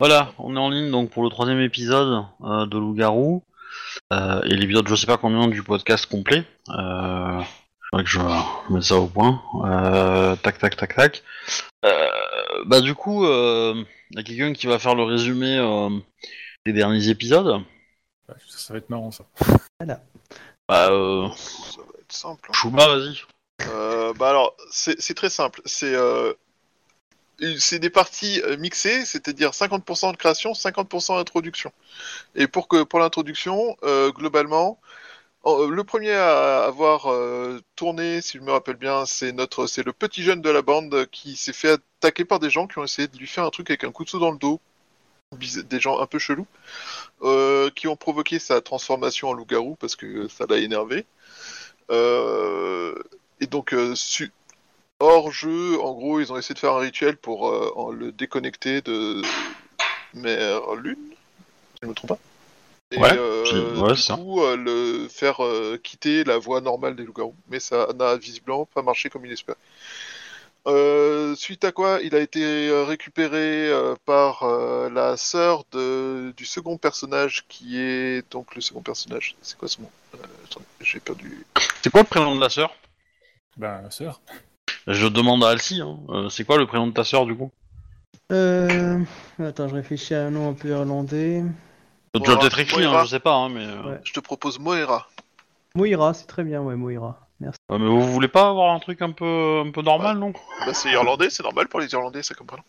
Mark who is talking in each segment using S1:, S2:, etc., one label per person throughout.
S1: Voilà, on est en ligne donc pour le troisième épisode euh, de Loup-Garou. Euh, et l'épisode, je sais pas combien du podcast complet. Euh, faudrait que je mette ça au point. Euh, tac, tac, tac, tac. Euh, bah, du coup, il y a quelqu'un qui va faire le résumé euh, des derniers épisodes.
S2: Ouais, ça, ça va être marrant ça.
S1: Bah, euh,
S3: Ça va être simple. hein.
S1: Chouma, vas-y.
S3: Euh, bah alors, c'est c'est très simple. C'est euh, une- c'est des parties euh, mixées, c'est-à-dire 50% de création, 50% introduction. Et pour que pour l'introduction, euh, globalement, en- euh, le premier à avoir euh, tourné, si je me rappelle bien, c'est notre, c'est le petit jeune de la bande qui s'est fait attaquer par des gens qui ont essayé de lui faire un truc avec un coup de seau dans le dos. Biz- Des gens un peu chelous euh, qui ont provoqué sa transformation en loup-garou parce que ça l'a énervé. Euh, et donc, euh, su- hors jeu, en gros, ils ont essayé de faire un rituel pour euh, en le déconnecter de Mère Lune, si je me trompe pas. Et,
S1: Ouais,
S3: euh,
S1: c'est- ouais,
S3: du
S1: c'est ça.
S3: coup, euh, le faire euh, quitter la voie normale des loups-garous. Mais ça n'a visiblement pas marché comme il espérait. Euh, suite à quoi, il a été euh, récupéré euh, par euh, la sœur de, du second personnage qui est donc le second personnage. C'est quoi ce nom Euh, attendez, J'ai perdu.
S1: C'est quoi le prénom de la sœur
S2: Ben, sœur.
S1: Je demande à Alcy, hein. Euh, c'est quoi le prénom de ta sœur du coup
S4: Euh... Attends, je réfléchis à un nom un peu irlandais.
S1: Tu l'as
S3: Moira.
S1: peut-être écrit, hein,
S3: Moira.
S1: je sais pas, hein, mais. euh,
S4: Ouais.
S3: Je te propose Moira.
S4: Moira, c'est très bien, ouais, Moira. Merci.
S1: ouais, mais vous voulez pas avoir un truc un peu, un peu normal, non
S3: Bah, c'est irlandais, c'est normal pour les Irlandais, ça comme prénom.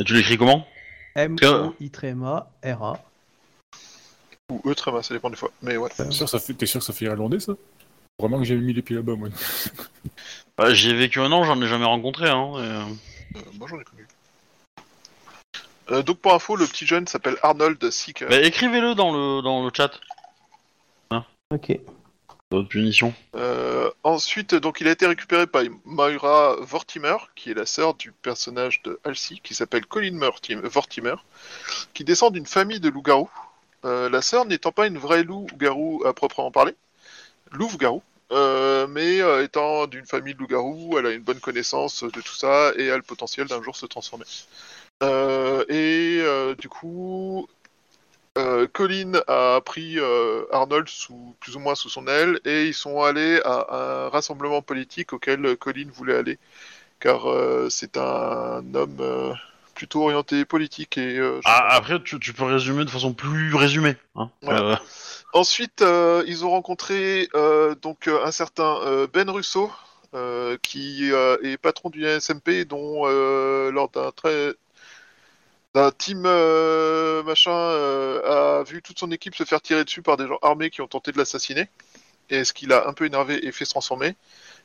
S1: Et tu l'écris comment
S4: m o i t m a r a
S3: Ou eux, très mal, ça dépend des fois. Mais ouais.
S2: T'es sûr, que ça fait... T'es sûr que ça fait irlandais ça Vraiment que j'ai mis les pieds là-bas moi.
S1: Bah, J'y ai vécu un an, j'en ai jamais rencontré. Hein, et-
S3: Euh, moi, j'en ai connu. Euh, donc, pour info, le petit jeune s'appelle Arnold Seeker.
S1: Bah, Écrivez-le dans le, dans le chat,
S4: Ok.
S1: votre punition.
S3: Euh, ensuite, donc, il a été récupéré par Moira Vortimer, qui est la sœur du personnage de Halsey, qui s'appelle Colin Mortim- Vortimer, qui descend d'une famille de loups-garous. Euh, la sœur n'étant pas une vraie loup-garou à proprement parler, louve-garou, euh, mais euh, étant d'une famille de loups-garous, elle a une bonne connaissance de tout ça et a le potentiel d'un jour se transformer. Euh, et euh, du coup, euh, Colin a pris euh, Arnold sous, plus ou moins sous son aile et ils sont allés à un rassemblement politique auquel Colin voulait aller car euh, c'est un homme euh, plutôt orienté politique et euh, je-
S1: Ah, après, tu, tu peux résumer de façon plus résumée. Hein.
S3: Voilà.
S1: Euh,
S3: Ensuite, euh, ils ont rencontré euh, donc euh, un certain euh, Ben Russo, euh, qui euh, est patron du SMP, dont euh, lors d'un très d'un team euh, machin euh, a vu toute son équipe se faire tirer dessus par des gens armés qui ont tenté de l'assassiner. Et ce qui l'a un peu énervé et fait se transformer.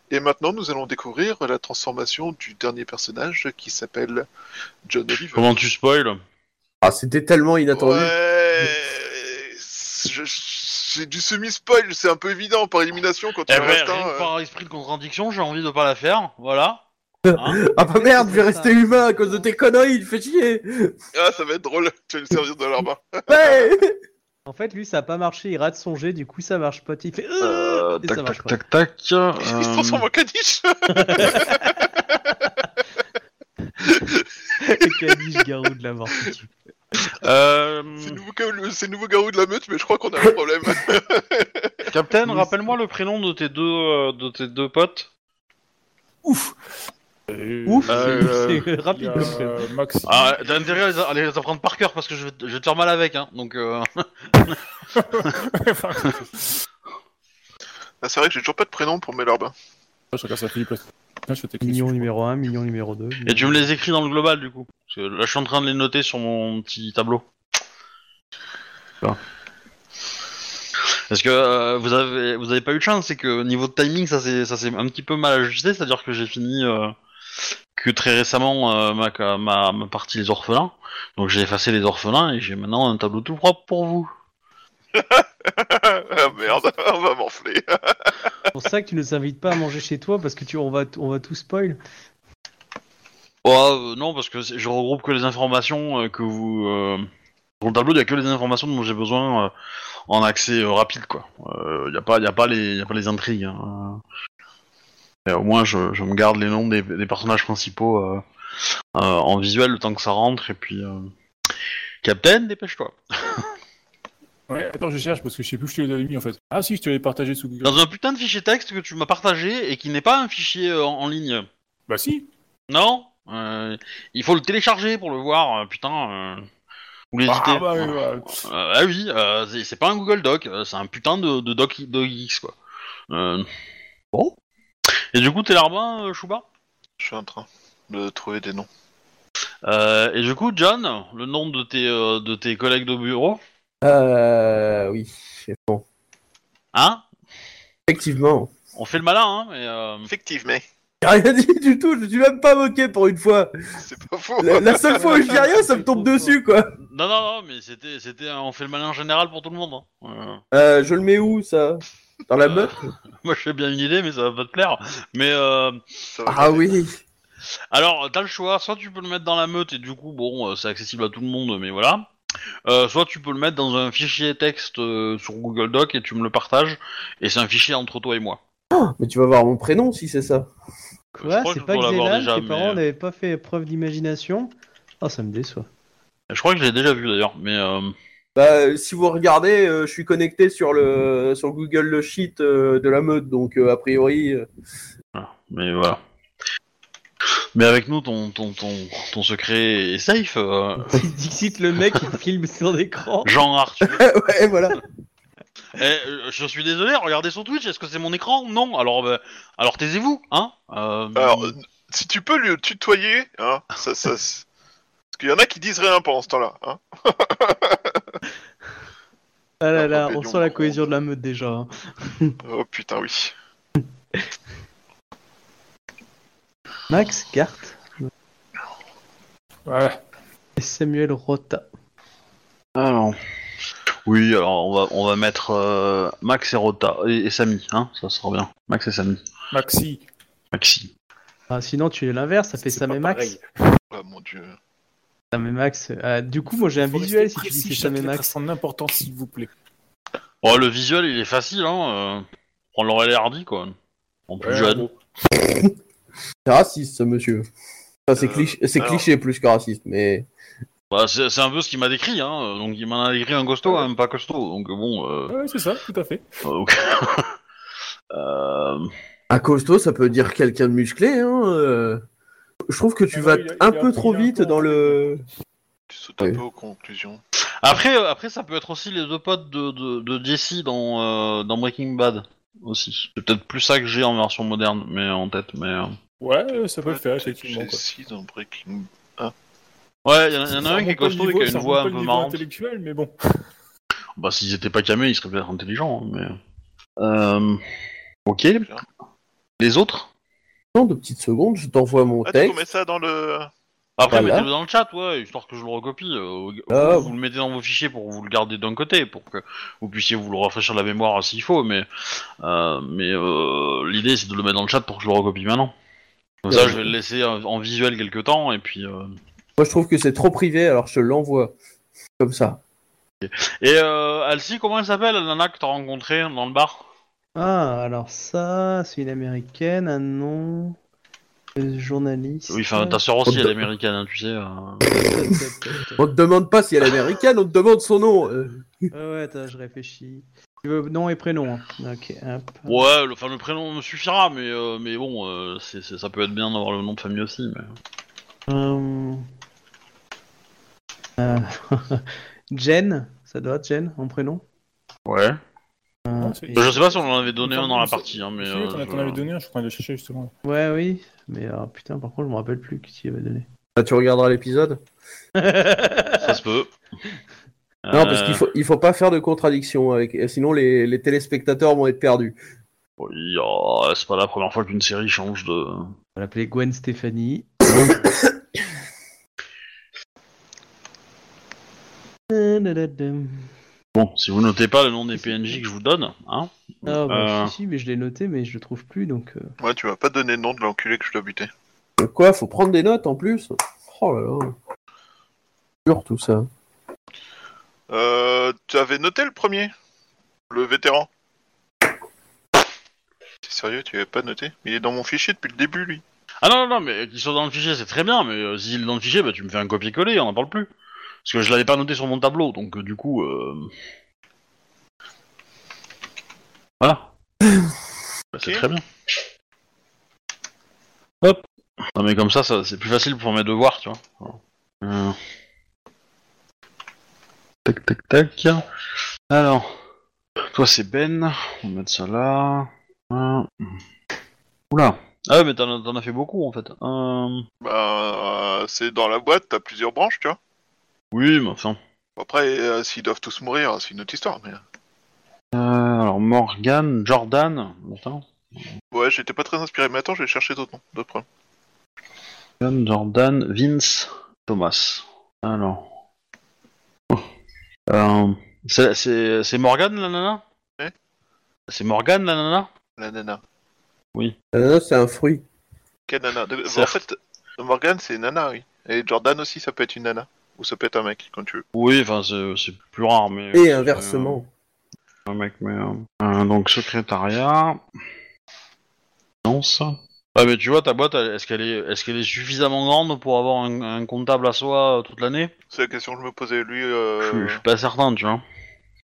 S3: Et maintenant, nous allons découvrir la transformation du dernier personnage qui s'appelle John Oliver.
S1: comment tu spoil
S5: Ah, c'était tellement inattendu.
S3: Ouais, je- c'est du semi-spoil, c'est un peu évident par élimination quand tu
S1: Eh ben,
S3: restes
S1: rien
S3: un.
S1: que
S3: euh,
S1: par esprit de contradiction, j'ai envie de pas la faire, voilà. Hein
S5: Ah bah merde, je vais rester humain à cause de tes conneries, il fait chier.
S3: Ah, ça va être drôle, tu vas lui servir de l'arbre.
S5: Ouais.
S4: En fait, lui, ça a pas marché, il rate son jet, du coup, ça marche pas. Il fait...
S1: Euh,
S4: Et ça
S1: tac,
S4: marche
S1: tac,
S4: pas.
S1: tac, tac, euh,
S3: Il se transforme en caniche
S4: Le caniche garou de la mort.
S1: euh,
S3: C'est le nouveau, garou- c'est le nouveau garou de la meute, mais je crois qu'on a un problème.
S1: Captain, rappelle-moi le prénom de tes deux, euh, de tes deux potes.
S4: Ouf,
S1: Euh,
S4: c'est- c'est
S2: Il y
S4: rapide.
S2: a euh,
S4: le frère.
S2: Max.
S1: Ah, t'as intérêt à les, à les apprendre par cœur parce que je vais, te- je vais te faire mal avec, hein. Donc, euh,
S2: Enfin,
S3: Ah, c'est vrai que j'ai toujours pas de prénom pour mes larbins.
S2: je regarde ça finit pas. Putain, je vais t'écrire
S4: Mignon
S2: dessus.
S4: numéro 1, mignon numéro 2.
S1: et tu me les écris dans le global du coup. Parce que là, je suis en train de les noter sur mon petit tableau. Parce que euh, vous avez vous avez pas eu de chance, c'est que niveau de timing, ça s'est ça s'est un petit peu mal ajusté, c'est-à-dire que j'ai fini euh, que très récemment euh, ma, ca- ma ma partie les orphelins, donc j'ai effacé les orphelins et j'ai maintenant un tableau tout propre pour vous.
S3: ah merde, on va m'enfler.
S4: C'est pour ça que tu nous invites pas à manger chez toi, parce que tu on va, on va tout spoil.
S1: Ouais, euh, non, parce que c'est- je regroupe que les informations euh, que vous. Euh... Sur le tableau, il n'y a que les informations dont j'ai besoin euh, en accès euh, rapide, quoi. Il n'y a, pas- y a, pas les- y a pas les intrigues. hein. Et au moins, je, je me garde les noms des, des personnages principaux euh, euh, en visuel le temps que ça rentre, et puis. euh, Captain, dépêche-toi.
S2: Ouais, attends, je cherche parce que je sais plus où je te les avais mis en fait. Ah si, je te l'avais partagé sous Google.
S1: Dans un putain de fichier texte que tu m'as partagé et qui n'est pas un fichier euh, en, en ligne.
S2: Bah si
S1: Non Euh, Il faut le télécharger pour le voir, euh, putain. euh, Ou l'éditer.
S2: Ah bah, ouais, ouais.
S1: Euh, ah oui, euh, c'est- c'est pas un Google Doc, euh, c'est un putain de, de Doc DocX quoi. Euh, Bon. Et du coup, t'es là-bas, euh, Chouba
S3: Je suis en train de trouver des noms.
S1: Euh, Et du coup, John, le nom de tes, euh, de tes collègues de bureau,
S6: Euh, oui, c'est bon.
S1: hein
S6: Effectivement.
S1: On fait le malin, hein mais, euh,
S3: Effectivement.
S6: J'ai rien dit du tout, je suis même pas moqué pour une fois.
S3: C'est pas faux.
S6: La, la seule fois où je dis rien, ça me tombe dessus, quoi.
S1: Non, non, non, mais c'était, c'était, un- on fait le malin en général pour tout le monde. hein.
S6: Euh, je le mets où, ça Dans la
S1: Euh,
S6: meute
S1: Euh, moi, j'ai bien une idée, mais ça va pas te plaire. Mais euh,
S3: Ça va
S6: Ah
S3: bien.
S6: oui.
S1: Alors, t'as le choix, soit tu peux le mettre dans la meute et du coup, bon, euh, c'est accessible à tout le monde, mais voilà. Euh, soit tu peux le mettre dans un fichier texte euh, sur Google Doc et tu me le partages, et c'est un fichier entre toi et moi.
S6: Mais tu vas voir mon prénom si c'est ça.
S1: Je
S4: Quoi
S1: crois
S4: C'est
S1: que
S4: pas
S1: je dois l'avoir
S4: Xélan
S1: déjà,
S4: Tes
S1: mais,
S4: parents
S1: euh,
S4: n'avaient pas fait preuve d'imagination Ah, ça me déçoit.
S1: Je crois que je l'ai déjà vu d'ailleurs, mais euh,
S6: Bah, euh, si vous regardez, euh, je suis connecté sur le sur Google le Sheet euh, de la meute, donc euh, a priori. euh,
S1: mais voilà. Mais avec nous, ton, ton, ton, ton secret est safe, euh,
S4: Dixit, le mec, il filme sur l'écran.
S1: Jean Arthur.
S6: ouais, voilà.
S1: Eh, euh, je suis désolé, regardez son Twitch, est-ce que c'est mon écran Non, alors, bah, alors taisez-vous, hein Euh,
S3: Alors, euh, si tu peux le tutoyer, hein, ça, ça, c'est- Parce qu'il y en a qui disent rien pendant ce temps-là. Hein.
S4: Ah là
S3: Ah,
S4: là,
S3: Papillon,
S4: on sent la
S3: gros.
S4: cohésion de la meute déjà. hein.
S3: Oh putain, oui.
S4: Max Gart
S2: Ouais.
S4: et Samuel Rota.
S1: Alors. Oui, alors on va, on va mettre euh, Max et Rota et, et Samy, hein, ça sera bien. Max et Samy.
S2: Maxi.
S1: Maxi.
S4: Ah, sinon, tu es l'inverse, ça fait
S2: C'est
S4: Sam
S2: pas
S4: et Max.
S2: pareil.
S3: Ah mon dieu.
S4: Sam et Max. Ah, du coup, moi j'ai un
S2: Faut
S4: visuel si
S2: rester
S4: tu dis
S2: précis,
S4: c'est
S2: chaque
S4: Sam et
S2: lettre a
S4: Max.
S2: Son importance, s'il vous plaît.
S1: Oh, le visuel, il est facile, hein. euh, prends Laurel et Hardy, quoi. En plus
S2: Ouais,
S1: jeune.
S2: bon.
S6: C'est raciste, ce monsieur. Enfin, c'est
S3: Euh,
S6: cliché, c'est
S3: alors-
S6: cliché plus que raciste, mais.
S1: Bah, c'est c'est un peu ce qu'il m'a décrit, hein. Donc il m'en a décrit un costaud, hein, pas costaud. Donc bon. Euh,
S2: Ouais, c'est ça, tout à fait.
S1: euh, ok. Euh,
S6: Un costaud, ça peut dire quelqu'un de musclé, hein. euh. Je trouve que tu
S2: Ah
S6: vas
S2: oui, il a-
S6: un
S2: il a-
S6: peu trop
S2: il a un
S6: vite
S2: peu-
S6: dans le.
S3: Tu sautes un
S6: Oui.
S3: peu aux conclusions.
S1: Après, euh, après, ça peut être aussi les deux potes de, de, de Jesse dans, euh, dans Breaking Bad aussi. C'est peut-être plus ça que j'ai en version moderne, mais en tête, mais. euh,
S2: Ouais, ça peut le faire, effectivement. quoi.
S3: Jesse dans Breaking
S1: Ouais, y'en a, y en a
S2: Ça
S1: un qui est
S2: remonte
S1: costaud
S2: pas le
S1: et
S2: niveau-
S1: qui a
S2: ça
S1: une
S2: remonte
S1: voix
S2: pas
S1: un
S2: le
S1: peu
S2: niveau
S1: marrante.
S2: intellectuel, mais bon.
S1: Bah, s'ils étaient pas camés, ils seraient peut-être intelligents, hein, mais. Euh... Ok. Les autres
S6: Attends deux petites secondes, je t'envoie mon
S3: Ah, tu
S6: texte.
S3: remets ça dans le.
S1: Après,
S6: Voilà.
S1: mettez-le dans le chat, ouais, histoire que je le recopie. euh, au- au-
S6: Ah,
S1: vous le mettez dans vos fichiers pour que vous le garder d'un côté, pour que vous puissiez vous le rafraîchir la mémoire s'il faut, mais. euh, mais euh, l'idée, c'est de le mettre dans le chat pour que je le recopie maintenant. Comme ça,
S6: Ouais.
S1: je vais le laisser euh, en visuel quelques temps, et puis. euh,
S6: Moi, je trouve que c'est trop privé, alors je te l'envoie. Comme ça.
S1: Et euh, Alcy, comment elle s'appelle, la nana que t'as rencontrée dans le bar
S4: Ah, alors ça, c'est une américaine, un nom. euh, journaliste.
S1: Oui, enfin, ta sœur aussi,
S6: Oh,
S1: elle est
S6: de-
S1: américaine, hein, tu sais. euh.
S6: On te demande pas si elle est américaine, on te demande son nom. euh.
S4: Euh, ouais, attends, je réfléchis. Tu veux nom et prénom. hein. Ok, hop.
S1: Ouais, le, enfin, le prénom me suffira, mais, euh, mais bon, euh, c'est- c'est- ça peut être bien d'avoir le nom de famille aussi. Mais...
S4: Euh, euh, Jen, ça doit être Jen en prénom.
S1: Ouais.
S4: Euh,
S2: Non, c'est-
S4: et-
S1: Je sais pas si on en avait donné
S2: Enfin,
S1: un dans la
S2: c'est-
S1: partie, hein, mais...
S2: Si,
S1: euh,
S2: t'en as- t'en
S1: je-
S2: avais donné un, je suis en train de le chercher justement.
S4: Ouais, oui. Mais alors, putain, par contre, je me rappelle plus qui t'y avait donné.
S6: Bah, tu regarderas l'épisode.
S1: Ça se peut.
S6: Non,
S1: Euh,
S6: parce qu'il faut, il faut pas faire de contradiction, avec, euh, sinon les, les téléspectateurs vont être perdus.
S1: oui, oh, c'est pas la première fois qu'une série change de...
S4: On va l'appeler Gwen Stéphanie. Ah
S1: Bon, si vous notez pas le nom des PNJ que je vous donne,
S2: Ah,
S1: hein...
S4: bah,
S1: Euh.
S4: si, si, mais je l'ai noté, mais je le trouve plus, donc... euh,
S3: Ouais, tu vas pas donner le nom de l'enculé que je dois buter.
S6: Quoi, faut prendre des notes en plus Oh là là. Dur tout ça.
S3: Euh, tu avais noté le premier Le vétéran T'es sérieux, tu l'avais pas noté Il est dans mon fichier depuis le début, lui.
S1: Ah non, non, non, mais qu'ils soient dans le fichier, c'est très bien, mais euh, s'il est dans le fichier, bah tu me fais un copier-coller, on en parle plus. Parce que je l'avais pas noté sur mon tableau, donc euh, du coup. euh, Voilà. Bah, c'est
S3: Ok.
S1: très bien. Hop. Non mais comme ça, ça c'est plus facile pour mes devoirs, tu vois. Voilà. Euh. Tac tac tac. Alors, toi c'est Ben, on va mettre ça là. Voilà. Oula. Ah ouais, mais t'en as- t'en as fait beaucoup en fait. Euh,
S3: Bah, euh, c'est dans la boîte, t'as plusieurs branches, tu vois.
S1: Oui, mais enfin.
S3: Après, euh, s'ils doivent tous mourir, c'est une autre histoire. Mais...
S1: Euh, alors Morgan, Jordan, attends,
S3: Ouais, j'étais pas très inspiré, mais attends, je vais chercher d'autres noms, d'autres problèmes.
S1: Morgan, Jordan, Vince, Thomas. Alors, Oh. Euh, c'est- c'est c'est Morgan la nana
S3: Ouais.
S1: C'est Morgan la nana
S3: La nana.
S5: L'ananas, c'est un fruit.
S3: Quelle nana De-
S1: C'est-
S3: En fait, Morgan, c'est nana, oui. Et Jordan aussi, ça peut être une nana. Ou ça peut être un mec, quand tu veux.
S1: Oui, enfin c'est c'est plus rare, mais
S5: Et inversement.
S1: un mec, mais euh, euh, donc secrétariat, non ça. Ah mais tu vois ta boîte, elle- est-ce qu'elle est est-ce qu'elle est suffisamment grande pour avoir un, un comptable à soi euh, toute l'année
S3: C'est la question que je me posais. Lui,
S1: Je
S3: euh,
S1: suis- je suis pas certain, tu vois.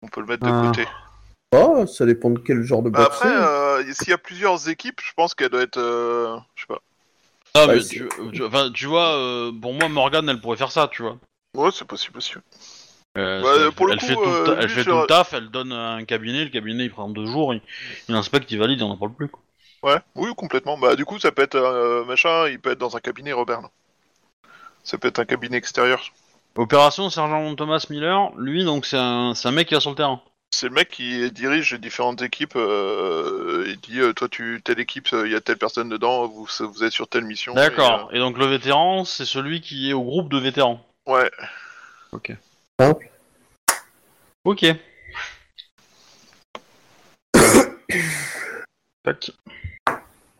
S3: on peut le mettre de
S1: Ah.
S3: côté.
S5: Oh, ça dépend de quel genre de
S3: Bah,
S5: boîte
S3: après,
S5: c'est.
S3: euh, s'il y a plusieurs équipes, je pense qu'elle doit être. euh, Je sais pas.
S1: Ah,
S3: bah,
S5: Ouais,
S1: mais
S5: c'est-
S1: tu, tu- enfin, tu vois, euh, pour moi, Morgane, elle pourrait faire ça, tu vois.
S3: Ouais, c'est possible aussi.
S1: Euh,
S3: Ouais,
S1: elle
S3: pour le
S1: elle
S3: coup,
S1: fait, tout, le
S3: euh,
S1: ta- elle
S3: lui,
S1: fait
S3: je-
S1: tout le taf, elle donne un cabinet, le cabinet il prend deux jours, il, il inspecte, il valide, il en parle plus. Quoi.
S3: Ouais, oui, complètement. Bah, du coup, ça peut être euh, machin, il peut être dans un cabinet, Robert. là. Ça peut être un cabinet extérieur.
S1: Opération Sergent Thomas Miller, lui, donc c'est un, c'est un mec qui est sur le terrain.
S3: C'est le mec qui dirige les différentes équipes. euh, il dit euh, Toi, tu telle équipe, euh, il y a telle personne dedans, vous, vous êtes sur telle mission.
S1: D'accord,
S3: euh.
S1: et donc le vétéran, c'est celui qui est au groupe de vétérans.
S3: Et, euh, ouais,
S1: Ok. Tac.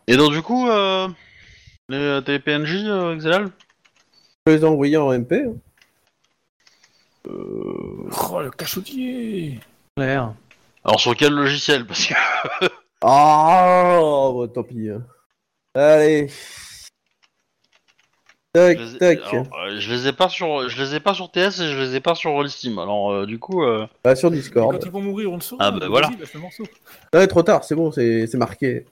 S1: Et donc, du coup, euh, les, tes PNJ, euh, Xelal
S5: Je peux les envoyer en MP. hein.
S2: Oh, le cachotier
S4: Claire.
S1: Alors, sur quel logiciel Parce que.
S5: Ah, bah, tant pis. Allez. Tac,
S1: Je les ai-
S5: tac.
S1: alors, euh, je les ai pas sur, je les ai pas sur TS et je les ai pas sur Rollistim. Alors euh, du coup, euh,
S5: Bah, sur
S2: Et
S5: Discord.
S2: Quand ils vont mourir, on le saura.
S1: Ah, bah, voilà.
S2: Vas-y, lâche le morceau.
S5: Ouais, trop tard, c'est bon, c'est c'est marqué.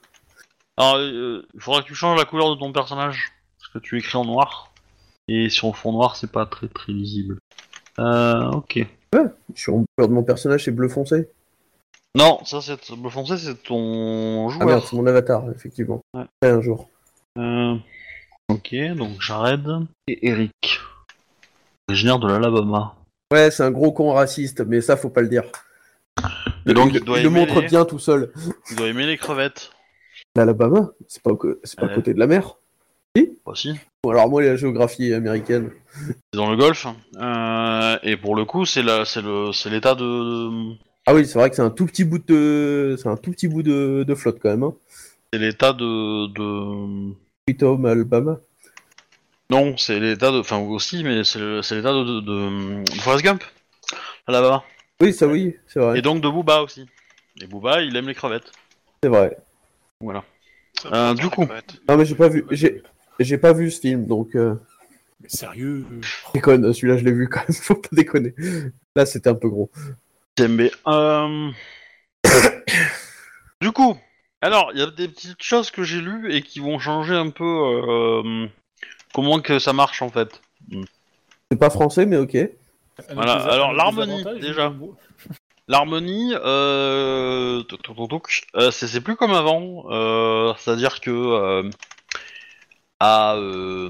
S1: alors, euh, il faudra que tu changes la couleur de ton personnage parce que tu écris en noir et sur le fond noir c'est pas très très lisible. Euh, ok.
S5: Je suis en peur de mon personnage, c'est bleu foncé.
S1: Non, ça c'est le foncé, c'est ton
S5: Ah merde,
S1: joueur.
S5: c'est mon avatar, effectivement.
S1: Ouais.
S5: Ouais, un jour.
S1: Euh, ok, donc Jared et Eric, originaire de l'Alabama.
S5: Ouais, c'est un gros con raciste, mais ça, faut pas le dire.
S1: Et donc,
S5: il,
S1: il doit
S5: il le
S1: aimer
S5: montre
S1: les-
S5: bien tout seul.
S1: Il doit aimer les crevettes.
S5: L'Alabama, c'est pas, au co- c'est pas
S1: Ouais.
S5: à côté de la mer.
S1: Voici.
S5: Bon, alors moi, la géographie américaine.
S1: C'est dans le Golfe. Euh, et pour le coup, c'est la, c'est le, c'est l'état de,
S5: Ah oui, c'est vrai que c'est un tout petit bout de, c'est un tout petit bout de, de flotte quand même. Hein.
S1: c'est l'état de, de,
S5: Sweet Home Alabama.
S1: Non, c'est l'état de. Enfin, aussi, mais c'est le- c'est l'état de, de, de- de Forrest Gump. Là-bas.
S5: Oui, ça oui, c'est vrai.
S1: Et donc de Booba aussi. Et Booba, il aime les crevettes.
S5: C'est vrai.
S1: Voilà.
S3: Ça
S1: Euh,
S3: peut être
S1: du
S3: un
S1: coup.
S3: cabinet.
S5: Non mais j'ai pas
S3: Bah,
S5: vu, j'ai, j'ai pas vu ce film, donc euh,
S2: Mais sérieux euh,
S5: déconne. Celui-là, je l'ai vu quand même. Faut pas déconner. Là, c'était un peu gros.
S1: TMB. Euh... du coup, alors, il y a des petites choses que j'ai lues et qui vont changer un peu euh, comment que ça marche en fait.
S5: C'est pas français, mais ok.
S2: Un
S1: Voilà,
S2: des-
S1: alors,
S2: un des
S1: l'harmonie,
S2: avantages,
S1: déjà.
S2: mais bon.
S1: L'harmonie, euh, toc, toc, toc, toc, euh, c'est c'est plus comme avant. euh, C'est-à-dire que euh, à euh,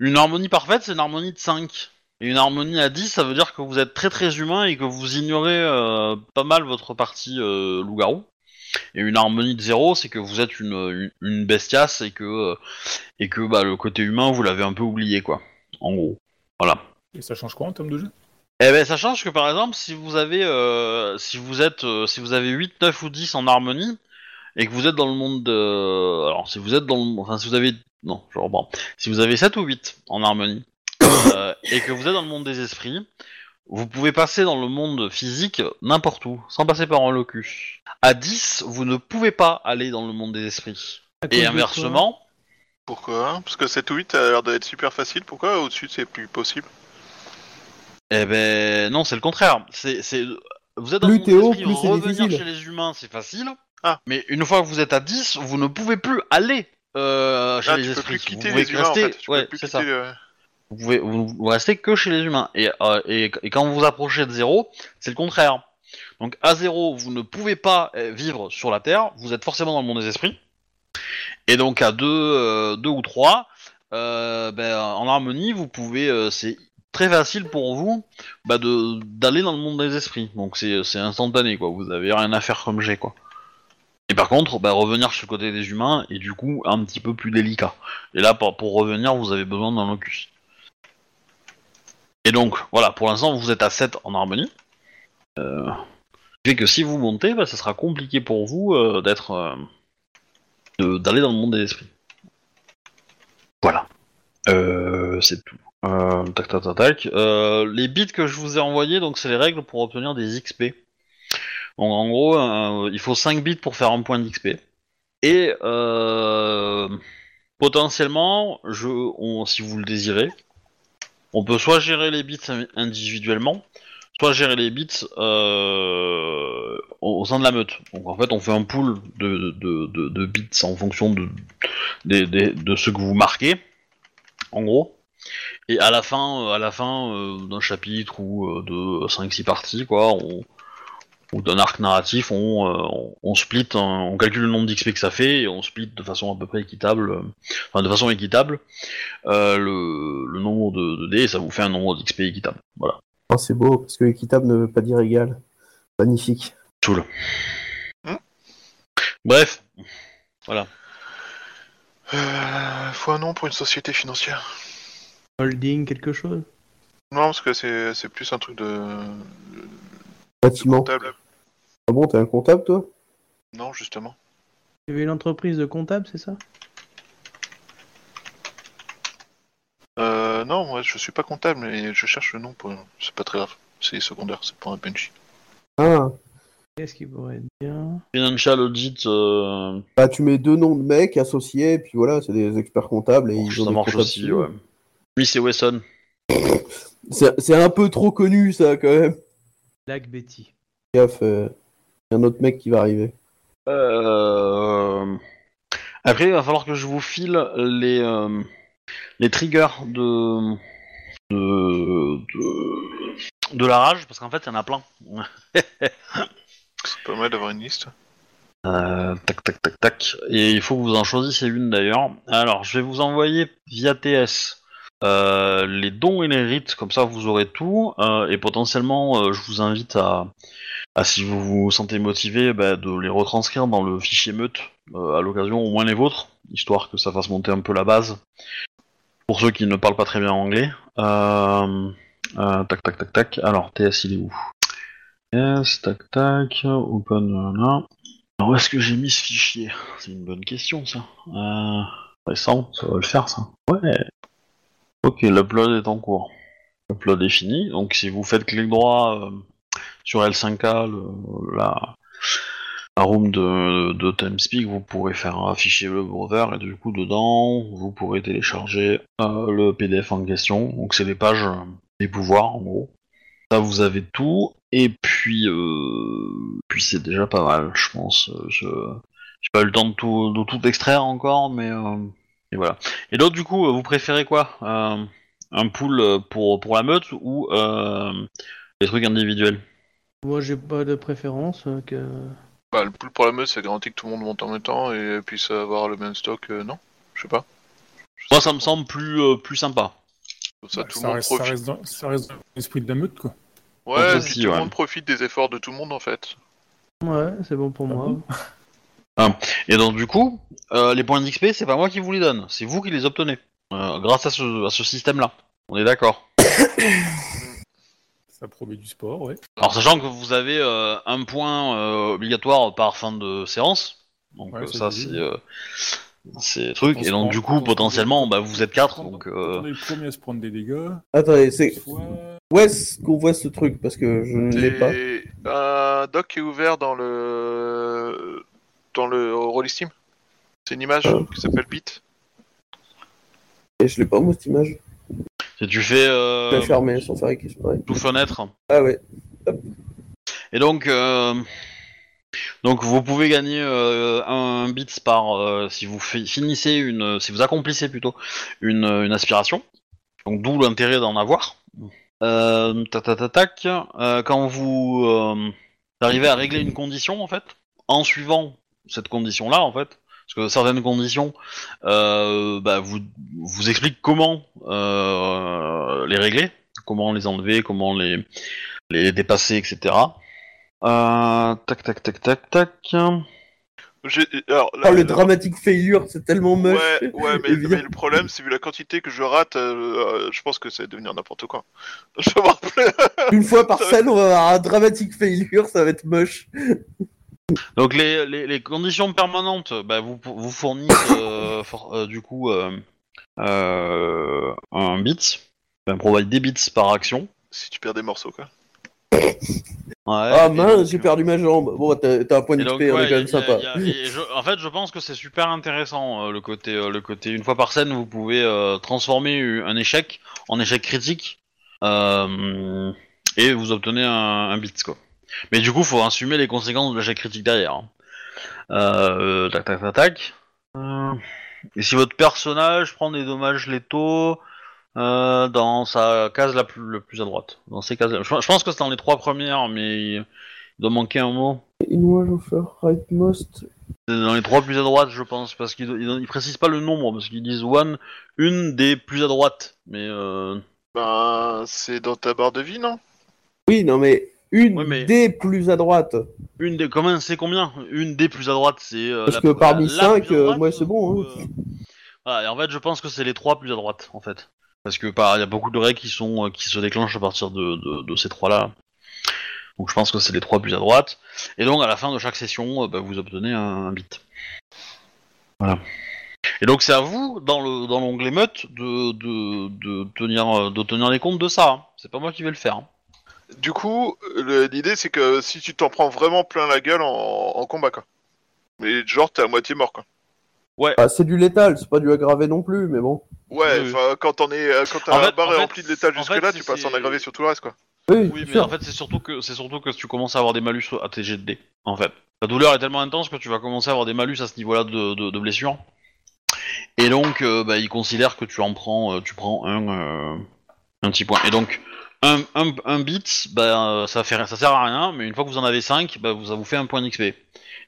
S1: une harmonie parfaite, c'est une harmonie de 5. Et une harmonie à 10, ça veut dire que vous êtes très très humain et que vous ignorez euh, pas mal votre partie euh, loup-garou. Et une harmonie de 0, c'est que vous êtes une, une, une bestiace et que, euh, et que bah, le côté humain, vous l'avez un peu oublié, quoi. En gros. Voilà.
S2: Et ça change quoi en termes de jeu
S1: Eh ben ça change que par exemple si vous avez euh, si vous êtes euh, si vous avez 8, 9 ou 10 en harmonie et que vous êtes dans le monde de alors si vous êtes dans le enfin si vous avez non, je reprends. Si vous avez 7 ou 8 en harmonie euh, et que vous êtes dans le monde des esprits, vous pouvez passer dans le monde physique n'importe où sans passer par un locus. À 10, vous ne pouvez pas aller dans le monde des esprits.
S4: À cause
S1: Et
S4: de
S1: inversement,
S3: hein, Pourquoi Parce que 7 ou 8 a l'air d'être super facile. Pourquoi au-dessus, c'est plus possible
S1: Eh ben non, c'est le contraire. C'est, c'est... Vous êtes dans
S6: Plus
S1: le monde
S6: t'es haut,
S1: d'esprit,
S6: plus c'est
S1: revenir
S6: difficile.
S1: chez les humains, c'est facile.
S3: Ah.
S1: Mais une fois que vous êtes à 10, vous ne pouvez plus aller euh, chez
S3: Ah,
S1: les
S3: tu peux plus
S1: esprits.
S3: quitter
S1: vous pouvez
S3: les humains, en
S1: rester-
S3: fait. Tu
S1: ouais,
S3: peux plus
S1: c'est
S3: quitter
S1: ça.
S3: le-
S1: Vous, pouvez- vous- vous restez que chez les humains. Et, euh, et, et quand vous vous approchez de zéro, c'est le contraire. Donc à zéro, vous ne pouvez pas euh, vivre sur la Terre, vous êtes forcément dans le monde des esprits. Et donc à deux, euh, deux ou trois, euh, ben, en harmonie, vous pouvez. euh, c'est très facile pour vous bah, de d'aller dans le monde des esprits. Donc c'est c'est instantané, quoi. Vous avez rien à faire comme j'ai, quoi. Et par contre, bah, revenir sur le côté des humains est du coup un petit peu plus délicat. Et là, pour, pour revenir, vous avez besoin d'un locus. Et donc, voilà, pour l'instant, vous êtes à 7 en harmonie. Euh, ce qui fait que si vous montez, bah, ça sera compliqué pour vous euh, d'être. euh, de- d'aller dans le monde des esprits. Voilà. Euh, c'est tout. Euh, tac, tac, tac, tac. Euh, les bits que je vous ai envoyés, donc c'est les règles pour obtenir des XP. Donc en gros, euh, il faut 5 bits pour faire un point d'XP. Et euh, potentiellement, je, on- si vous le désirez, on peut soit gérer les bits in- individuellement, soit gérer les bits euh, au au sein de la meute. Donc en fait, on fait un pool de, de, de- de bits en fonction de, des- des- de ce que vous marquez, en gros. Et à la fin, euh, à la fin euh, d'un chapitre ou euh, de 5-6 parties, quoi, on- ou d'un arc narratif, on, euh, on, on split, un- on calcule le nombre d'XP que ça fait et on split de façon à peu près équitable, euh, enfin de façon équitable, euh, le, le nombre de, de dés, et ça vous fait un nombre d'XP équitable. Voilà.
S6: Oh, c'est beau, parce que équitable ne veut pas dire égal. Magnifique.
S1: Toul.
S3: Hein
S1: Bref,
S3: Euh, faut un nom pour une société financière.
S4: Holding, quelque chose
S3: Non, parce que c'est c'est plus un truc de.
S6: Bâtiment.
S3: comptable.
S6: Ah bon, t'es un comptable, toi
S3: Non, justement.
S4: Il y avait une entreprise de comptable, c'est ça
S3: Euh, non, moi je suis pas comptable et je cherche le nom pour. C'est pas très grave. C'est secondaire, c'est pour un PNJ.
S6: Ah.
S4: Qu'est-ce qui pourrait être bien
S1: Financial Audit, euh,
S6: Bah, tu mets deux noms de mecs associés, et puis voilà, c'est des experts comptables. Et
S1: bon,
S6: ils ont
S1: ça
S6: des
S1: marche
S6: comptables
S1: aussi,
S6: civils.
S1: ouais. Miss et Wesson.
S6: C'est c'est un peu trop connu, ça, quand même.
S4: Lac Betty.
S6: Gaffe, euh, y a un autre mec qui va arriver.
S1: Euh... Après, il va falloir que je vous file les, euh, les triggers de... De... de... de la rage, parce qu'en fait, il y en a plein.
S3: C'est pas mal d'avoir une liste.
S1: Euh, tac, tac, tac, tac. Et il faut que vous en choisissiez une d'ailleurs. Alors, je vais vous envoyer via TS euh, les dons et les rites, comme ça vous aurez tout. Euh, et potentiellement, euh, je vous invite à, à, si vous vous sentez motivé, bah, de les retranscrire dans le fichier meute, euh, à l'occasion au moins les vôtres, histoire que ça fasse monter un peu la base. Pour ceux qui ne parlent pas très bien anglais. Euh, euh, tac, tac, tac, tac. Alors, TS, il est où TS, tac, tac, open, euh, là. Alors, où est-ce que j'ai mis ce fichier C'est une bonne question, ça. Euh, récent, ça va le faire, ça. Ouais. Ok, l'upload est en cours. L'upload est fini. Donc, si vous faites clic droit euh, sur L5K, le- la, la room de, de TimeSpeak, vous pourrez faire un fichier web browser et du coup, dedans, vous pourrez télécharger euh, le PDF en question. Donc, c'est les pages euh, des pouvoirs, en gros. Ça, vous avez tout. Et puis, euh, puis c'est déjà pas mal, je pense. Euh, Je j'ai pas eu le temps de tout, de tout extraire encore, mais euh, et voilà. Et l'autre, du coup, euh, vous préférez quoi Euh, Un pool euh, pour, pour la meute ou euh, des trucs individuels
S4: Moi, j'ai pas de préférence. euh, que...
S3: Bah, le pool pour la meute, ça garantit que tout le monde monte en même temps et puisse avoir le même stock, euh, non Je sais pas. Je sais
S1: Moi, ça
S3: pas.
S1: me semble plus, euh, plus sympa.
S3: Comme ça,
S2: Bah,
S3: tout
S2: ça
S3: le monde
S2: reste- ça
S3: profite.
S2: reste dans- ça reste dans l'esprit de la meute, quoi.
S3: Ouais,
S1: aussi,
S3: puis tout
S1: ouais.
S3: le monde profite des efforts de tout le monde en fait.
S4: Ouais, c'est bon pour
S2: Ah
S4: moi.
S2: bon
S1: Et donc, du coup, euh, les points d'XP, c'est pas moi qui vous les donne, c'est vous qui les obtenez euh, grâce à ce, à ce système-là. On est d'accord.
S2: Ça promet du sport, ouais.
S1: Alors, sachant que vous avez euh, un point euh, obligatoire par fin de séance, donc
S2: Ouais,
S1: euh, ça
S2: ça, j'ai
S1: c'est
S2: vu.
S1: euh, c'est truc,
S2: On
S1: et
S2: se
S1: donc
S2: prend-
S1: du
S2: on
S1: coup,
S2: se-
S1: potentiellement, bah, vous êtes quatre,
S2: Quand-
S1: donc
S2: quand
S1: euh,
S2: On est le premier à se prendre des dégâts.
S6: Attendez, c'est
S2: Soit...
S6: où est-ce qu'on voit ce truc Parce que je ne l'ai pas.
S3: Et un doc qui est ouvert dans le dans le Rollis Team. C'est une image
S6: Ah.
S3: qui s'appelle Bit.
S6: Et je l'ai pas, moi, cette image.
S1: Et tu fais euh,
S5: Je vais fermer sans faire exprès.
S1: tout fenêtre.
S5: Ah ouais.
S1: Et donc, euh, donc vous pouvez gagner euh, un bits par euh, si vous fi- finissez une, si vous accomplissez plutôt une, une aspiration. Donc d'où l'intérêt d'en avoir. Euh, tac, tac, tac, tac. Euh, quand vous euh, arrivez à régler une condition en fait, en suivant cette condition là en fait. Parce que certaines conditions euh, bah, vous, vous expliquent comment euh, les régler, comment les enlever, comment les, les dépasser, etc. Euh, tac, tac, tac, tac, tac.
S3: J'ai- Alors,
S5: Oh,
S6: Ah,
S3: la-
S5: le
S3: la-
S5: dramatic failure, c'est tellement moche.
S3: Ouais, ouais mais,
S5: Évidemment.
S3: mais le problème, c'est vu la quantité que je rate, euh, euh, je pense que ça va devenir n'importe quoi. Je vais avoir plus.
S5: Une fois par scène, on va avoir un dramatic failure, ça va être moche.
S1: Donc les, les, les conditions permanentes, bah, vous, vous fournissent euh, for- euh, du coup euh, euh, un bit, enfin, provide des bits par action.
S3: Si tu perds des morceaux, quoi.
S1: Ouais,
S5: ah
S1: et
S5: mince,
S1: donc- euh,
S5: j'ai perdu ma jambe. Bon, bah, t'as t'as un point
S1: et
S5: d'XP,
S1: donc,
S5: on
S1: ouais,
S5: est quand même
S1: il y a-
S5: sympa.
S1: il y a- et je- en fait, je pense que c'est super intéressant euh, le côté euh, le côté une fois par scène, vous pouvez euh, transformer un échec en échec critique euh, et vous obtenez un, un bit quoi. Mais du coup, faut assumer les conséquences de l'échec critique derrière. hein. Euh, tac tac tac tac. Euh, et si votre personnage prend des dommages létaux euh, dans sa case la plus, le plus à droite, dans ces cases, je, je pense que c'est dans les trois premières, mais il doit manquer un mot.
S6: In one of her rightmost.
S1: C'est Dans les trois plus à droite, je pense, parce qu'ils ils, ils précisent pas le nombre, parce qu'ils disent one, une des plus à droite. Mais euh,
S3: Ben, c'est dans ta barre de vie, non
S5: Oui, non mais une
S1: Ouais, mais-
S5: des plus à droite.
S1: une des, comment c'est combien Une des plus à droite, c'est. euh,
S5: Parce
S1: la-
S5: que parmi
S1: la
S5: cinq,
S1: plus à droite,
S5: euh, moi, c'est bon,
S1: ou,
S5: hein.
S1: euh, voilà, et en fait, je pense que c'est les trois plus à droite, en fait, parce que par- il y a beaucoup de règles qui sont euh, qui se déclenchent à partir de, de, de ces trois-là. Donc je pense que c'est les trois plus à droite. Et donc à la fin de chaque session, euh, bah, vous obtenez un, un bit. Voilà. Et donc c'est à vous, dans le dans l'onglet meute, de, de, de tenir euh, de tenir les comptes de ça. hein. C'est pas moi qui vais le faire. hein.
S3: Du coup, le- l'idée, c'est que si tu t'en prends vraiment plein la gueule en, en combat, quoi. Mais genre, t'es à moitié mort, quoi.
S6: Ah, c'est du létal, c'est pas du aggravé non plus, mais bon.
S3: Ouais,
S1: Oui, oui.
S3: enfin, quand t'en es, euh, quand
S1: En
S3: t'as la
S1: fait-
S3: barre
S1: en
S3: est
S1: fait,
S3: remplie de l'état
S1: en
S3: jusque-là,
S1: fait,
S3: tu passes en
S1: c'est-
S3: aggravé sur tout le reste, quoi.
S6: Oui,
S1: Oui,
S6: c'est
S1: mais
S6: sûr.
S1: en fait, c'est surtout que c'est surtout que tu commences à avoir des malus à tes jets de dés, En fait, la douleur est tellement intense que tu vas commencer à avoir des malus à ce niveau-là de, de, de blessure. Et donc, euh, bah, ils considèrent que tu en prends, euh, tu prends un euh, un petit point. Et donc, un, un, un bit, bah, euh, ça fait ça sert à rien. Mais une fois que vous en avez 5, bah, vous- ça vous fait un point d'XP.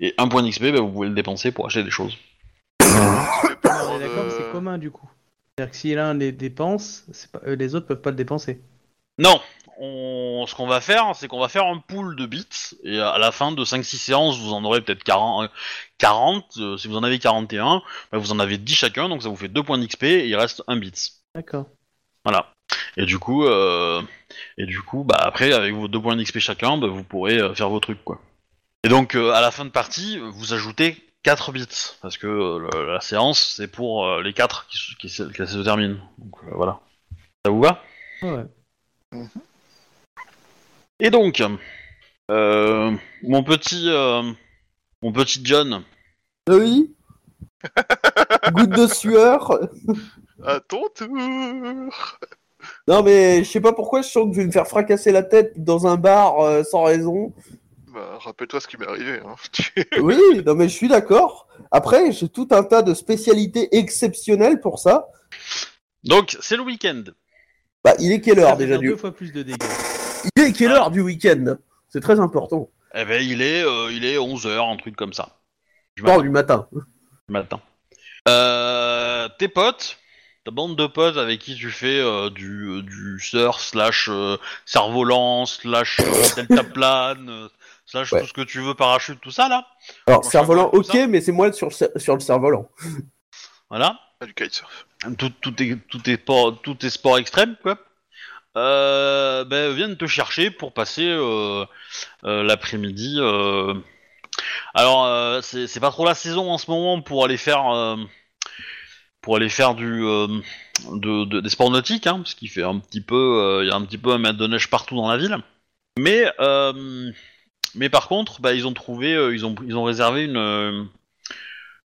S1: Et un point d'XP, bah, vous pouvez le dépenser pour acheter des choses.
S4: On est d'accord,
S3: Euh,
S4: c'est commun du coup. C'est-à-dire que si l'un les dépense, c'est pas- euh, les autres peuvent pas le dépenser.
S1: Non, on... ce qu'on va faire, c'est qu'on va faire un pool de bits, et à la fin de 5-6 séances, vous en aurez peut-être 40, euh, 40 euh, si vous en avez 41, bah, vous en avez 10 chacun, donc ça vous fait 2 points d'XP, et il reste un bit.
S4: D'accord.
S1: Voilà. Et du coup, euh, et du coup bah, après, avec vos 2 points d'XP chacun, bah, vous pourrez euh, faire vos trucs, quoi. Et donc, euh, à la fin de partie, vous ajoutez 4 bits, parce que euh, le- la séance, c'est pour euh, les 4 qui, se- qui se qui se terminent. Donc, euh, voilà. Ça vous va
S4: Ah ouais.
S1: Et donc, euh, mon petit, euh, mon petit John,
S6: Oui.
S5: Goutte de sueur.
S3: À ton tour
S5: Non mais je sais pas pourquoi je sens que je vais me faire fracasser la tête dans un bar euh, sans raison.
S3: Bah, rappelle-toi ce qui m'est arrivé, hein.
S5: Oui, non mais je suis d'accord. Après, j'ai tout un tas de spécialités exceptionnelles pour ça.
S1: donc c'est le week-end.
S5: Bah, il est quelle
S4: Ça
S1: Ah,
S5: heure
S4: fait
S5: déjà
S4: faire
S5: du
S4: deux fois plus de dégâts.
S5: Il est quelle heure du week-end C'est très important.
S1: Eh ben il est, euh, il est 11 h un truc comme ça, Du matin.
S5: Bon, du matin.
S1: le matin. Euh, tes potes, ta bande de potes avec qui tu fais euh, du, euh, du surf slash euh, cerf-volant slash euh, deltaplane euh, slash
S5: Ouais.
S1: tout ce que tu veux parachute tout ça là,
S5: Alors,
S1: Bon,
S5: cerf-volant,
S1: je vais
S5: ok,
S1: faire ça.
S5: mais c'est moi sur, le cer- sur le cerf-volant.
S1: voilà.
S3: Ah, du kitesurf.
S1: tout, tout, tes, tout, tes sports, tous tes sports extrêmes, quoi, euh, ben, viennent te chercher pour passer euh, euh, l'après-midi. euh. Alors, euh, c'est c'est pas trop la saison en ce moment pour aller faire, euh, pour aller faire du, euh, de, de- des sports nautiques, hein, parce qu'il fait un petit peu, euh, il y a un petit peu un mètre de neige partout dans la ville. Mais, euh, mais par contre, bah, ils ont trouvé, euh, ils ont, ils ont réservé une. euh,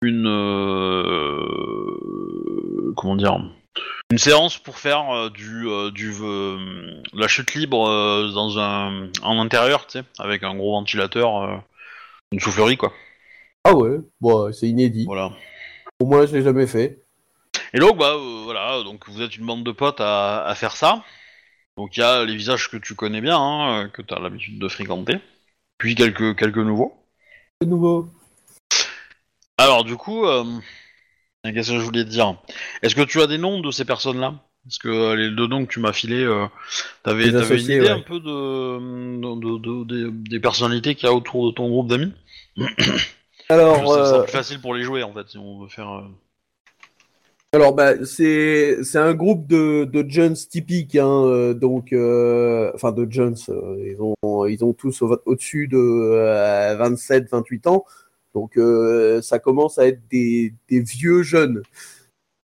S1: une euh, comment dire une séance pour faire euh, du, euh, du euh, la chute libre euh, dans un en intérieur, tu sais, avec un gros ventilateur, euh, une soufflerie quoi.
S6: Ah ouais, bon, c'est inédit.
S1: Voilà.
S6: Au moins, je l'ai jamais fait.
S1: Et donc bah euh, voilà, donc vous êtes une bande de potes à, à faire ça. Donc il y a les visages que tu connais bien, hein, euh, que tu as l'habitude de fréquenter, puis quelques quelques nouveaux.
S6: De nouveau.
S1: Alors du coup, euh, qu'est-ce que je voulais te dire Est-ce que tu as des noms de ces personnes-là Parce que euh, les deux noms que tu m'as filés, euh, t'avais
S6: Les
S1: t'avais
S6: associés,
S1: une idée
S6: ouais.
S1: un peu de, de- de- de- des, des personnalités qu'il y a autour de ton groupe d'amis
S6: Alors,
S1: Ça sera
S6: euh,
S1: plus facile pour les jouer en fait, si on veut faire... euh,
S6: alors bah, c'est c'est un groupe de, de Jones typique, hein, euh, donc, euh, enfin de Jones, euh, ils, ont, ils ont tous au- au-dessus de 27-28 ans, donc euh, ça commence à être des, des vieux jeunes.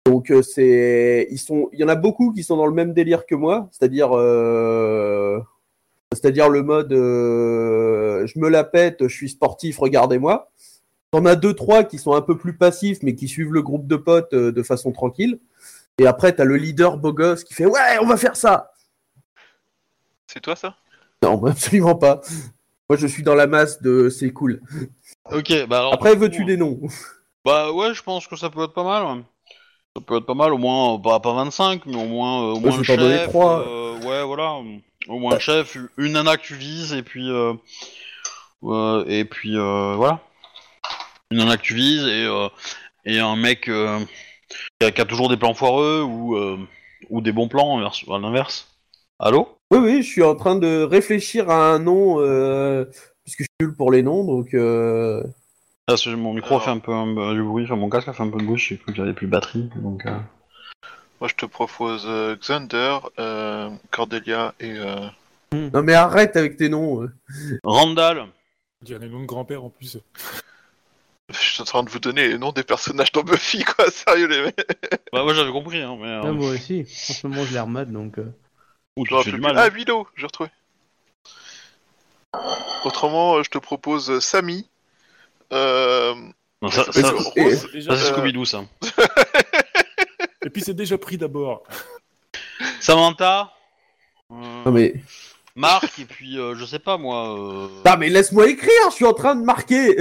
S6: Donc euh, c'est, ils sont, il y en a beaucoup qui sont dans le même délire que moi, c'est-à-dire, euh, c'est-à-dire le mode, euh, je me la pète, je suis sportif, regardez-moi. T'en as deux, trois qui sont un peu plus passifs, mais qui suivent le groupe de potes euh, de façon tranquille. Et après, t'as le leader beau gosse qui fait Ouais, on va faire ça
S3: C'est toi ça
S6: Non, mais absolument pas. Moi, je suis dans la masse de c'est cool.
S1: Ok, bah alors...
S6: Après,
S1: du coup,
S6: veux-tu des noms
S1: Bah ouais, je pense que ça peut être pas mal. ouais. Ça peut être pas mal, au moins, euh, pas, pas 25, mais au moins, euh, au
S6: Ouais,
S1: moins
S6: je
S1: le
S6: vais t'en donner
S1: chef.
S6: trois.
S1: euh, ouais, voilà. Au moins le chef, une nana que tu vises, et puis... euh, euh, et puis, euh, voilà. Une nana que tu vises, et, euh, et un mec euh, qui, a, qui a toujours des plans foireux, ou, euh, ou des bons plans, vers- à l'inverse. Allô
S6: Oui, oui, je suis en train de réfléchir à un nom, euh, puisque je suis nul pour les noms, donc. euh,
S1: Ah, c'est- mon micro
S3: Alors.
S1: fait un peu un- du bruit, enfin, mon casque a fait un peu de bruit, j'ai cru qu'il n'y avait plus de batterie, donc... euh,
S3: Moi je te propose euh, Xander, euh, Cordelia et. euh,
S6: Non, mais arrête avec tes noms. euh.
S1: Randall
S2: Il y a les noms de grand-père en plus.
S3: Je suis en train de vous donner les noms des personnages dans Buffy quoi, sérieux les mecs
S1: Bah ouais, j'avais compris, hein, mais... euh,
S4: Ah, moi aussi. En ce moment, je les remate, donc... euh,
S1: Ou tu
S3: J'aurais
S1: fais
S3: pu-
S1: du mal. hein.
S3: Ah, Willow, j'ai retrouvé. Autrement, euh, je te propose euh, Samy. Euh,
S1: Non, ah, ça, ça,
S6: Et-
S1: ça,
S3: Rose,
S6: et-
S3: euh,
S2: Déjà,
S1: c'est
S3: euh,
S1: Scooby-Doo, ça.
S2: Et puis c'est déjà pris d'abord.
S1: Samantha, euh,
S6: Non, mais,
S1: Marc, et puis euh, je sais pas moi. euh,
S6: Ah, mais laisse-moi écrire, je suis en train de marquer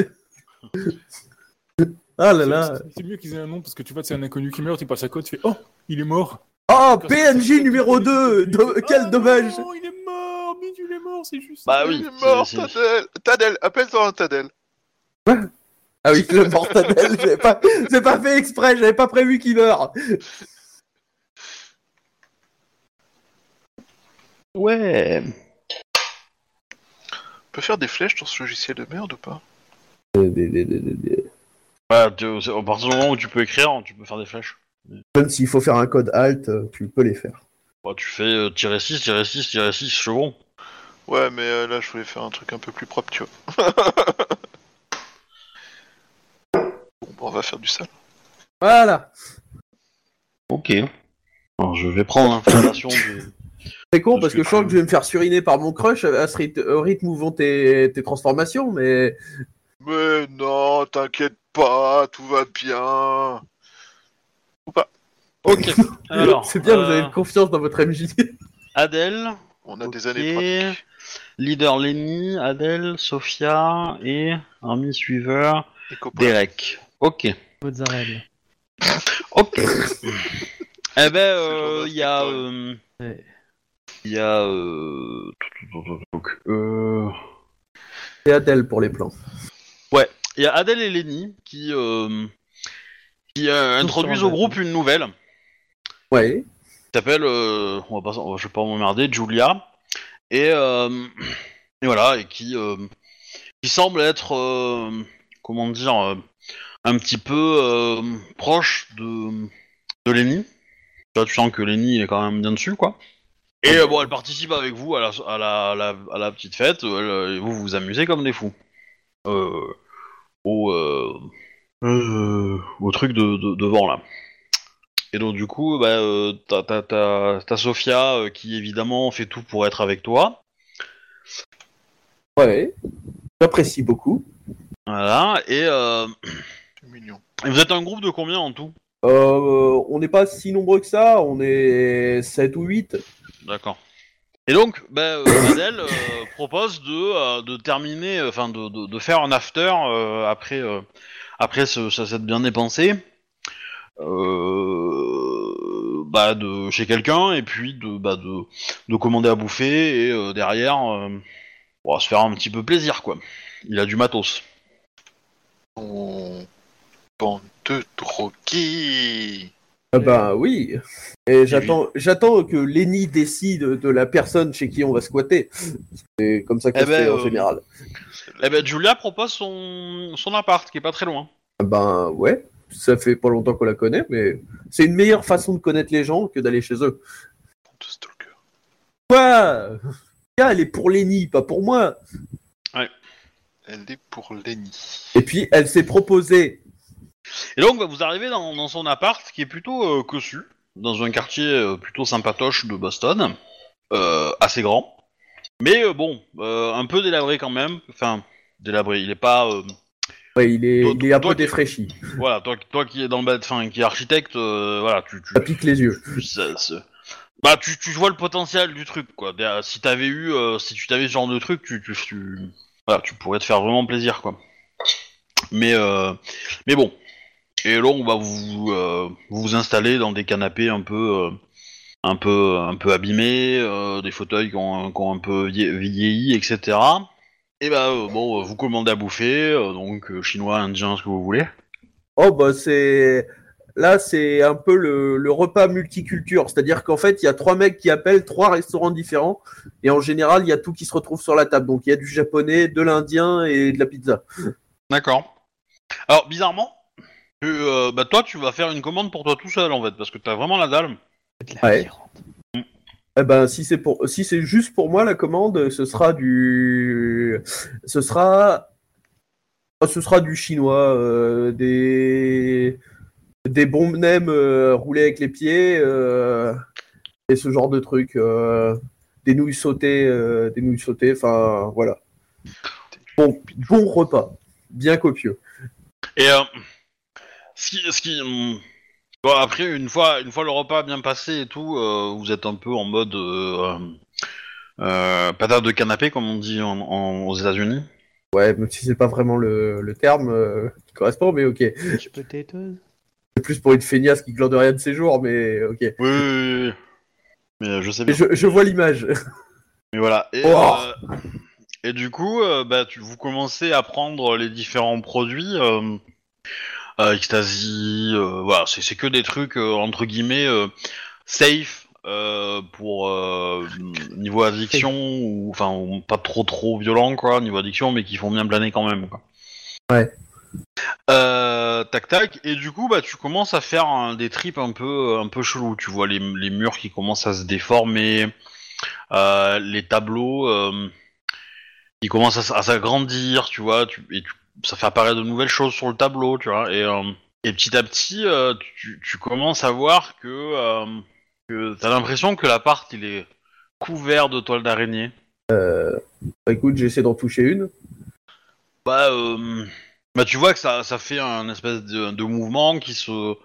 S6: Ah là là
S2: C'est- C'est mieux qu'ils aient un nom parce que tu vois, c'est un inconnu qui meurt, tu passes à côté, tu fais Oh, il est mort.
S6: Oh, PNJ numéro 2 Quel
S2: Ah
S6: dommage
S2: Non, il est mort, mais il est mort, c'est juste.
S1: Bah
S3: il
S1: oui,
S3: est mort,
S1: c'est- c'est-
S3: Tadel. Tadel, appelle-toi un Tadel.
S6: Ah oui, le mortadelle, j'avais pas, c'est pas fait exprès, j'avais pas prévu qu'il meure.
S1: Ouais.
S3: On peut faire des flèches dans ce logiciel de merde ou pas
S6: Même
S1: Bah, tu- c'est- à partir du moment où tu peux écrire, hein, tu peux faire des flèches.
S6: s'il faut faire un code alt, euh, tu peux les faire.
S1: Bah, tu fais euh, tirer 6, tirer 6, tirer 6, second.
S3: Ouais, mais euh, là, je voulais faire un truc un peu plus propre, tu vois. bon, bah, on va faire du sale.
S6: Voilà.
S1: Ok. Alors, je vais prendre l'information de.
S6: C'est con
S1: Je
S6: parce
S1: suis
S6: que je sens
S1: con.
S6: que je vais me faire suriner par mon crush euh, à ce rythme, au rythme où vont tes, tes transformations, mais
S3: Mais non, t'inquiète pas, tout va bien.
S1: Ok. Alors.
S6: c'est bien, vous
S1: euh,
S6: avez confiance dans votre MJ.
S1: Adèle.
S3: On a des
S1: Ok.
S3: années pratiques.
S1: Leader Lenny, Adèle, Sophia et ami suiveur
S3: Et copains.
S1: Derek. Ok.
S4: Mozzarella.
S1: Ok. eh ben, euh,
S3: C'est le genre de
S1: il y a.
S3: spectacle.
S1: euh,
S4: Ouais.
S1: Il y a. Euh... donc, euh,
S6: C'est Adèle pour les plans.
S1: Il y a Adèle et Lenny qui. euh, qui euh,
S4: Tous
S1: introduisent
S4: sur
S1: au
S4: un
S1: groupe une nouvelle qui
S6: Ouais.
S1: s'appelle. euh, on va pas, on va- je vais pas m'emmerder, Julia. Et, euh, et voilà, et qui. euh, qui semble être. euh, comment dire. euh, un petit peu euh, proche de. de Lenny. Tu vois, tu sens que Lenny est quand même bien dessus, quoi. Et euh, bon, elle participe avec vous à la, à la, à la- à la petite fête, euh, elle, euh, et vous vous amusez comme des fous. Euh, au, euh, euh, au truc de, de- devant, là. Et donc, du coup, bah, euh, t'as, t'as- t'as- t'as Sophia euh, qui, évidemment, fait tout pour être avec toi.
S6: Ouais. J'apprécie beaucoup.
S1: Voilà, et, euh,
S3: C'est mignon.
S1: et vous êtes un groupe de combien en tout
S6: Euh, on n'est pas si nombreux que ça, on est 7 ou 8.
S1: D'accord. Et donc, ben, euh, Adèle euh, propose de, euh, de terminer, euh, enfin de, de, de faire un after euh, après, euh, après ce, ça s'est bien dépensé, euh, bah, de chez quelqu'un et puis de, bah, de, de commander à bouffer et euh, derrière, euh, on va se faire un petit peu plaisir quoi. Il a du matos.
S3: Bon, Bande de drogués.
S6: Ah
S1: euh,
S6: bah oui. Et j'attends, j'attends que Lenny décide de la personne chez qui on va squatter. C'est comme ça que
S1: Eh
S6: c'est
S1: ben,
S6: en
S1: euh,
S6: général.
S1: Eh ben, Julia propose son, son appart qui est pas très loin.
S6: Ah Ben ouais, ça fait pas longtemps qu'on la connaît, mais c'est une meilleure façon de connaître les gens que d'aller chez eux.
S3: Bande de stalkers.
S6: Quoi Ah, Elle est pour Lenny, pas pour moi.
S3: Elle est pour Lenny.
S6: Et puis elle s'est proposée.
S1: Et donc, bah, vous arrivez dans, dans son appart qui est plutôt euh, cossu, dans un quartier euh, plutôt sympatoche de Boston, euh, assez grand, mais euh, bon, euh, un peu délabré quand même. Enfin, délabré, il est pas. euh,
S6: Ouais, il est,
S1: Donc,
S6: il est un
S1: toi
S6: peu
S1: qui-
S6: défraîchi.
S1: voilà, toi, toi qui est dans le bas- enfin, qui est architecte, euh, voilà, tu, tu,
S6: Ça pique les yeux.
S1: tu- ça- ça- bah, tu, tu vois le potentiel du truc, quoi. Dé- Si t'avais eu, euh, si tu t'avais ce genre de truc, tu, tu, tu- voilà, tu pourrais te faire vraiment plaisir, quoi. Mais, euh, mais bon. Et là, on va vous, euh, vous vous installer dans des canapés un peu, euh, un peu, un peu abîmés, euh, des fauteuils qui ont, qui ont un peu vie- vieilli, etc. Et bah, euh, bon, euh, vous commandez à bouffer, euh, donc euh, chinois, indien, ce que vous voulez.
S6: Oh bah c'est là c'est un peu le, le repas multiculture, c'est-à-dire qu'en fait il y a trois mecs qui appellent trois restaurants différents et en général il y a tout qui se retrouve sur la table. Donc il y a du japonais, de l'indien et de la pizza.
S1: D'accord. Alors, bizarrement, tu, euh, bah, toi, tu vas faire une commande pour toi tout seul, en fait, parce que t'as vraiment la dalle.
S4: De la
S6: Ouais.
S4: viande.
S6: Eh ben si c'est pour si c'est juste pour moi la commande, ce sera du ce sera oh, ce sera du chinois euh, des des bombes nems euh, roulés avec les pieds euh, et ce genre de trucs euh, des nouilles sautées euh, des nouilles sautées enfin voilà. Bon bon repas, bien copieux.
S1: Et euh, ce qui. Ce qui hum, bon, après, une fois, une fois le repas bien passé et tout, euh, vous êtes un peu en mode. Euh, euh, patate de canapé, comme on dit en- en- aux États-Unis.
S6: Ouais, même si c'est pas vraiment le, le terme euh, qui correspond mais OK. C'est
S4: Je suis potatoes.
S6: plus pour une feignasse qui glande rien de ses jours mais OK.
S1: Oui, oui, oui, oui. Mais euh, je sais
S6: Mais
S1: bien.
S6: je, je vois l'image.
S1: Mais voilà. Et,
S6: Oh.
S1: euh, et du coup, euh, bah, tu, vous commencez à prendre les différents produits. Euh, euh, ecstasy, euh, voilà, c'est c'est que des trucs euh, entre guillemets euh, safe euh, pour euh, niveau addiction ou enfin ou pas trop trop violent quoi niveau addiction, mais qui font bien planer quand même. Quoi.
S6: Ouais.
S1: Euh, tac tac et du coup bah tu commences à faire hein, des tripes un peu un peu chelou. Tu vois les, les murs qui commencent à se déformer. Euh, les tableaux euh, ils commencent à, s- à s'agrandir, tu vois, tu, et tu- ça fait apparaître de nouvelles choses sur le tableau, tu vois, et, euh, et petit à petit, euh, tu, tu commences à voir que, euh, que t'as l'impression que l'appart il est couvert de toiles d'araignée.
S6: Bah, écoute, j'essaie d'en toucher une.
S1: Bah, euh, bah, tu vois que ça, ça fait un espèce de, de mouvement qui se,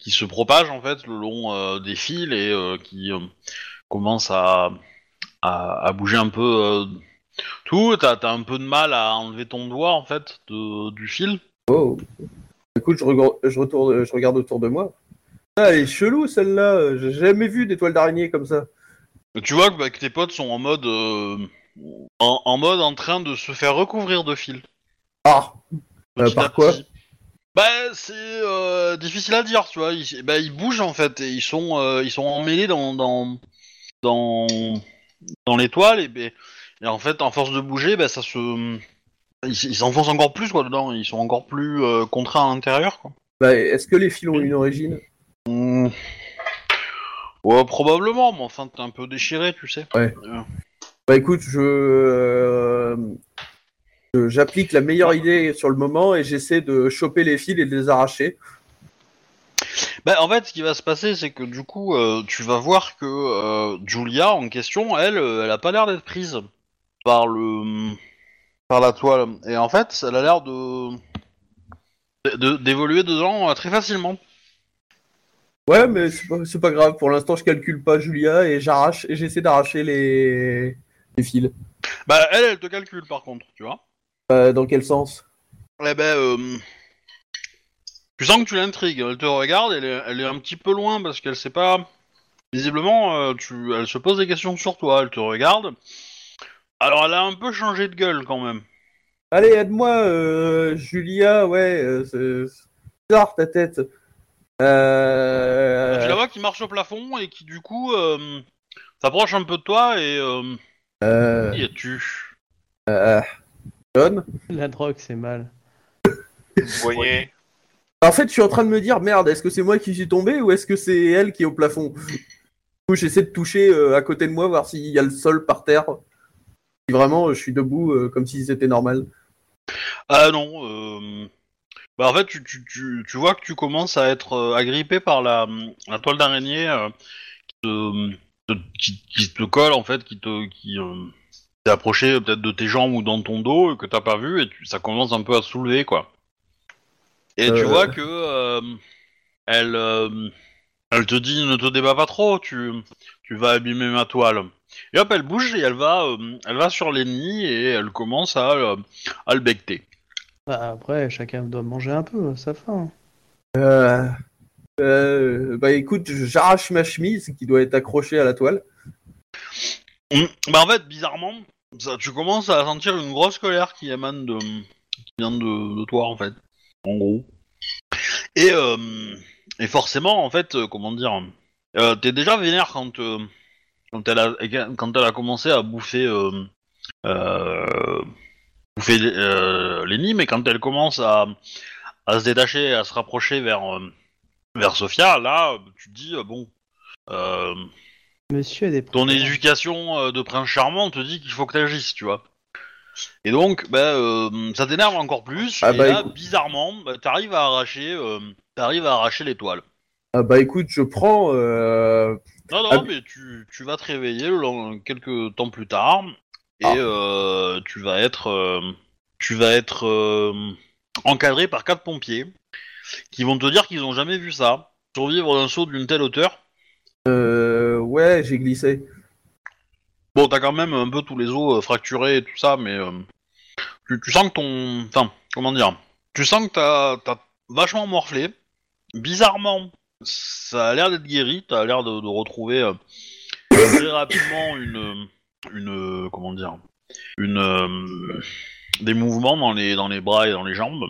S1: qui se propage en fait le long euh, des fils et euh, qui euh, commence à, à, à bouger un peu euh, tout. T'as t'as un peu de mal à enlever ton doigt en fait de- du fil.
S6: Oh. Écoute, je, regarde, je, retourne, je regarde autour de moi. Ah, elle est chelou celle-là. J'ai jamais vu d'étoile d'araignée comme ça.
S1: Mais Tu vois que, bah, que tes potes sont en mode, euh, en, en mode en train de se faire recouvrir de fil.
S6: Ah. Euh,
S1: Petit
S6: par
S1: à petit.
S6: quoi
S1: Bah c'est euh, difficile à dire, tu vois. Ils, bah, ils bougent en fait et ils sont euh, ils sont emmêlés dans dans dans, dans l'étoile et, ben- et en fait en force de bouger, bah, ça se ils ils s'enfoncent encore plus quoi dedans. Ils sont encore plus euh, contraints à l'intérieur quoi.
S6: Bah, est-ce que les fils ont une origine
S1: Hmm. Ouais probablement, mais enfin t'es un peu déchiré, tu sais.
S6: Bah écoute, je euh, je- j'applique la meilleure idée sur le moment et j'essaie de choper les fils et de les arracher.
S1: Bah, en fait, ce qui va se passer, c'est que du coup, euh, tu vas voir que euh, Julia, en question, elle, euh, elle a pas l'air d'être prise par le par la toile. Et en fait, elle a l'air de de- d'évoluer dedans euh, très facilement.
S6: Ouais, mais c'est pas, c'est pas grave. Pour l'instant, je calcule pas Julia et j'arrache et j'essaie d'arracher les... les fils.
S1: Bah, elle, elle te calcule par contre, tu vois.
S6: Euh, dans quel sens
S1: Eh ben, euh, tu sens que tu l'intrigues. Elle te regarde, elle est, elle est un petit peu loin parce qu'elle sait pas. Visiblement, euh, tu, elle se pose des questions sur toi. Elle te regarde. Alors, elle a un peu changé de gueule quand même.
S6: Allez, aide-moi, euh, Julia. Ouais, euh, c'est c'est bizarre ta tête.
S1: Tu la
S6: Euh...
S1: vois qui marche au plafond et qui du coup euh, s'approche un peu de toi et euh,
S6: Euh...
S1: qui es-tu
S6: euh, John
S4: La drogue, c'est mal.
S3: Vous voyez
S6: En fait, je suis en train de me dire, merde, est-ce que c'est moi qui suis tombé ou est-ce que c'est elle qui est au plafond Du coup, j'essaie de toucher euh, à côté de moi, voir s'il y a le sol par terre. Si vraiment, euh, je suis debout euh, comme si c'était normal.
S1: Ah non. euh, Bah, en fait, tu, tu, tu, tu vois que tu commences à être euh, agrippé par la, la toile d'araignée euh, qui, te, te- qui- qui te colle en fait, qui te qui euh, t'est approchée euh, peut-être de tes jambes ou dans ton dos et que t'as pas vu et tu- ça commence un peu à soulever quoi. Et tu
S6: Euh.
S1: vois que euh, elle euh, elle te dit ne te débat pas trop, tu tu vas abîmer ma toile. Et hop, elle bouge et elle va euh, elle va sur l'ennemi et elle commence à euh, à le becter.
S4: Bah, après, chacun doit manger un peu, ça faim.
S6: Euh... euh, Bah écoute, j'arrache ma chemise qui doit être accrochée à la toile.
S1: Mm. Bah en fait, bizarrement, ça- tu commences à sentir une grosse colère qui émane de, qui vient de, de toi en fait, en gros. Et euh, et forcément, en fait, euh, comment dire, euh, t'es déjà vénère quand euh, quand elle a quand elle a commencé à bouffer euh, euh, bouffer euh, Lenny, mais quand elle commence à à se détacher, à se rapprocher vers euh, vers Sofia, là, euh, tu te dis euh, bon. Euh,
S4: Monsieur a des
S1: ton
S4: problèmes.
S1: éducation euh, de prince charmant te dit qu'il faut que t'agisses, tu vois. Et donc, bah, euh, ça t'énerve encore plus.
S6: Ah
S1: et
S6: bah,
S1: là,
S6: écoute.
S1: bizarrement, bah, t'arrives à arracher, euh, t'arrives à arracher l'étoile.
S6: Ah bah écoute, je prends... Euh...
S1: Non, non,
S6: Ah.
S1: mais tu, tu vas te réveiller le lend- quelques temps plus tard et
S6: Ah.
S1: euh, tu vas être, euh, tu vas être euh, encadré par quatre pompiers qui vont te dire qu'ils ont jamais vu ça. Survivre d'un saut d'une telle hauteur.
S6: euh, Ouais, j'ai glissé.
S1: Bon, t'as quand même un peu tous les os euh, fracturés et tout ça, mais euh, tu, tu sens que ton. Enfin, comment dire Tu sens que t'as t'as vachement morflé. Bizarrement, ça a l'air d'être guéri. T'as l'air de, de retrouver euh, très rapidement une. euh, une euh, comment dire Une. euh, des mouvements dans les, dans les bras et dans les jambes.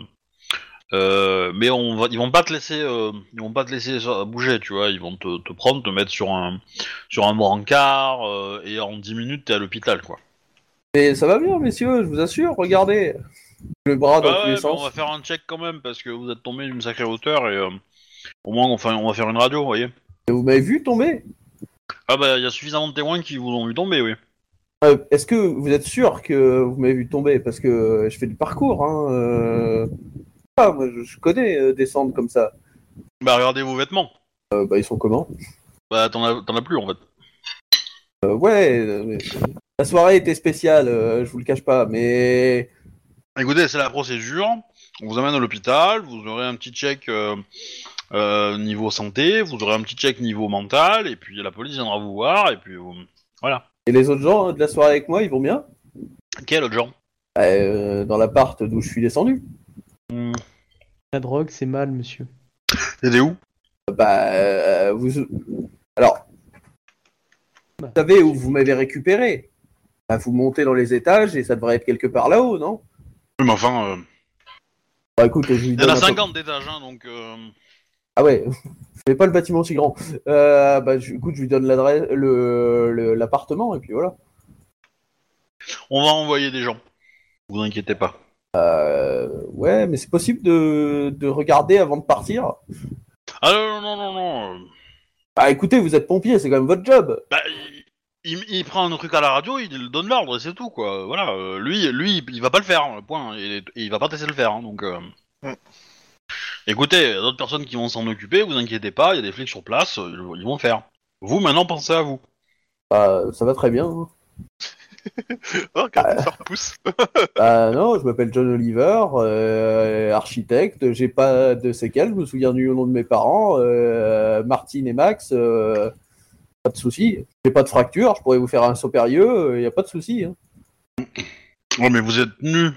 S1: Euh, mais on va, ils vont pas te laisser, euh, ils vont pas te laisser euh, bouger, tu vois. Ils vont te, te prendre, te mettre sur un, sur un brancard euh, et en 10 minutes t'es à l'hôpital quoi.
S6: Mais ça va bien, messieurs, je vous assure, regardez. Le
S1: Ah,
S6: bras dans tous les
S1: on va
S6: sens.
S1: faire un check quand même parce que vous êtes tombé d'une sacrée hauteur et euh, au moins on, fait- on va faire une radio, vous voyez.
S6: Et Vous m'avez vu tomber
S1: Ah bah il y a suffisamment de témoins qui vous ont vu tomber, oui.
S6: Euh, Est-ce que vous êtes sûr que vous m'avez vu tomber Parce que euh, je fais du parcours, hein. euh, Ah, moi, je, je connais euh, descendre comme ça.
S1: Bah regardez vos vêtements.
S6: Euh, bah, ils sont comment
S1: Bah t'en as, t'en as plus en fait.
S6: Euh, Ouais, euh, mais- la soirée était spéciale, euh, je vous le cache pas, mais...
S1: Écoutez, c'est la procédure. On vous amène à l'hôpital, vous aurez un petit check euh, euh, niveau santé, vous aurez un petit check niveau mental et puis la police viendra vous voir et puis euh, vous- voilà.
S6: Et les autres gens euh, de la soirée avec moi, ils vont bien
S1: Quel autre genre
S6: Euh, Dans l'appart d'où je suis descendu.
S1: Hmm.
S4: La drogue, c'est mal, monsieur.
S1: T'étais où
S6: Euh, Bah, euh, vous... Alors, vous savez où vous m'avez récupéré Bah, Vous montez dans les étages et ça devrait être quelque part là-haut, non
S1: Oui, mais enfin, euh,
S6: Bah, écoute, je lui
S1: il y en
S6: donne
S1: a
S6: un peu-
S1: 50 d'étages, hein, donc... euh,
S6: Ah ouais, je fais pas le bâtiment si grand. Euh, bah, je- écoute, je lui donne l'adresse, le- le- l'appartement, et puis voilà.
S1: On va envoyer des gens. Vous inquiétez pas.
S6: Euh, ouais, mais c'est possible de, de regarder avant de partir.
S1: Ah non, non, non, non. non.
S6: Bah écoutez, vous êtes pompier, c'est quand même votre job.
S1: Bah, il, il- il prend un truc à la radio, il donne l'ordre et c'est tout, quoi. Voilà. euh, lui, lui, il va pas le faire, hein, point. Et, et il va pas tester de le faire, hein, donc. euh.
S3: Mm.
S1: Écoutez, il y a d'autres personnes qui vont s'en occuper, vous inquiétez pas, il y a des flics sur place, euh, ils vont le faire. Vous, maintenant, pensez à vous.
S6: Bah, ça va très bien. hein.
S3: Oh, regardez, ça repousse.
S6: Bah non, je m'appelle John Oliver, euh, architecte, j'ai pas de séquelles, je me souviens du nom de mes parents, euh, Martine et Max, euh, pas de souci. J'ai pas de fracture, je pourrais vous faire un sopérieux, il y a pas de souci. hein.
S1: Ouais, Oh, mais vous êtes nus.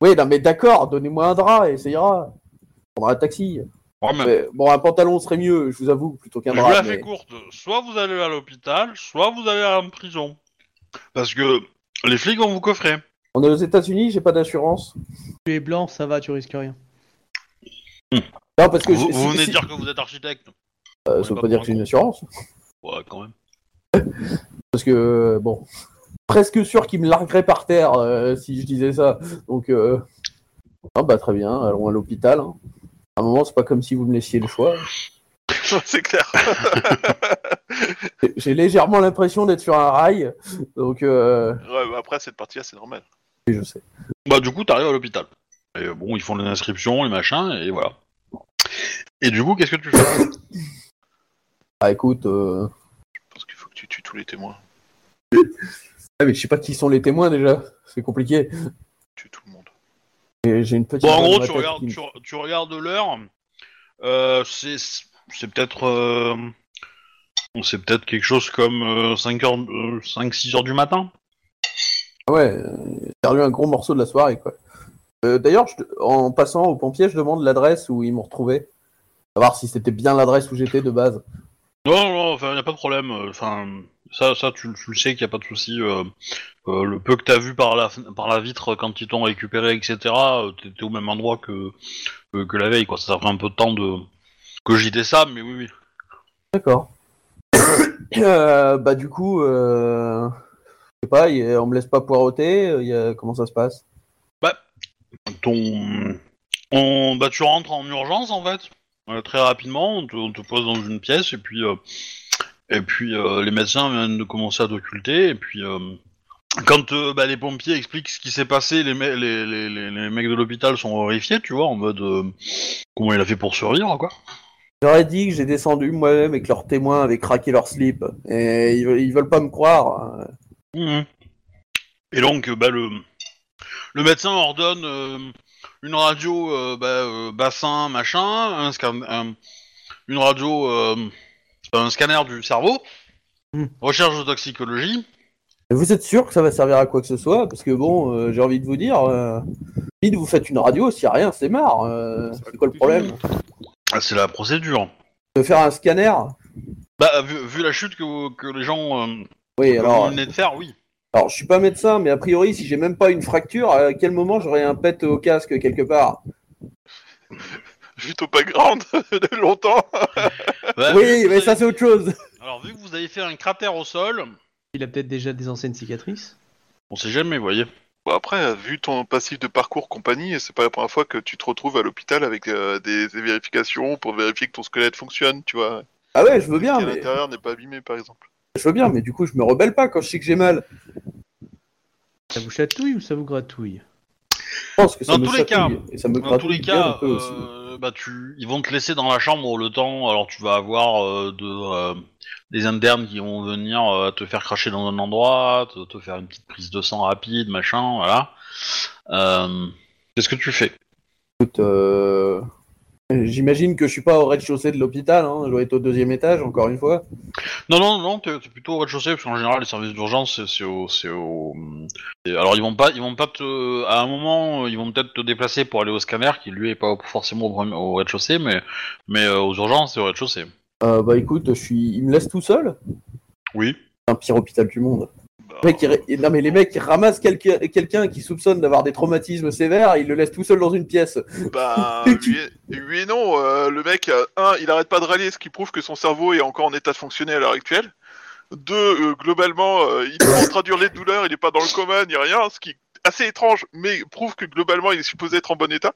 S6: Oui, non mais d'accord, donnez-moi un drap et ça ira. Prendra un taxi.
S1: Ouais, Oh, mais
S6: Mais bon, un pantalon serait mieux, je vous avoue, plutôt qu'un
S1: je vous la
S6: drap.
S1: fais
S6: mais-
S1: courte. Soit vous allez à l'hôpital, soit vous allez en prison. Parce que les flics vont vous coffrer.
S6: On est aux États-Unis, j'ai pas d'assurance.
S4: Tu es blanc, ça va, tu risques rien.
S6: Non, parce que
S1: Vous,
S6: je-
S1: vous
S6: si-
S1: venez
S6: si-
S1: dire que vous êtes architecte.
S6: euh,
S1: on
S6: ça
S1: est
S6: veut
S1: pas
S6: pas dire
S1: pour
S6: que j'ai
S1: un
S6: une assurance.
S1: Ouais, quand même.
S6: Parce que, euh, bon, presque sûr qu'il me larguerait par terre euh, si je disais ça. Donc, euh... ah, bah, très bien, allons à l'hôpital. hein. À un moment, c'est pas comme si vous me laissiez le choix.
S3: c'est clair.
S6: J'ai- J'ai légèrement l'impression d'être sur un rail. Donc, euh...
S3: Ouais, bah après, cette partie-là, c'est normal.
S6: oui, je sais.
S1: Bah, du coup, t'arrives à l'hôpital. Et euh, bon, ils font les inscriptions, les machins, et voilà. Et du coup, qu'est-ce que tu fais
S6: Ah, écoute, euh...
S3: Je pense qu'il faut que tu tues tous les témoins.
S6: ah, mais je sais pas qui sont les témoins déjà. C'est compliqué.
S3: Tue tout le monde.
S6: Et J'ai une petite.
S1: Bon, en gros,
S6: voix dans ma
S1: tu
S6: tête
S1: regardes,
S6: qui me-
S1: tu, tu regardes l'heure. Euh, c'est c'est peut-être. euh, c'est peut-être quelque chose comme 5 heures, 5-6 heures du matin.
S6: Ah Ouais, euh, j'ai perdu un gros morceau de la soirée, quoi. Euh, D'ailleurs, je te- en passant aux pompiers, je demande l'adresse où ils m'ont retrouvé. Savoir si c'était bien l'adresse où j'étais de base.
S1: Non, non, enfin, y a pas de problème. euh, Enfin, ça, ça, tu, tu le sais qu'il y a pas de souci. euh, euh, le peu que t'as vu par la, fen- par la vitre quand ils t'ont récupéré, etc. euh, T'étais au même endroit que, euh, que, que la veille, quoi. Ça a pris un peu de temps de cogiter ça, mais oui, oui.
S6: D'accord. Euh, bah du coup, euh, je sais pas, y a- on me laisse pas poireauter. euh, y a- comment ça se passe
S1: Ton, on, bah, tu rentres en urgence en fait, euh, très rapidement. On te, on te pose dans une pièce et puis, euh, et puis euh, les médecins viennent de commencer à t'occulter et puis. euh, quand euh, bah, les pompiers expliquent ce qui s'est passé, les, me- les, les, les, les mecs de l'hôpital sont horrifiés, tu vois, en mode euh, comment il a fait pour survivre, quoi.
S6: J'aurais dit que j'ai descendu moi-même et que leurs témoins avaient craqué leur slip. Et ils, ve- ils veulent pas me croire. hein.
S1: Mhm. Et donc, euh, bah, le, le médecin ordonne euh, une radio euh, bah, euh, bassin, machin, un scan- un- une radio, euh, un scanner du cerveau,
S4: Mhm.
S1: recherche de toxicologie.
S6: Et Vous êtes sûr que ça va servir à quoi que ce soit Parce que bon, euh, j'ai envie de vous dire, euh, vite vous faites une radio, s'il y a rien, c'est marre. euh, c'est quoi le problème
S1: Ah, C'est la procédure.
S6: De faire un scanner
S1: Bah, vu, vu la chute que, que les gens euh,
S6: Oui, alors,
S1: venaient de faire, oui.
S6: alors je suis pas médecin, mais a priori, si j'ai même pas une fracture, à quel moment j'aurais un pet au casque quelque part
S3: Vu ton background de longtemps.
S1: Bah, vu
S6: Oui,
S1: que
S6: mais
S1: vous
S6: ça
S1: avez-
S6: c'est autre chose.
S1: Alors, vu que vous avez fait un cratère au sol,
S4: Il a peut-être déjà des anciennes cicatrices.
S1: on sait jamais, vous voyez.
S3: Bon, après, euh, vu ton passif de parcours compagnie, c'est pas la première fois que tu te retrouves à l'hôpital avec euh, des, des vérifications pour vérifier que ton squelette fonctionne, tu vois.
S6: Ah ouais, je
S1: Euh,
S6: veux bien,
S3: Qui, à
S6: mais
S3: l'intérieur n'est pas abîmé, par exemple.
S6: je veux bien, mais du coup je me rebelle pas quand je sais que j'ai mal.
S4: Ça vous chatouille ou ça vous gratouille
S6: Je pense que ça
S1: Dans
S6: me
S1: tous les
S6: chatouille et ça me
S1: Dans tous
S6: gratouille
S1: les
S6: bien un
S1: cas,
S6: peu aussi.
S1: euh, bah, tu, ils vont te laisser dans la chambre le temps. Alors tu vas avoir euh, de, euh, des internes qui vont venir euh, te faire cracher dans un endroit, te, te faire une petite prise de sang rapide, machin, voilà. Euh, Qu'est-ce que tu fais
S6: Écoute, euh, j'imagine que je suis pas au rez-de-chaussée de l'hôpital, hein, je dois être au deuxième étage encore une fois.
S1: Non, non, non, t'es t'es plutôt au rez-de-chaussée parce qu'en général les services d'urgence c'est c'est au, c'est au. et Alors ils vont pas, ils vont pas te. À un moment, ils vont peut-être te déplacer pour aller au scanner qui lui est pas forcément au, premier- au rez-de-chaussée, mais mais euh, aux urgences c'est au rez-de-chaussée.
S6: Euh, bah écoute, je suis, ils me laissent tout seul.
S1: Oui.
S6: C'est un pire hôpital du monde.
S3: Bah,
S6: Les mecs, ils ra- Non mais les mecs ils ramassent quelqu'un quelqu'un qui soupçonne d'avoir des traumatismes sévères, ils le laissent tout seul dans une pièce.
S3: bah, oui, et, oui et non. euh, le mec, euh, un, il arrête pas de râler, ce qui prouve que son cerveau est encore en état de fonctionner à l'heure actuelle. Deux, euh, globalement, euh, il peut en traduire les douleurs, il est pas dans le coma ni rien, ce qui est assez étrange, mais prouve que globalement, il est supposé être en bon état.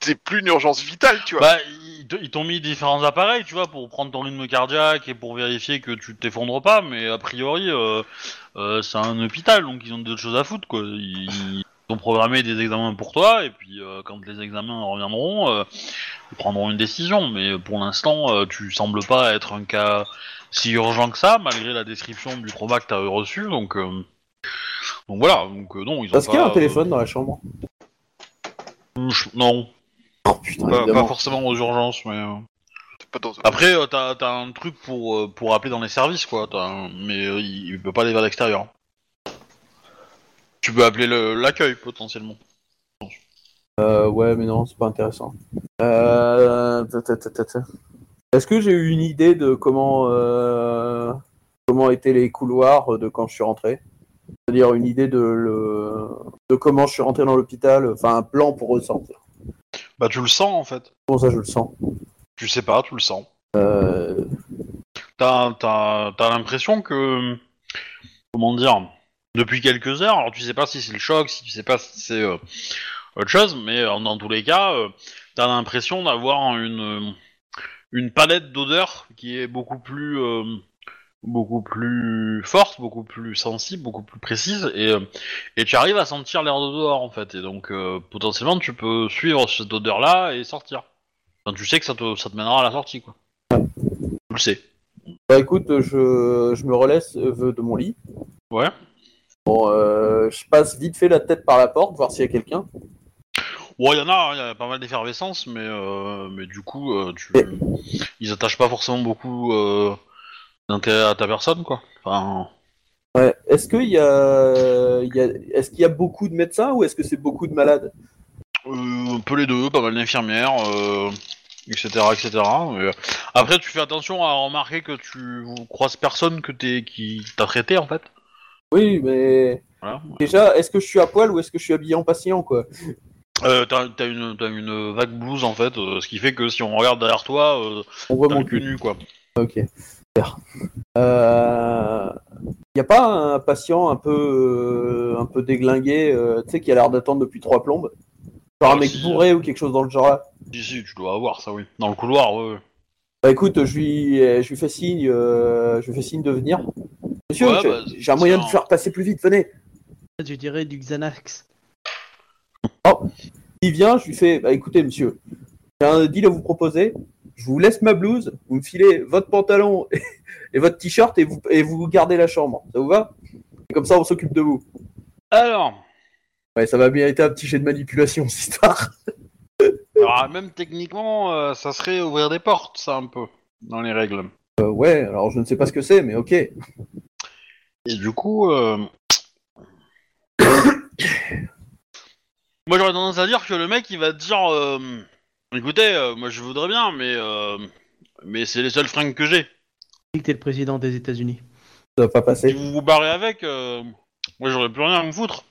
S3: C'est plus une urgence vitale, tu vois.
S1: Bah, ils te- ils t'ont mis différents appareils, tu vois, pour prendre ton rythme cardiaque et pour vérifier que tu t'effondres pas, mais a priori, euh, euh, c'est un hôpital, donc ils ont d'autres choses à foutre, quoi. Ils, Ils ont programmé des examens pour toi, et puis euh, quand les examens reviendront, euh, ils prendront une décision. Mais pour l'instant, euh, tu sembles pas être un cas si urgent que ça, malgré la description du trauma que t'as reçu. Donc, euh, donc voilà. Donc euh, non, ils ont
S6: Parce
S1: pas,
S6: qu'il y a un
S1: euh,
S6: téléphone dans la chambre.
S1: je- non,
S6: Oh putain,
S1: pas,
S6: évidemment.
S1: pas forcément aux urgences, mais. euh,
S3: T'es pas dans un-
S1: Après, euh, t'as t'as un truc pour, euh, pour appeler dans les services, quoi. t'as un- Mais euh, il, il peut pas aller vers l'extérieur. Tu peux appeler le- l'accueil, potentiellement.
S6: Euh, ouais, mais non, c'est pas intéressant. Euh, ta, ta, ta, ta, ta. Est-ce que j'ai eu une idée de comment euh, comment étaient les couloirs de quand je suis rentré C'est-à-dire une idée de le de comment je suis rentré dans l'hôpital, enfin un plan pour ressentir.
S1: Bah, tu le sens, en fait.
S6: Bon, ça je le sens.
S1: Tu sais pas, tu le sens.
S6: Euh,
S1: T'as t'as- t'as l'impression que. Comment dire Depuis quelques heures, alors tu sais pas si c'est le choc, si tu sais pas si c'est euh, autre chose, mais euh, dans tous les cas, euh, t'as l'impression d'avoir une, euh, une palette d'odeurs qui est beaucoup plus. euh, beaucoup plus forte, beaucoup plus sensible, beaucoup plus précise, et, euh, et tu arrives à sentir l'air de dehors en fait, et donc euh, potentiellement tu peux suivre cette odeur-là et sortir. Enfin, tu sais que ça te, ça te mènera à la sortie, quoi. Tu le sais.
S6: bah écoute, je, je me relaisse euh, de mon lit.
S1: Ouais.
S6: Bon, euh, je passe vite fait la tête par la porte, voir s'il y a quelqu'un.
S1: Ouais, il y en a, hein, il y a pas mal d'effervescence, mais, euh, mais du coup, euh, tu...
S6: Mais-
S1: ils attachent pas forcément beaucoup euh, d'intérêt à ta personne, quoi. Enfin,
S6: Ouais. Est-ce qu'il y a, il y a- est-ce qu'il y a beaucoup de médecins ou est-ce que c'est beaucoup de malades
S1: euh, un peu les deux, pas mal d'infirmières, euh, etc., etc. Mais, euh, Après, tu fais attention à remarquer que tu croises personne que t'es qui t'a traité, en fait.
S6: Oui, mais
S1: Voilà.
S6: déjà, est-ce que je suis à poil ou est-ce que je suis habillé en patient quoi
S1: Euh, t'as t'as une, t'as une vague blouse, en fait, euh, ce qui fait que si on regarde derrière toi, euh,
S6: On voit
S1: t'as
S6: mon
S1: le
S6: cul.
S1: cul nu, quoi.
S6: Ok. Super. Euh... Y a pas un patient un peu, euh, un peu déglingué, euh, tu sais, qui a l'air d'attendre depuis trois plombes Genre un
S1: Ah,
S6: mec
S1: si.
S6: bourré ou quelque chose dans le genre là
S1: Si, si, tu dois avoir ça, oui. Dans le couloir, ouais. ouais.
S6: Bah écoute, je lui, je lui fais signe, euh, je lui fais signe de venir. Monsieur,
S1: Ouais,
S6: je-
S1: bah,
S6: j'ai un moyen de
S1: c'est un-
S6: faire passer plus vite, venez.
S4: Je dirais du Xanax.
S6: Il vient, je lui fais bah, écoutez, monsieur, j'ai un deal à vous proposer. Je vous laisse ma blouse, vous me filez votre pantalon et, et votre t-shirt et vous, et vous gardez la chambre. Ça vous va Et Comme ça, on s'occupe de vous.
S1: Alors,
S6: Ouais, ça va bien être un petit jet de manipulation, si tard.
S1: Alors, Ah, même techniquement, euh, ça serait ouvrir des portes, ça, un peu, dans les règles.
S6: Euh, ouais, alors je ne sais pas ce que c'est, mais ok.
S1: Et du coup... euh, moi, j'aurais tendance à dire que le mec, il va te dire... euh, Écoutez, euh, moi, je voudrais bien, mais... euh, Mais c'est les seules fringues que j'ai.
S4: Je dis que t'es le président des États-Unis.
S6: Ça va pas
S1: Si
S6: passer.
S1: vous vous barrez avec, euh, moi, j'aurais plus rien à me foutre.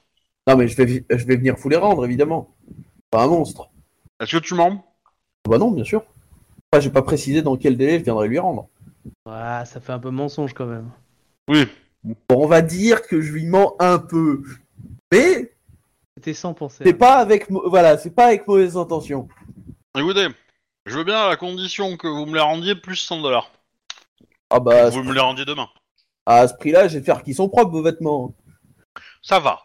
S6: Non, mais je vais, vi- je vais venir vous les rendre, évidemment. Pas un monstre.
S1: Est-ce que tu mens
S6: Bah non, bien sûr. Enfin, j'ai pas précisé dans quel délai je viendrai lui rendre.
S4: Ouah, Ah, ça fait un peu mensonge quand même.
S1: Oui.
S6: Bon, on va dire que je lui mens un peu. Mais
S4: C'était sans penser.
S6: c'est pas avec, mau- voilà, c'est pas avec mauvaise intention.
S1: Écoutez, je veux bien à la condition que vous me les rendiez plus 100 dollars.
S6: Ah bah,
S1: Vous me les rendiez demain.
S6: À ce prix-là, j'ai vais faire qu'ils sont propres, vos vêtements.
S1: Ça va.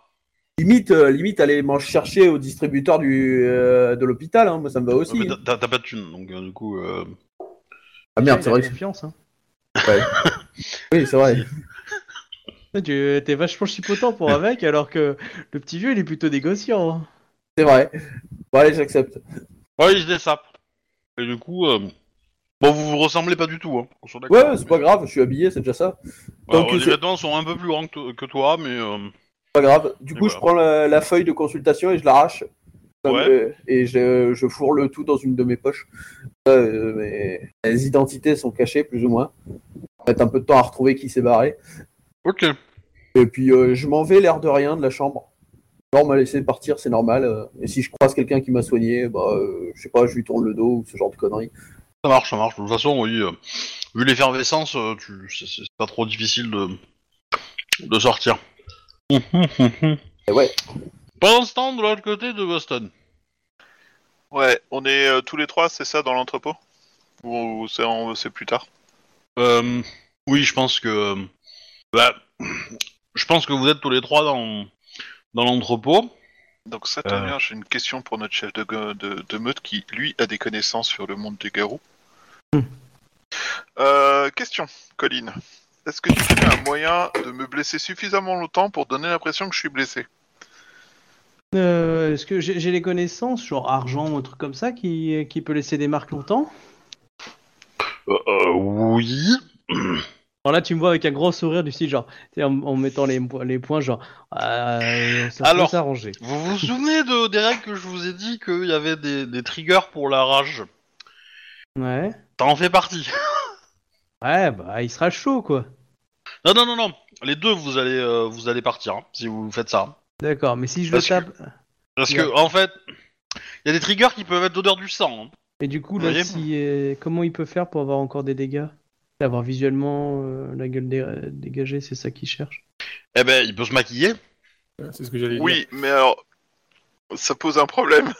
S6: Limite, euh, limite, allez m'en chercher au distributeur du, euh, de l'hôpital, hein. moi ça me va aussi.
S1: Mais
S6: hein.
S1: t'as- t'as t'as pas de thunes, donc euh, du coup... euh,
S6: Ah merde, c'est vrai. que-
S4: Confiance, hein.
S6: Oui, c'est vrai.
S4: Tu- T'es vachement chipotant pour avec, alors que le petit vieux, il est plutôt négociant. hein.
S6: C'est vrai. Bon, allez, j'accepte.
S1: Ouais, ils se dessapent. Et du coup, euh, bon, vous vous ressemblez pas du tout. Hein. On soit d'accord.
S6: Ouais, c'est pas grave, je suis habillé, c'est déjà ça.
S1: Alors,
S6: donc,
S1: les
S6: c'est-
S1: vêtements sont un peu plus grands que, to- que toi, mais euh,
S6: Pas grave. Du
S1: Et
S6: coup,
S1: voilà.
S6: je prends la, la feuille de consultation et je l'arrache. Comme,
S1: Ouais.
S6: euh, Et je, je fourre le tout dans une de mes poches. Euh, mais les identités sont cachées, plus ou moins. Ça va mettre un peu de temps à retrouver qui s'est barré.
S1: ok.
S6: Et puis euh, je m'en vais l'air de rien de la chambre. Genre on m'a laissé partir, c'est normal. euh, Et si je croise quelqu'un qui m'a soigné, bah euh, je sais pas, je lui tourne le dos ou ce genre de conneries.
S1: Ça marche, ça marche. De toute façon, oui, euh, vu l'effervescence, euh, tu... c'est- c'est pas trop difficile de, de sortir.
S6: Et Eh ouais.
S1: Pendant ce temps, de l'autre côté de Boston.
S3: Ouais, on est euh, tous les trois, c'est ça, dans l'entrepôt Ou, ou c'est on- c'est plus tard
S1: Euh, oui, je pense que... euh, Bah, je pense que vous êtes tous les trois dans, dans l'entrepôt.
S3: Donc ça tombe
S1: Euh.
S3: bien, j'ai une question pour notre chef de, go- de, de meute qui, lui, a des connaissances sur le monde des garous.
S4: Hmm.
S3: Euh, question, Colline. Est-ce que tu fais un moyen de me blesser suffisamment longtemps pour donner l'impression que je suis blessé
S4: Euh, Est-ce que j'ai j'ai les connaissances, genre argent ou un truc comme ça, qui, qui peut laisser des marques longtemps
S1: Euh, euh, oui.
S4: Alors là, tu me vois avec un gros sourire du style, genre, tu sais, en, en mettant les, po- les points, genre, euh, ça
S1: Alors.
S4: peut s'arranger.
S1: Vous vous souvenez de, des règles que je vous ai dit qu'il y avait des, des triggers pour la rage
S4: Ouais.
S1: T'en fais partie.
S4: Ouais, bah, il sera chaud, quoi.
S1: Non, non, non, non. Les deux, vous allez, euh, vous allez partir hein, si vous faites ça.
S4: D'accord, mais si je
S1: Parce
S4: le
S1: que-
S4: tape.
S1: Parce que, en fait, il y a des triggers qui peuvent être d'odeur du sang. hein.
S4: Et du coup,
S1: Vous
S4: là,
S1: voyez
S4: si, euh, comment il peut faire pour avoir encore des dégâts D'avoir visuellement euh, la gueule dé- dégagée, c'est ça qu'il cherche.
S1: Eh ben, il peut se maquiller.
S2: Euh, C'est ce que j'allais dire.
S3: Oui, mais alors, ça pose un problème.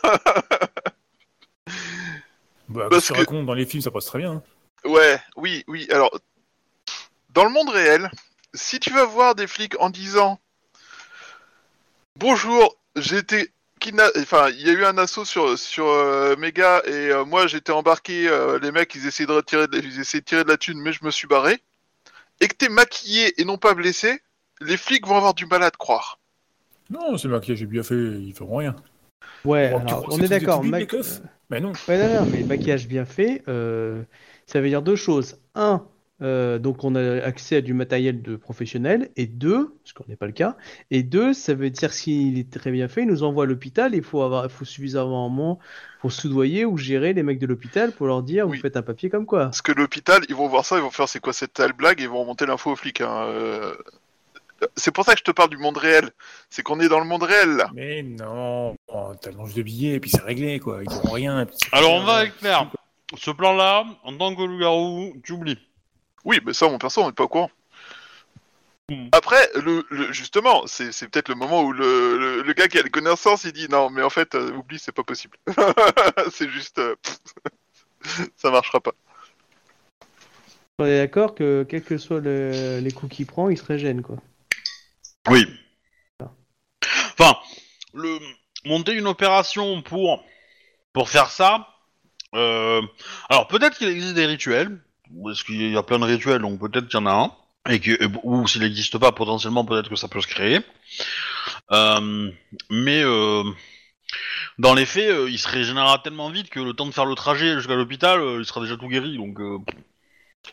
S2: Bah,
S3: Parce
S2: parce que...
S3: que-
S2: raconte dans les films, ça passe très bien. hein.
S3: Ouais, oui, oui. Alors, dans le monde réel, si tu vas voir des flics en disant Bonjour, j'ai été kidna- Enfin, il y a eu un assaut sur, sur euh, Mega et euh, moi j'étais embarqué. euh, les mecs, ils essayaient, de retirer de la... ils essayaient de tirer de la thune, mais je me suis barré. Et que t'es maquillé et non pas blessé, les flics vont avoir du mal à te croire.
S2: Non, c'est maquillage est bien fait, ils feront rien.
S4: Ouais,
S2: Oh, tu crois
S4: alors,
S2: que
S4: on
S2: c'est
S4: est
S2: tous des
S4: d'accord.
S2: toubibs,
S4: ma-
S2: les keufs Mais non.
S4: Ouais, non, non, mais le maquillage bien fait, euh, ça veut dire deux choses. Un, euh, donc on a accès à du matériel de professionnel, et deux, ce qu'on n'est pas le cas, et deux, ça veut dire s'il est très bien fait, il nous envoie à l'hôpital, il faut avoir, faut suffisamment pour soudoyer ou gérer les mecs de l'hôpital pour leur dire,
S3: Oui.
S4: vous faites un papier comme quoi.
S3: Parce que l'hôpital, ils vont voir ça, ils vont faire c'est quoi cette telle blague et ils vont remonter l'info aux flics. hein, euh. C'est pour ça que je te parle du monde réel. C'est qu'on est dans le monde réel là.
S2: Mais non. Oh, T'as le manche de billets, et puis c'est réglé, quoi. Ils feront rien. et puis c'est- euh,
S1: Alors, on va avec Claire. Ce plan-là, en tant que loup-garou, tu oublies.
S3: Oui, mais ça, mon perso, on n'est pas au courant. Après, le, le- justement, c'est c'est peut-être le moment où le, le- le gars qui a les connaissances, il dit non, mais en fait, euh, oublie, c'est pas possible. c'est juste, euh, pff, ça marchera pas.
S4: On est d'accord que quels que soient le- les coups qu'il prend, il se régène quoi.
S1: Oui. Enfin, le, monter une opération pour, pour faire ça. euh, alors peut-être qu'il existe des rituels, parce qu'il y a plein de rituels, donc peut-être qu'il y en a un, et que, ou s'il n'existe pas, potentiellement peut-être que ça peut se créer. Euh, mais euh, dans les faits, euh, il se régénérera tellement vite que le temps de faire le trajet jusqu'à l'hôpital, euh, il sera déjà tout guéri. Donc, euh,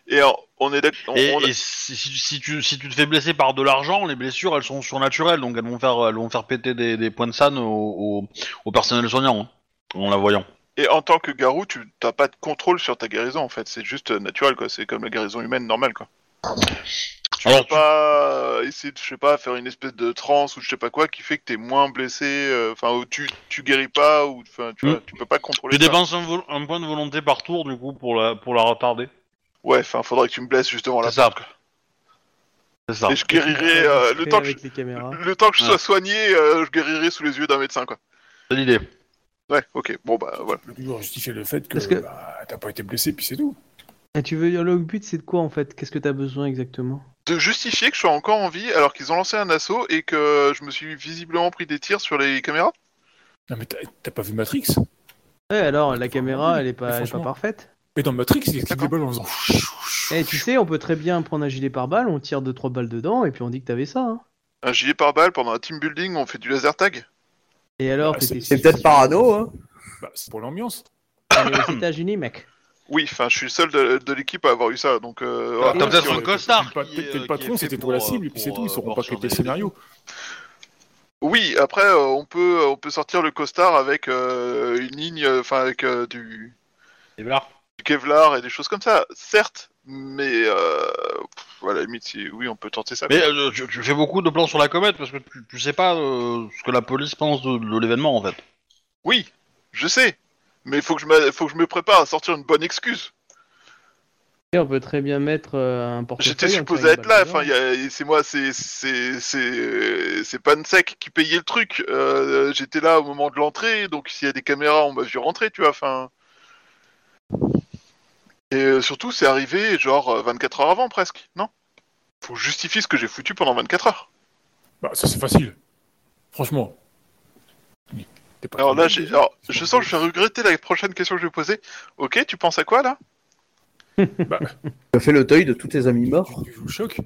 S3: Et alors, on est d'accord. on-
S1: et,
S3: on-
S1: et si, si- si tu, si tu te fais blesser par de l'argent, les blessures elles sont surnaturelles, donc elles vont faire, elles vont faire péter des, des points de san au, au- au personnel soignant hein, en la voyant.
S3: et en tant que garou, tu t'as pas de contrôle sur ta guérison, en fait. C'est juste euh, naturel, quoi. C'est comme la guérison humaine normale, quoi. Tu
S1: Alors,
S3: peux pas euh, essayer de, je sais pas, faire une espèce de transe ou je sais pas quoi qui fait que t'es moins blessé, euh, enfin, ou tu, tu guéris pas, ou enfin, tu, vois, tu peux pas contrôler.
S1: Tu
S3: ça.
S1: dépenses un, vol- un point de volonté par tour du coup pour la, pour la retarder.
S3: Ouais, enfin, faudrait que tu me blesses justement là.
S1: C'est ça. C'est ça.
S3: Et je guérirai euh, le, temps que je,
S4: avec les caméras.
S3: le temps que je
S1: Ouais.
S3: sois soigné, euh, je guérirai sous les yeux d'un médecin, quoi.
S1: C'est l'idée.
S3: Ouais, ok, bon bah voilà.
S2: Tu peux toujours justifier le fait que,
S4: Parce que-
S2: bah, t'as pas été blessé, puis c'est tout.
S4: Et Ah, tu veux dire le but c'est de quoi en fait Qu'est-ce que t'as besoin exactement
S3: De justifier que je sois encore en vie alors qu'ils ont lancé un assaut et que je me suis visiblement pris des tirs sur les caméras.
S2: Non, mais t'as t'as pas vu Matrix
S4: Ouais, alors la
S2: Enfin,
S4: caméra
S2: oui,
S4: elle est pas,
S2: mais
S4: elle est pas
S2: franchement.
S4: parfaite.
S2: Mais dans Matrix, il clique des
S3: D'accord.
S2: balles en faisant.
S4: Et Eh, tu sais, on peut très bien prendre un gilet par balle, on tire deux trois balles dedans et puis on dit que t'avais ça. hein.
S3: Un gilet par balle pendant un team building, on fait du laser tag.
S4: Et alors,
S2: Bah,
S4: t'étais
S6: Ah, C'est peut-être parano, hein.
S2: Bah, c'est pour l'ambiance.
S4: t'allais aux États-Unis, mec.
S3: Oui, enfin, je suis le seul de, de l'équipe à avoir eu ça, donc. Euh,
S2: Ah,
S1: T'as
S3: voilà.
S2: oui,
S1: peut-être
S2: sur
S1: un
S2: le-
S1: costard.
S2: Peut-être
S1: qui
S2: que
S1: est,
S2: le
S1: euh, qui est
S2: patron,
S1: fait
S2: c'était pour la cible, et puis c'est tout. Ils
S1: euh,
S2: sauront pas
S1: pour sur
S2: péter le
S1: des-
S2: scénario.
S3: Oui, après, euh, on peut, on peut sortir le costard avec euh, une ligne, euh, enfin, avec euh, du,
S1: des barres.
S3: du Kevlar et des choses comme ça, certes, mais euh, pff, à la limite, si- oui, on peut tenter ça.
S1: Mais euh, tu, tu fais beaucoup de plans sur la comète parce que tu, tu sais pas euh, ce que la police pense de- de l'événement en fait.
S3: Oui, je sais, mais faut que je me, faut que je me prépare à sortir une bonne excuse.
S4: Et on peut très bien mettre euh, un portefeuille.
S3: J'étais
S4: on tire
S3: supposé
S4: une
S3: être
S4: balle
S3: là,
S4: dedans.
S3: enfin, il y a- et c'est moi, c'est c'est c'est euh, c'est Pansec qui payait le truc. Euh, J'étais là au moment de l'entrée, donc s'il y a des caméras, on m'a vu rentrer, tu vois, enfin. Et euh, surtout, c'est arrivé genre euh, 24 heures avant presque, non Faut justifier ce que j'ai foutu pendant 24 heures.
S2: Bah, ça c'est facile. Franchement. T'es pas
S3: Alors là,
S2: capable,
S3: j'ai-
S2: déjà
S3: alors, je sens que je vais regretter la prochaine question que je vais poser. Ok, tu penses à quoi là
S6: Tu as fait le deuil de tous tes amis morts.
S2: Tu, tu joues le choc.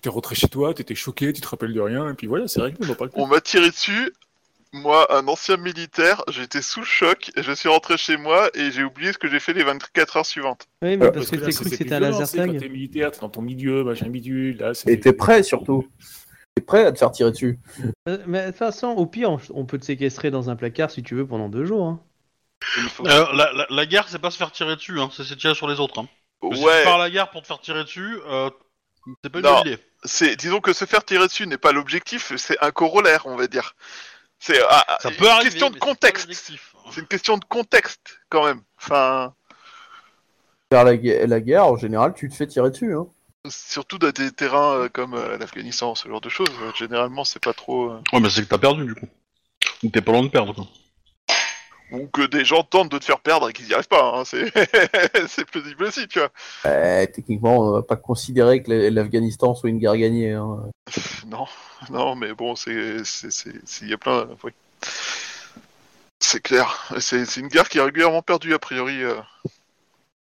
S2: T'es rentré chez toi, t'étais choqué, tu te rappelles de rien, et puis voilà, c'est réglé, on en parle plus.
S3: On m'a tiré dessus. Moi, un ancien militaire, j'étais sous le choc. Je suis rentré chez moi et j'ai oublié ce que j'ai fait les 24 heures suivantes.
S4: Oui, mais
S6: Euh,
S4: parce que
S2: là,
S4: t'as
S2: c'est-
S4: cru que
S2: c'est
S4: c'était un
S2: violent,
S4: laser
S2: c'est quand
S4: tag.
S2: T'es militaire, t'es dans ton milieu, machin bidule, là, c'est.
S6: Et t'es prêt surtout. T'es prêt à te faire tirer dessus.
S4: Euh, Mais de toute façon, au pire, on- on peut te séquestrer dans un placard si tu veux pendant deux jours. hein.
S1: Euh, la, la- la guerre, c'est pas se faire tirer dessus, hein, c'est se tirer sur les autres. Hein. Parce que Si
S3: Ouais,
S1: tu pars à la guerre pour te faire tirer dessus, euh, c'est pas une
S3: Non.
S1: bonne idée.
S3: c'est disons que se faire tirer dessus n'est pas l'objectif, c'est un corollaire, on va dire. C'est ah, ah,
S1: Ça
S3: une
S1: peut arriver.
S3: question de
S1: mais c'est pas
S3: contexte.
S1: l'objectif.
S3: C'est une question de contexte quand même. Enfin,
S6: Faire la, gue- la guerre, en général, tu te fais tirer dessus. Hein.
S3: surtout dans des terrains euh, comme euh, l'Afghanistan, ce genre de choses. euh, Généralement, c'est pas trop. euh,
S1: Ouais, mais c'est que t'as perdu du coup. Ou t'es pas loin de perdre quoi.
S3: Ou que des gens tentent de te faire perdre et qu'ils n'y arrivent pas. hein, C'est c'est plausible aussi, tu vois.
S6: Euh, techniquement, on va pas considérer que l- l'Afghanistan soit une guerre gagnée. hein.
S3: Non, non, mais bon, c'est, c'est, c'est- c'est- il y a plein, oui. C'est clair. C'est, c'est une guerre qui est régulièrement perdue a priori euh,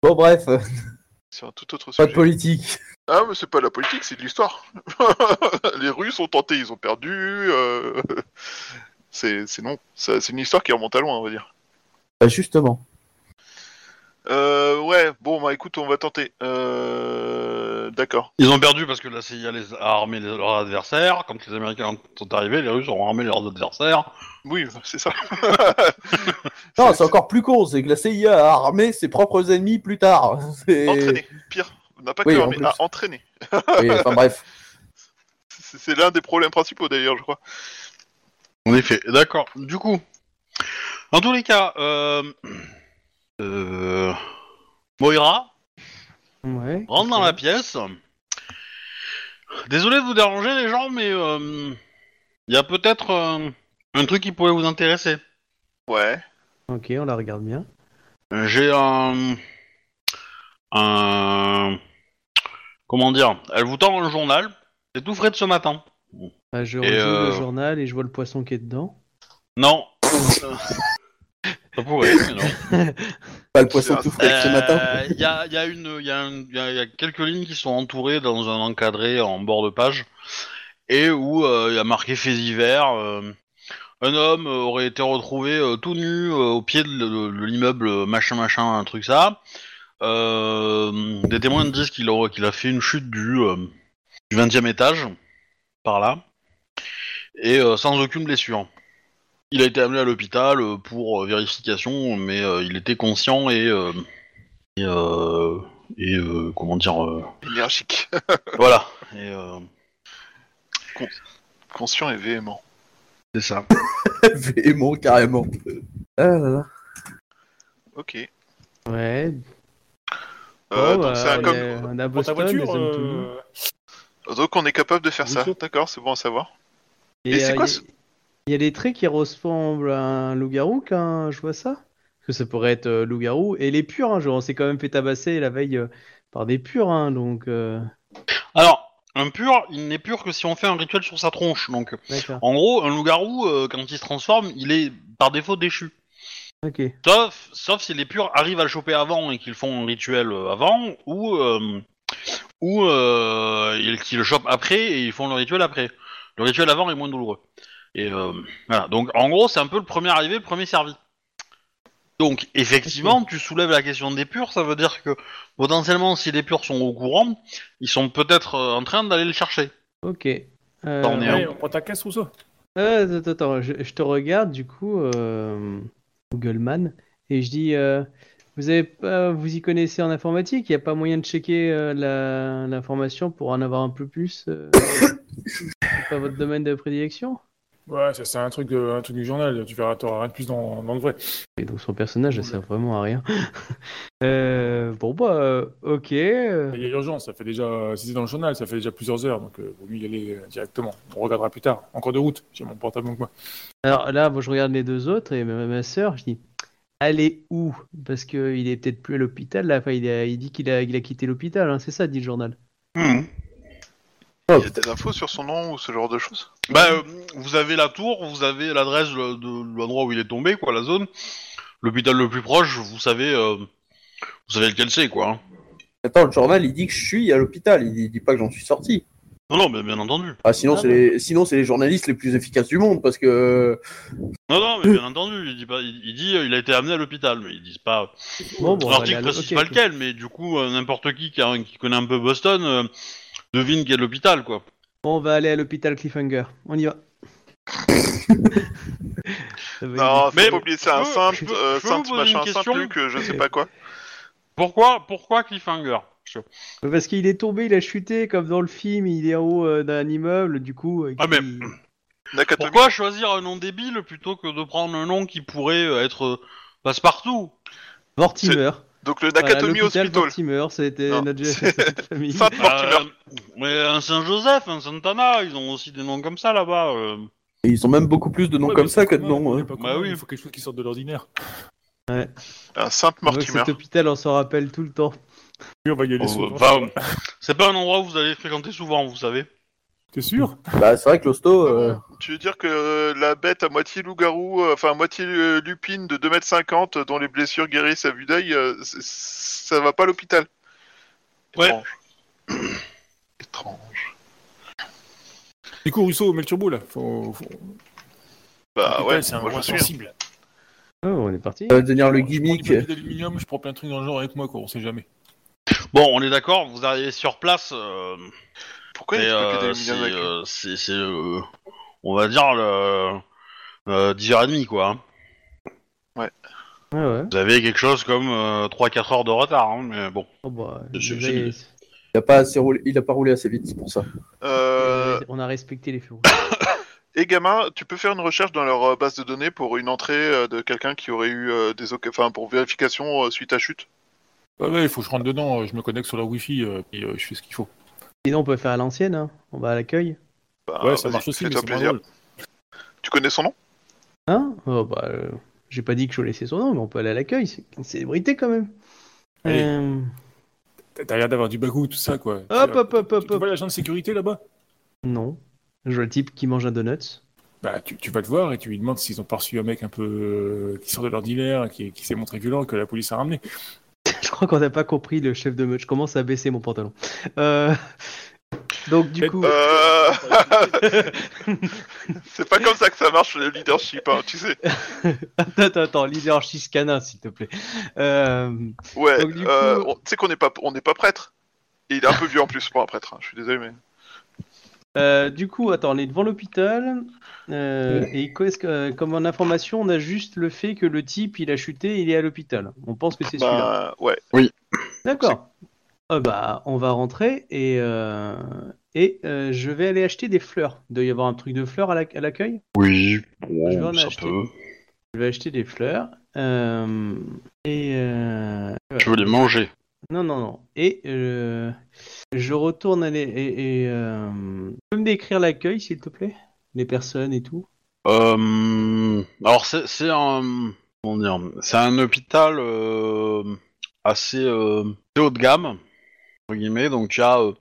S6: Bon, bref,
S3: sur un tout autre
S6: pas de
S3: sujet.
S6: politique.
S3: ah, mais c'est pas de la politique, c'est de l'histoire. Les Russes ont tenté, ils ont perdu. euh, C'est, c'est non, Ça, c'est une histoire qui remonte à loin, on va dire.
S6: Bah, justement.
S3: Euh, ouais, bon, bah écoute, on va tenter. Euh, d'accord.
S1: Ils ont perdu parce que la CIA les a armés les- leurs adversaires. Quand les Américains sont arrivés, les Russes ont armé leurs adversaires.
S3: Oui, c'est ça.
S6: Non,
S3: C'est-
S6: c'est encore plus con, c'est que la CIA a armé ses propres ennemis plus tard. C'est-
S3: Entraîner, pire. On n'a pas
S6: Oui,
S3: que
S6: en
S3: armé,
S6: plus.
S3: à entraîner.
S6: Oui, enfin bref.
S3: C'est, c'est l'un des problèmes principaux d'ailleurs, je crois.
S1: En effet, d'accord. Du coup, dans tous les cas, euh... euh, Moira
S4: Ouais.
S1: rentre dans la pièce. Désolé de vous déranger les gens, mais euh, il y a peut-être euh, un truc qui pourrait vous intéresser.
S3: Ouais.
S4: Ok, on la regarde bien.
S1: Euh, J'ai un... un... Comment dire Elle vous tend le journal. C'est tout frais de ce matin.
S4: Bah, je
S1: Et,
S4: relis
S1: euh,
S4: le journal et je vois le poisson qui est dedans.
S1: Non. Ça pourrait, mais non.
S6: Pas le poisson tout frais de ce
S2: Euh.
S6: matin.
S1: Euh, Il y a, y a une- y a un- y a- y a quelques lignes qui sont entourées dans un encadré en bord de page et où euh, il y a marqué faits divers. euh, un homme euh, aurait été retrouvé euh, tout nu euh, au pied de, le- de l'immeuble euh, machin machin un truc ça. Euh, des témoins disent qu'il a, qu'il a fait une chute du, euh, du 20e étage par là et euh, sans aucune blessure. Il a été amené à l'hôpital euh, pour euh, vérification, mais euh, il était conscient et euh, et, euh, et, euh, comment dire euh,
S3: Énergique.
S1: voilà et euh,
S3: Conscient et véhément.
S1: c'est ça
S6: Véhément, carrément. Ah là là.
S3: Ok. Euh,
S4: Ouais.
S3: donc,
S1: Oh,
S4: bon, bah,
S3: c'est un
S4: on
S3: com-
S4: est- on est
S2: Dans ta
S4: à Boston,
S2: voiture,
S4: les hommes tout nus.
S2: euh,
S3: donc on est capable de faire ça.
S2: Bonjour.
S3: D'accord, c'est bon à savoir.
S4: Et,
S3: Et c'est
S4: euh,
S3: quoi
S4: y a-
S3: ce-
S4: Il y a des traits qui ressemblent à un loup-garou quand je vois ça. Parce que ça pourrait être euh, loup-garou. Et les purs, hein, genre, on s'est quand même fait tabasser la veille euh, par des purs, hein, donc. euh,
S1: alors un pur il n'est pur que si on fait un rituel sur sa tronche donc
S4: D'accord.
S1: en gros un loup-garou euh, quand il se transforme il est par défaut déchu
S4: Ok.
S1: sauf sauf si les purs arrivent à le choper avant et qu'ils font un rituel euh, avant ou euh, ou euh, ils- qu'ils le chopent après et ils font le rituel après le rituel avant est moins douloureux et euh, voilà donc en gros c'est un peu le premier arrivé le premier servi Donc effectivement, tu soulèves la question des purs, ça veut dire que potentiellement si les purs sont au courant, ils sont peut-être euh, en train d'aller le chercher.
S4: Ok. Euh,
S1: T'en es
S2: ouais, on prend ta caisse ou ça
S4: Euh, attends, attends, je, je te regarde du coup, euh, Googleman, et je dis, euh, vous avez pas, vous y connaissez en informatique, il n'y a pas moyen de checker euh, la- l'information pour en avoir un peu plus euh, C'est pas votre domaine de prédilection?
S2: Ouais, ça, c'est un truc, de- un truc du journal, tu verras, t'auras rien de plus dans, dans le vrai.
S4: Et donc son personnage, ne sert
S1: bah.
S4: vraiment à rien. Euh, bon bah, euh, ok. euh,
S2: Il y a urgence, ça fait déjà, euh, si c'est dans le journal, ça fait déjà plusieurs heures, donc euh, vaut mieux y aller euh, directement. On regardera plus tard, encore de route, j'ai mon portable avec moi.
S4: Alors là, moi, je regarde les deux autres et ma, ma sœur, je dis, allez où? Parce qu'il est peut-être plus à l'hôpital là. Enfin, il, a- il dit qu'il a, il a quitté l'hôpital, hein, c'est ça, dit le journal.
S6: Oh.
S3: Il y a des infos sur son nom ou ce genre de choses
S1: Bah, euh, vous avez la tour, vous avez l'adresse le- de l'endroit où il est tombé, quoi, la zone. L'hôpital le plus proche, vous savez, euh, vous savez lequel c'est, quoi. hein.
S6: Attends, le journal, il dit que je suis à l'hôpital. Il, il dit pas que j'en suis sorti.
S1: Non, non, mais bien entendu.
S6: Ah, sinon,
S4: Ah
S2: bah.
S6: c'est les, sinon, c'est les journalistes les plus efficaces du monde parce que. euh,
S1: Non, non, mais bien entendu, il dit pas, il, il dit, euh, il a été amené à l'hôpital, mais ils disent pas.
S4: Bon, bon, on va
S1: L'article
S4: aller à l-
S1: précise
S4: ok,
S1: pas
S4: ok.
S1: lequel, mais du coup, euh, n'importe qui qui, a- qui connaît un peu Boston euh, devine qu'il y a de l'hôpital, quoi.
S4: Bon, on va aller à l'hôpital Cliffhanger. On y va. Bah, Ça va
S3: Non,
S1: Mais-
S3: faut pas oublier, c'est un
S1: je peux-
S3: simple,
S1: je peux-
S3: euh,
S1: je peux
S3: simple
S1: vous poser une
S3: machin,
S1: question
S3: simple que je sais pas quoi.
S1: Pourquoi, pourquoi Cliffhanger Parce que-
S4: Mais Parce qu'il est tombé, il a chuté comme dans le film, il est en haut euh, d'un immeuble, du coup. euh,
S1: Ah, mais-
S4: qui-
S3: Nakatomi.
S1: Pourquoi choisir un nom débile plutôt que de prendre un nom qui pourrait euh, être euh, passe-partout
S4: Mortimer.
S3: Donc le
S4: Voilà,
S3: Nakatomi
S4: l'hôpital
S3: Hospital.
S4: Mortimer, c'était
S3: Non,
S4: notre
S3: c'est-
S4: notre famille.
S3: Saint Mortimer.
S1: Euh, mais un Saint-Joseph, un Santana, ils ont aussi des noms comme ça là-bas. euh.
S6: Et Ils ont même beaucoup plus de noms
S2: Ouais,
S6: comme
S2: mais
S6: ça
S2: c'est
S6: que de
S2: commun,
S6: noms.
S2: c'est
S6: hein.
S2: pas
S1: Bah
S2: commun,
S1: oui.
S2: Il faut quelque chose qui sorte de l'ordinaire.
S3: Un simple
S4: On voit que
S3: Mortimer.
S4: Cet hôpital, on s'en rappelle tout le temps.
S2: Oui, on va y aller
S1: Oh,
S2: souvent.
S1: bah, c'est pas un endroit où vous allez fréquenter souvent, vous savez.
S2: T'es sûr
S6: Bah, c'est vrai que l'hosto. euh,
S3: Ah
S2: Ah.
S3: Tu veux dire que euh, la bête à moitié loup-garou, euh, enfin à moitié euh, lupine de 2m50 euh, dont les blessures guérissent à vue d'œil, euh, c- ça va pas à l'hôpital.
S1: Ouais.
S3: Étrange. Étrange.
S2: Du coup, Rousseau, mets le turbo là. Faut, faut-
S3: Bah
S2: Putain,
S3: ouais,
S2: c'est un
S3: moi je
S2: endroit
S3: me souviens.
S2: sensible.
S4: Oh, on est parti.
S6: ça va devenir le
S2: Je prends du
S6: gimmick.
S2: papier d'aluminium, je prends plein de trucs dans le genre avec moi, quoi. On sait jamais.
S1: Bon, on est d'accord, vous arrivez sur place. euh,
S3: Pourquoi
S1: et,
S3: il y a du
S1: euh,
S3: papier
S1: c'est,
S3: d'aluminium avec lui
S1: euh, c'est, c'est, euh, on va dire, le, euh, 10h30 quoi. hein.
S4: Ouais, ouais.
S1: Vous avez quelque chose comme euh, 3-4 heures de retard, hein, mais bon.
S4: Oh, bah,
S1: Je-
S4: déjà,
S1: je-
S4: il-
S6: Il a pas assez roulé, il a pas roulé assez vite, c'est pour ça.
S3: Euh,
S4: on a respecté les feux rouges.
S3: Et gamin, tu peux faire une recherche dans leur euh, base de données pour une entrée euh, de quelqu'un qui aurait eu euh, des oc- enfin pour vérification euh, suite à chute.
S2: Ouais, ouais, il faut que je rentre dedans. euh, Je me connecte sur la wifi euh, et euh, je fais ce qu'il faut.
S4: Sinon, on peut faire à l'ancienne, hein. on va à l'accueil.
S3: Bah,
S2: Ouais, ça
S3: vas-y,
S2: marche aussi, mais
S3: fais-toi
S2: c'est moins
S3: plaisir.
S2: drôle.
S3: Tu connais son nom
S4: Hein oh, bah, euh, J'ai pas dit que je laissais son nom, mais on peut aller à l'accueil, c'est une célébrité quand même.
S2: Allez.
S4: Euh,
S2: T'as- T'as l'air d'avoir du bagou, tout ça, quoi.
S4: Hop, hop, hop,
S2: Tu
S4: hop, hop.
S2: vois l'agent de sécurité là-bas
S4: Non. Je vois le type qui mange un donut.
S2: Bah, tu, tu vas le voir et tu lui demandes s'ils ont pas reçu un mec un peu euh, qui sort de l'ordinaire, qui, qui s'est montré violent, que la police a ramené.
S4: Je crois qu'on n'a pas compris le chef de meute. Je commence à baisser mon pantalon. Euh, Donc, du
S2: Et-
S4: coup.
S3: Euh, C'est pas comme ça que ça marche le leadership, hein, tu sais.
S4: Attends, attends, attends, leadership canin, s'il te plaît. Euh,
S3: Ouais,
S4: Donc, du
S3: euh,
S4: coup-
S3: on- tu sais qu'on n'est pas, on n'est pas prêtre. Et il est un peu vieux en plus pour un prêtre. hein, Je suis désolé, mais
S4: Euh, du coup, attends, on est devant l'hôpital. euh, et qu'est-ce que, euh, comme en information, on a juste le fait que le type, il a chuté, il est à l'hôpital. On pense que c'est celui-là.
S3: bah ouais.
S4: D'accord. Ah bah, on va rentrer et, euh, et euh, je vais aller acheter des fleurs. Il doit y avoir un truc de fleurs à la- à l'accueil.
S1: Oui,
S4: Je vais en ça acheter. peut. je vais acheter des fleurs. euh, et euh,
S1: Tu veux les manger
S4: Non, non, non. Et euh, je retourne aller. Et, et, euh, tu peux me décrire l'accueil, s'il te plaît? Les personnes et tout.
S1: Euh, alors c'est c'est un comment dire, c'est un hôpital euh, assez euh, assez haut de gamme entre guillemets donc tu as, euh,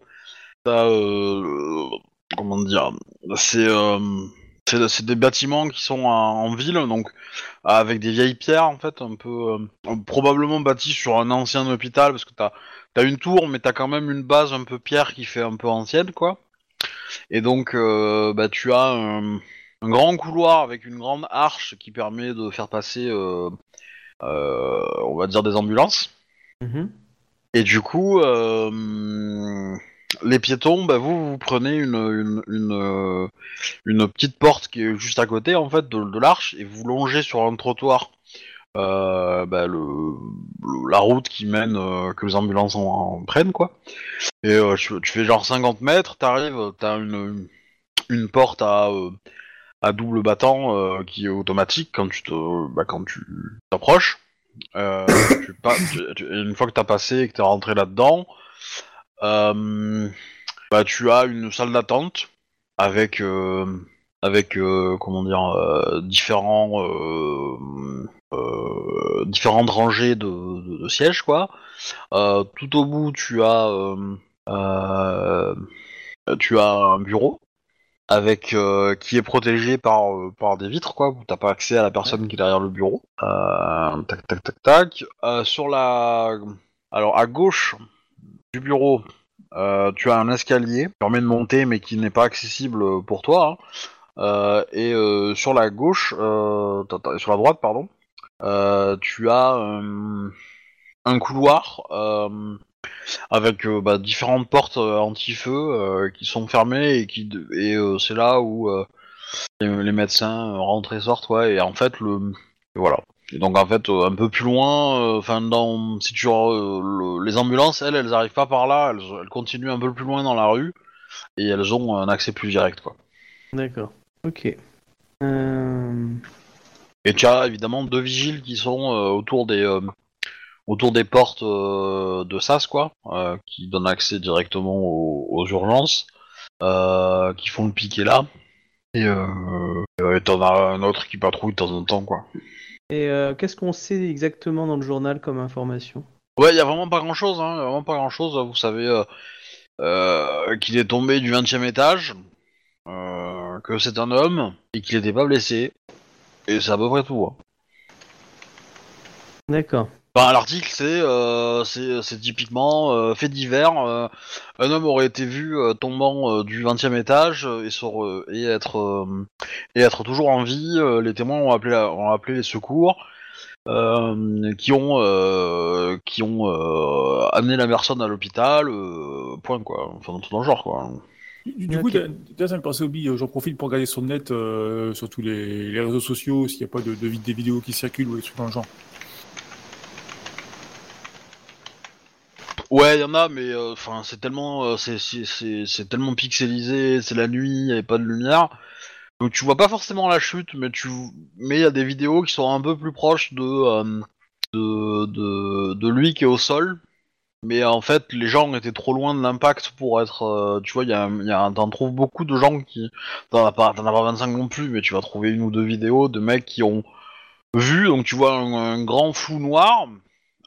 S1: t'as, euh, comment dire c'est euh, c'est c'est des bâtiments qui sont en, en ville donc avec des vieilles pierres en fait un peu euh, probablement bâtis sur un ancien hôpital parce que t'as as une tour mais t'as quand même une base un peu pierre qui fait un peu ancienne quoi et donc euh, bah tu as un- un grand couloir avec une grande arche qui permet de faire passer, euh, euh, on va dire, des ambulances.
S4: Mhm.
S1: Et du coup, euh, les piétons, bah, vous, vous prenez une, une, une, euh, une petite porte qui est juste à côté, en fait, de, de l'arche, et vous longez sur un trottoir euh, bah, le, le- la route qui mène, euh, que les ambulances en, en prennent, quoi. Et euh, tu, tu fais genre 50 mètres, t'arrives, t'as une, une porte à, euh, à double battant euh, qui est automatique quand tu te, bah, quand tu t'approches. Euh, tu pas- tu- tu- une fois que t'as passé et que t'es rentré là-dedans, euh, bah, tu as une salle d'attente avec euh, avec euh, comment dire euh, différents euh, euh, différentes rangées de, de- de sièges quoi. Euh, tout au bout tu as euh, euh, tu as un bureau avec euh, qui est protégé par euh, par des vitres quoi. T'as pas accès à la personne qui est derrière le bureau. Euh, tac tac tac tac. Euh, sur la alors à gauche du bureau, euh, tu as un escalier qui permet de monter mais qui n'est pas accessible pour toi. hein. Euh, et euh, sur la gauche, euh, t'as- t'as- sur la droite pardon, euh, tu as euh, un couloir. Euh, avec euh, bah, différentes portes euh, anti-feu euh, qui sont fermées et qui de- et euh, c'est là où euh, les, les médecins euh, rentrent et sortent ouais et en fait le et voilà et donc en fait euh, un peu plus loin enfin dans si tu re- euh, le- les ambulances elles elles arrivent pas par là elles, elles continuent un peu plus loin dans la rue et elles ont un accès plus direct quoi
S4: D'accord. Ok. Euh,
S1: et tu as évidemment deux vigiles qui sont euh, autour des euh, autour des portes euh, de SAS quoi, euh, qui donnent accès directement aux, aux urgences, euh, qui font le piqué là. Et euh, euh, et t'en as un autre qui patrouille de temps en temps quoi.
S4: Et euh, qu'est-ce qu'on sait exactement dans le journal comme information
S1: Ouais, il y a vraiment pas grand chose, hein, y a vraiment pas grand chose. Vous savez euh, euh, qu'il est tombé du 20 e étage, euh, que c'est un homme et qu'il n'était pas blessé. Et c'est à peu près tout. hein.
S4: D'accord.
S1: Enfin, Bah, l'article, c'est euh, c'est c'est typiquement euh, fait divers. euh, un homme aurait été vu euh, tombant euh, du 20 e étage euh, et, sur, euh, et, être, euh, et être toujours en vie. euh, les témoins ont appelé, la- ont appelé les secours euh, qui ont, euh, qui ont euh, amené la personne à l'hôpital. euh, point, quoi. Enfin, dans tout dans le genre, quoi.
S2: Du, du
S4: Ok.
S2: coup, t'as- t'as ça me pensait, Obi, euh, j'en profite pour regarder sur le net, euh, sur tous les, les réseaux sociaux, s'il n'y a pas de, de vid- des vidéos qui circulent ou des trucs dans le genre.
S1: Ouais, il y en a, mais euh, enfin, c'est tellement, euh, c'est- c'est- c'est c'est tellement pixelisé, c'est la nuit, il a pas de lumière. Donc tu vois pas forcément la chute, mais tu, mais il y a des vidéos qui sont un peu plus proches de, euh, de, de, de lui qui est au sol. Mais en fait, les gens étaient trop loin de l'impact pour être, euh, tu vois, il y a, il y a un- t'en trouves beaucoup de gens qui, t'en as pas, t'en as pas 25 non plus, mais tu vas trouver une ou deux vidéos de mecs qui ont vu, donc tu vois un, un grand flou noir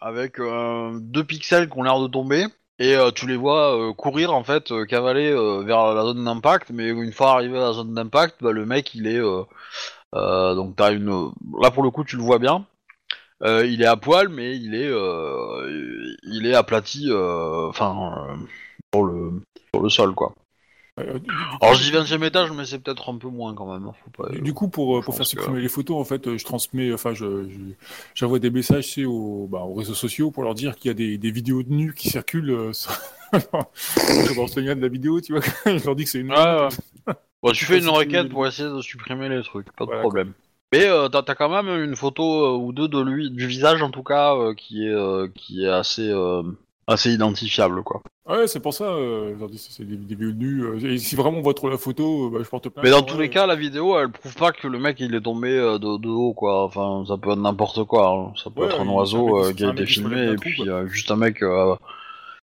S1: avec euh, deux pixels qui ont l'air de tomber et euh, tu les vois euh, courir en fait euh, cavaler euh, vers la zone d'impact mais une fois arrivé à la zone d'impact bah, le mec il est euh, euh, donc t'as une là pour le coup tu le vois bien Euh, il est à poil mais il est euh, il est aplati euh, enfin euh, sur le sur le sol quoi
S2: Euh, du-
S1: alors je dis 20 e étage mais c'est peut-être un peu moins quand même hein, faut pas
S2: Du, du coup, pour, euh,
S1: Je
S2: pour faire
S1: pense que-
S2: supprimer les photos, en fait, euh, je transmets, enfin, je- je- j'envoie des messages tu sais, aux, bah, aux réseaux sociaux pour leur dire qu'il y a des, des vidéos de nus qui circulent. euh, sur- je leur souviens de la vidéo, tu vois. je leur dis que c'est une.
S1: Ah. Bah, tu fais une
S2: Parce que-
S1: requête pour essayer de supprimer les trucs, pas de
S2: Voilà,
S1: problème. Mais euh, t'as t'as quand même une photo euh, ou deux de lui, du visage en tout cas, euh, qui est euh, qui est assez euh, assez identifiable quoi.
S2: Ouais, c'est pour ça. euh, je leur dis que c'est des, des vidéos de nus. euh, et si vraiment on voit trop la photo, euh, bah, je porte plainte.
S1: Mais dans
S2: Ouais,
S1: tous
S2: euh,
S1: les cas, la vidéo, elle prouve pas que le mec il est tombé euh, de, de haut quoi. Enfin, ça peut être n'importe quoi. hein. Ça peut
S2: Ouais,
S1: être
S2: il-
S1: un
S2: c'est un
S1: oiseau
S2: mec
S1: euh,
S2: qui-
S1: qui a
S2: c'est un
S1: été
S2: mec qui se relève
S1: filmé
S2: d'un
S1: et
S2: trou,
S1: puis
S2: quoi.
S1: euh, juste un mec. euh,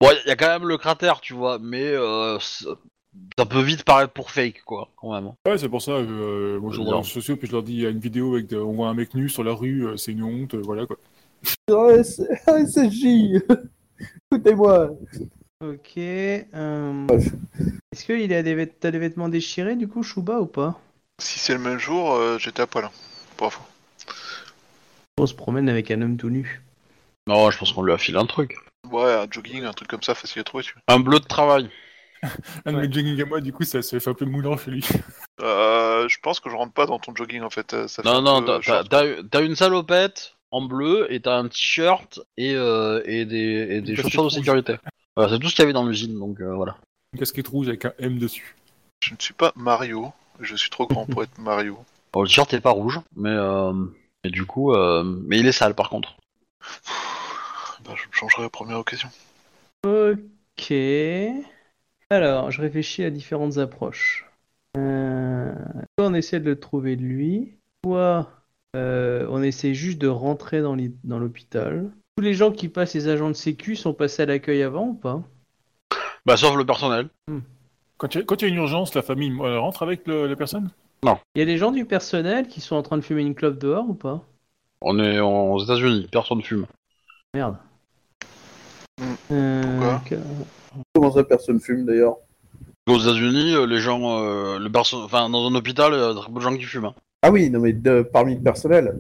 S1: Bon, il y a quand même le cratère, tu vois, mais euh, c'est- ça peut vite paraître pour fake quoi, quand même.
S2: Ouais, c'est pour ça. euh, moi, je
S1: Bizarre.
S2: vois les réseaux sociaux, puis je leur dis il y a une vidéo avec. de- on voit un mec nu sur la rue, euh, c'est une honte, euh, voilà quoi.
S6: Ah, c'est- ah, c'est J. Écoutez-moi.
S4: Ok. euh, Est-ce que il a des vêt- t'as des vêtements déchirés du coup, Chouba ou pas
S3: Si c'est le même jour, euh, j'étais à poil. hein, Pour info.
S4: On se promène avec un homme tout nu.
S1: Non, je pense qu'on lui a filé un truc.
S3: Ouais, un jogging, un truc comme ça, facile à trouver. Tu vois.
S1: Un bleu de travail.
S2: Un de mes jogging à moi, du coup, ça se fait un peu moulant chez lui.
S3: Euh, je pense que je rentre pas dans ton jogging en fait. euh, Ça fait
S1: Non,
S3: un
S1: non,
S3: peu
S1: t'as- t'as-
S3: short.
S1: t'as t'as une salopette en bleu et t'as un t-shirt et, euh, et des, et des
S2: Une
S1: chaussures de
S2: casquette
S1: sécurité. Voilà, c'est tout ce qu'il y avait dans l'usine, donc euh, voilà.
S2: Une casquette rouge avec un M dessus.
S3: Je ne suis pas Mario. Je suis trop grand pour être Mario.
S1: Bon, le t-shirt est pas rouge, mais, euh, mais du coup, euh, mais il est sale par contre.
S3: Bah, je me changerai à première occasion.
S4: Ok. Alors, je réfléchis à différentes approches. Euh, Soit on essaie de le trouver lui, soit euh, on essaie juste de rentrer dans l'hi- dans l'hôpital. Tous les gens qui passent les agents de sécu sont passés à l'accueil avant ou pas
S1: Bah, sauf le personnel.
S2: Quand il y a- quand il y a une urgence, la famille euh, rentre avec le- la personne
S4: Il y a des gens du personnel qui sont en train de fumer une clope dehors ou pas
S1: On est en- aux États-Unis, personne fume.
S4: Merde.
S3: Hmm,
S4: Euh,
S3: pourquoi
S4: que-
S6: Comment ça, personne fume d'ailleurs
S1: Aux États-Unis, euh, les gens, euh, le perso- enfin dans un hôpital, il y a très peu de gens qui fument. hein.
S6: Ah oui, non mais de- parmi le personnel.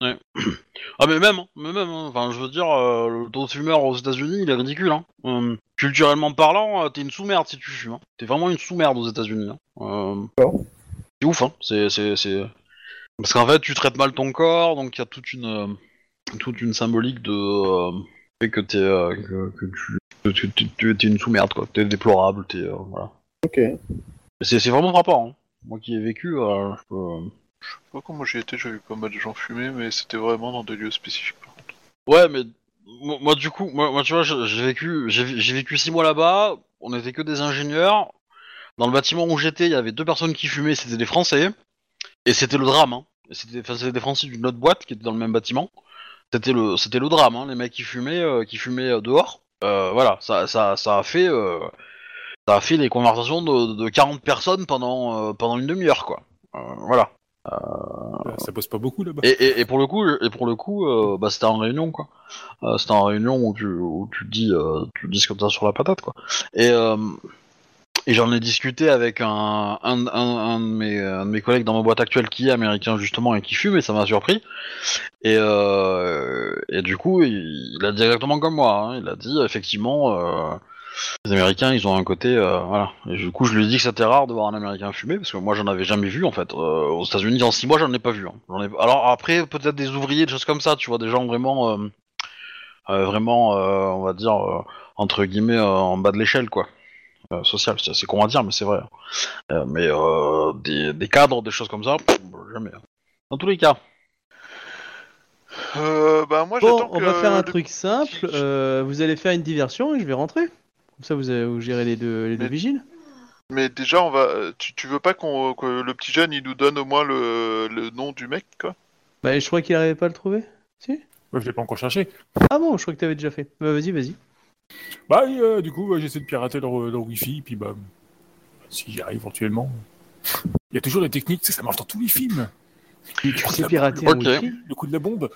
S1: Ah mais même, hein, mais même. hein. Enfin, je veux dire, euh, le taux de fumeur aux États-Unis, il est ridicule. Hein. Euh, culturellement parlant, euh, t'es une sous-merde si tu fumes. Hein. T'es vraiment une sous-merde aux États-Unis. hein. Euh,
S6: D'accord.
S1: c'est ouf. Hein. C'est, c'est, c'est- parce qu'en fait, tu traites mal ton corps, donc il y a toute une, euh, toute une symbolique de euh, fait que t'es, euh, que, que tu, que tu- tu- tu- t'es une sous-merde quoi. T'es déplorable. T'es euh, voilà.
S6: Ok. Eh
S1: C'est, c'est vraiment frappant. hein. Moi qui ai vécu, euh, je peux-
S3: Moi, quand moi j'y étais, j'ai vu pas mal de gens fumer, mais c'était vraiment dans des lieux spécifiques.
S1: Ouais, mais moi, moi, du coup, moi, moi, tu vois, je- j'ai vécu, j'ai j'ai vécu six mois là-bas. On était que des ingénieurs. Dans le bâtiment où j'étais, il y avait deux personnes qui fumaient. C'était des Français et c'était le drame. Hein. Et C'était enfin, c'était des Français d'une autre boîte qui était dans le même bâtiment. C'était le, c'était le drame. Hein. Les mecs qui fumaient, euh, qui fumaient euh, dehors. Euh, voilà, ça, ça, ça a fait, euh, ça a fait des conversations de, de 40 personnes pendant, euh, pendant une demi-heure, quoi. Euh, voilà.
S2: Bah, Ça bosse pas beaucoup là-bas.
S1: Et, et- et pour le coup, et pour le coup, euh, bah, c'était en réunion quoi. Euh, c'était en réunion où tu où tu dis euh, tu dis comme ça sur la patate quoi. Et euh, et j'en ai discuté avec un un, un, un de mes un de mes collègues dans ma boîte actuelle qui est américain justement et qui fume et ça m'a surpris. Et euh, et du coup, il, il a dit exactement comme moi. hein. Il a dit effectivement. euh, les Américains, ils ont un côté, euh, voilà. Et du coup, je lui ai dit que c'était rare de voir un Américain fumer parce que moi, j'en avais jamais vu en fait. Euh, aux États-Unis, en six mois, j'en ai pas vu. hein. J'en ai- Alors après, peut-être des ouvriers, des choses comme ça, tu vois, des gens vraiment, euh, euh, vraiment, euh, on va dire euh, entre guillemets, euh, en bas de l'échelle, quoi. Euh, social, c'est c'est con à dire, mais c'est vrai. Euh, mais euh, des, des cadres, des choses comme ça, pff, jamais. hein. Dans tous les cas.
S3: Euh, bah, moi
S4: Bon,
S3: j'attends
S4: on
S3: que.
S4: va faire un
S3: le-
S4: truc simple. euh, vous allez faire une diversion et je vais rentrer. Comme ça, vous, avez- vous gérez les deux, les deux
S3: Mais-
S4: vigiles.
S3: Mais déjà, on va. euh, Tu, tu veux pas qu'on que le petit jeune il nous donne au moins le, le nom du mec quoi
S4: Bah, je crois qu'il n'arrivait pas à le trouver. Si
S2: Ouais, je l'ai pas encore cherché.
S4: Ah bon, je crois que t'avais déjà fait. Bah, vas-y, vas-y.
S2: Bah, et, euh, du coup, bah, j'essaie de pirater leur, leur wifi, puis bah, si j'y arrive éventuellement. Il y a toujours des techniques, tu sais, ça marche dans tous les films. Le coup de
S4: C'est
S2: la-
S4: piraté
S1: Ok.
S4: un wifi,
S2: Le coup de la bombe.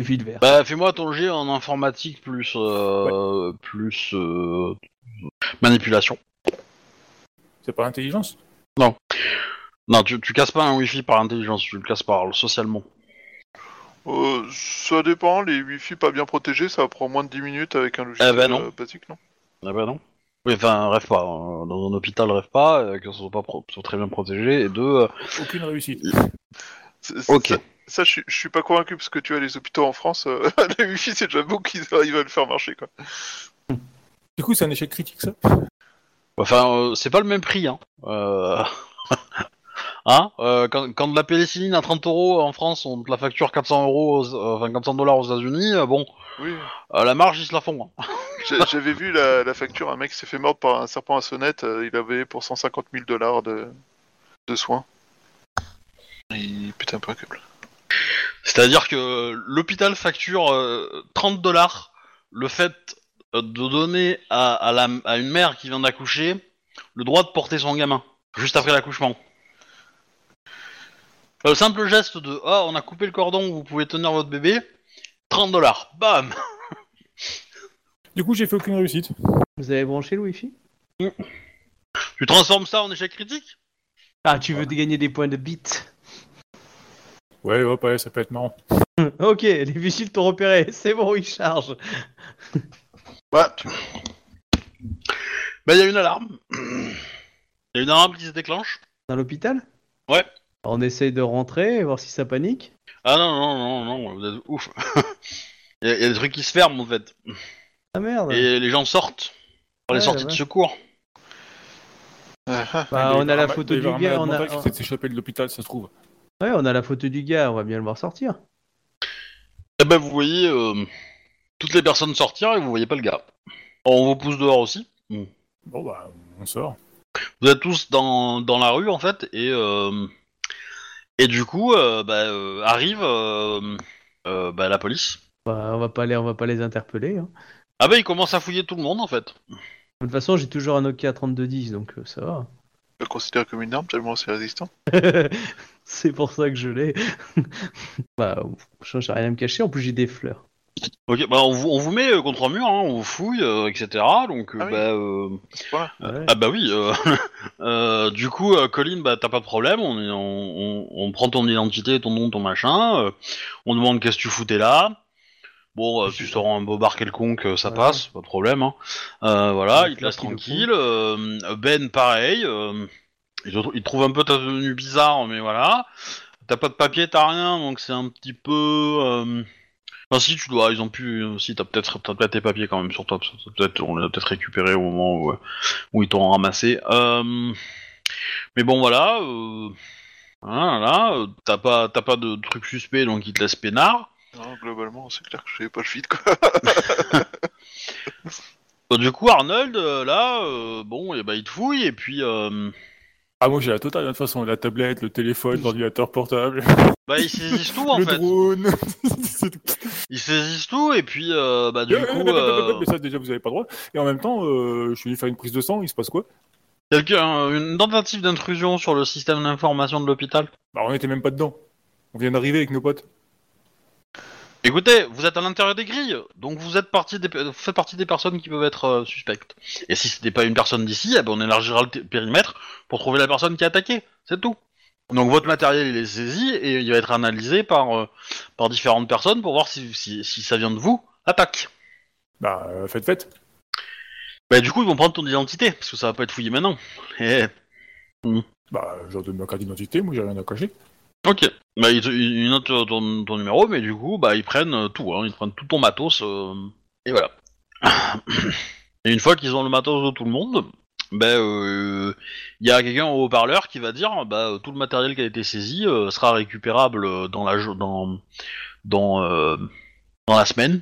S4: wifi de verre.
S1: Bah, fais-moi ton jet en informatique plus euh, plus euh, manipulation.
S2: C'est pas l'intelligence.
S1: Non, tu, tu casses pas un wifi par intelligence, tu le casses par socialement.
S3: Euh, Ça dépend, les wifi pas bien protégés, ça prend moins de 10 minutes avec un logiciel
S1: Eh ben non.
S3: euh, basique, non
S1: Ah bah non Oui, enfin, rêve pas. hein. Dans un hôpital, rêve pas, euh, que ce soit pas pro- soit très bien protégé, et deux... euh,
S2: Aucune réussite.
S3: C'est- c'est- Ça, ça, je, suis- je suis pas convaincu parce que tu as les hôpitaux en France, euh, les wifi c'est déjà beau qu'ils arrivent à le faire marcher quoi.
S2: Du coup, c'est un échec critique, ça.
S1: Enfin, euh, c'est pas le même prix, hein. Euh, hein euh, quand, quand de la pénicilline à 30 euros en France, on te la facture 400 euros, aux- euh, enfin 400 dollars aux États-Unis, euh, bon,
S3: Oui.
S1: euh, la marge, ils se la font. hein.
S3: J'a- J'avais vu la, la facture, un mec s'est fait mordre par un serpent à sonnette, euh, il avait pour 150 000 dollars de, de soins. Il putain implacable.
S1: C'est-à-dire que l'hôpital facture euh, 30 dollars le fait euh, de donner à, à la, à une mère qui vient d'accoucher le droit de porter son gamin, juste après l'accouchement. Le simple geste de Ah, on a coupé le cordon, vous pouvez tenir votre bébé, 30 dollars, bam
S2: Du coup, j'ai fait aucune réussite.
S4: Vous avez branché le wifi
S1: Tu transformes ça en échec critique
S4: Ah, tu veux gagner des points de bit.
S2: Ouais, hop, ouais, ça peut être marrant.
S4: ok, les vigiles t'ont repéré. C'est bon, ils chargent.
S3: Bah, tu-
S1: Bah, il y a une alarme. Il y a une alarme qui se déclenche.
S4: Dans l'hôpital
S1: Ouais.
S4: On essaye de rentrer et voir si ça panique.
S1: Ah non, non, non, non, vous êtes ouf. Il y, a- il y a des trucs qui se ferment en fait.
S4: Ah merde.
S1: Et les gens sortent. Par les
S4: Ouais,
S1: sorties
S4: ouais.
S1: de secours.
S4: Bah, on a la photo
S2: Il y
S4: du
S2: avait un
S4: gars. On a...
S2: malade mental qui s'est échappé de l'hôpital, ça se trouve.
S4: Ouais, on a la photo du gars. On va bien le voir sortir.
S1: Eh ben, vous voyez euh, toutes les personnes sortir et vous voyez pas le gars. On vous pousse dehors aussi.
S2: Bon, bah, on sort.
S1: Vous êtes tous dans, dans la rue en fait et euh, et du coup euh, bah, euh, arrive euh, euh, bah, la police.
S4: Bah, on va pas les, on va pas les interpeller. hein.
S1: Ah ben ils commencent à fouiller tout le monde en fait.
S4: De toute façon, j'ai toujours un Nokia 3210, donc euh, ça va.
S3: je le considère comme une arme tellement c'est résistant.
S4: c'est pour ça que je l'ai. bah, je j'ai rien à me cacher. En plus, j'ai des fleurs.
S1: Ok, bah on vous, on vous met euh, contre un mur, hein, on vous fouille, euh, etc. Donc, euh,
S3: Ah oui.
S1: bah, euh,
S3: Voilà.
S1: euh, ah bah oui. euh, euh, du coup, euh, Colin, bah t'as pas de problème. On, est- on, on- on prend ton identité, ton nom, ton machin. euh, on demande qu'est-ce que tu foutais là. Bon, euh, tu sors un beau bar quelconque, euh, ça
S4: Ouais.
S1: passe, pas de problème. hein. Euh, voilà,
S4: Ouais,
S1: il te laisse
S4: tranquille,
S1: tranquille. euh, ben, pareil. euh, il, te- il te trouve un peu ta tenue bizarre, mais voilà. T'as pas de papier, t'as rien, donc c'est un petit peu. euh, Enfin, si tu dois, ils ont pu. euh, Si t'as peut-être t'as peut-être tes papiers quand même sur toi, parce que peut-être on les a peut-être récupérés au moment où, euh, où ils t'ont ramassé. Euh, Mais bon, voilà. Euh... Voilà, là, euh, t'as pas t'as pas de truc suspect, donc ils te laissent peinard.
S3: Non, globalement, c'est clair que je savais pas le feed, quoi.
S1: Bah, du coup, Arnold, euh, là, euh, bon, et bah, il te fouille et puis. euh,
S2: Ah, moi j'ai la totale, de toute façon, la tablette, le téléphone, l'ordinateur portable,
S1: Bah, ils saisissent tout en
S2: le
S1: fait.
S2: drone. C'est tout.
S1: Ils saisissent tout et puis, euh, bah, du
S2: Euh,
S1: coup,
S2: mais
S1: euh,
S2: ça déjà vous avez pas le droit. Et en même temps, euh, je suis venu faire une prise de sang, il se passe quoi
S1: quelqu'un, une tentative d'intrusion sur le système d'information de l'hôpital.
S2: Bah on était même pas dedans. On vient d'arriver avec nos potes.
S1: Écoutez, vous êtes à l'intérieur des grilles, donc vous êtes partie des, vous faites partie des personnes qui peuvent être euh, suspectes. Et si c'était pas une personne d'ici, eh ben, on élargira le t- périmètre pour trouver la personne qui a attaqué, c'est tout. Donc votre matériel il est saisi et il va être analysé par, euh, par différentes personnes pour voir si, si, si ça vient de vous, attaque.
S2: Bah euh, faites fête.
S1: Bah du coup ils vont prendre ton identité, parce que ça va pas être fouillé maintenant. Et...
S2: Bah je leur donne ma carte d'identité, moi j'ai rien à cacher.
S1: Ok. Bah, ils, te- ils notent euh, ton, ton numéro, mais du coup, bah, ils prennent euh, tout. Hein. Ils prennent tout ton matos. euh, et voilà. et une fois qu'ils ont le matos de tout le monde, bah, euh, il y a quelqu'un au haut-parleur qui va dire bah, euh, tout le matériel qui a été saisi euh, sera récupérable euh, dans la, jo- dans, dans, euh, dans la semaine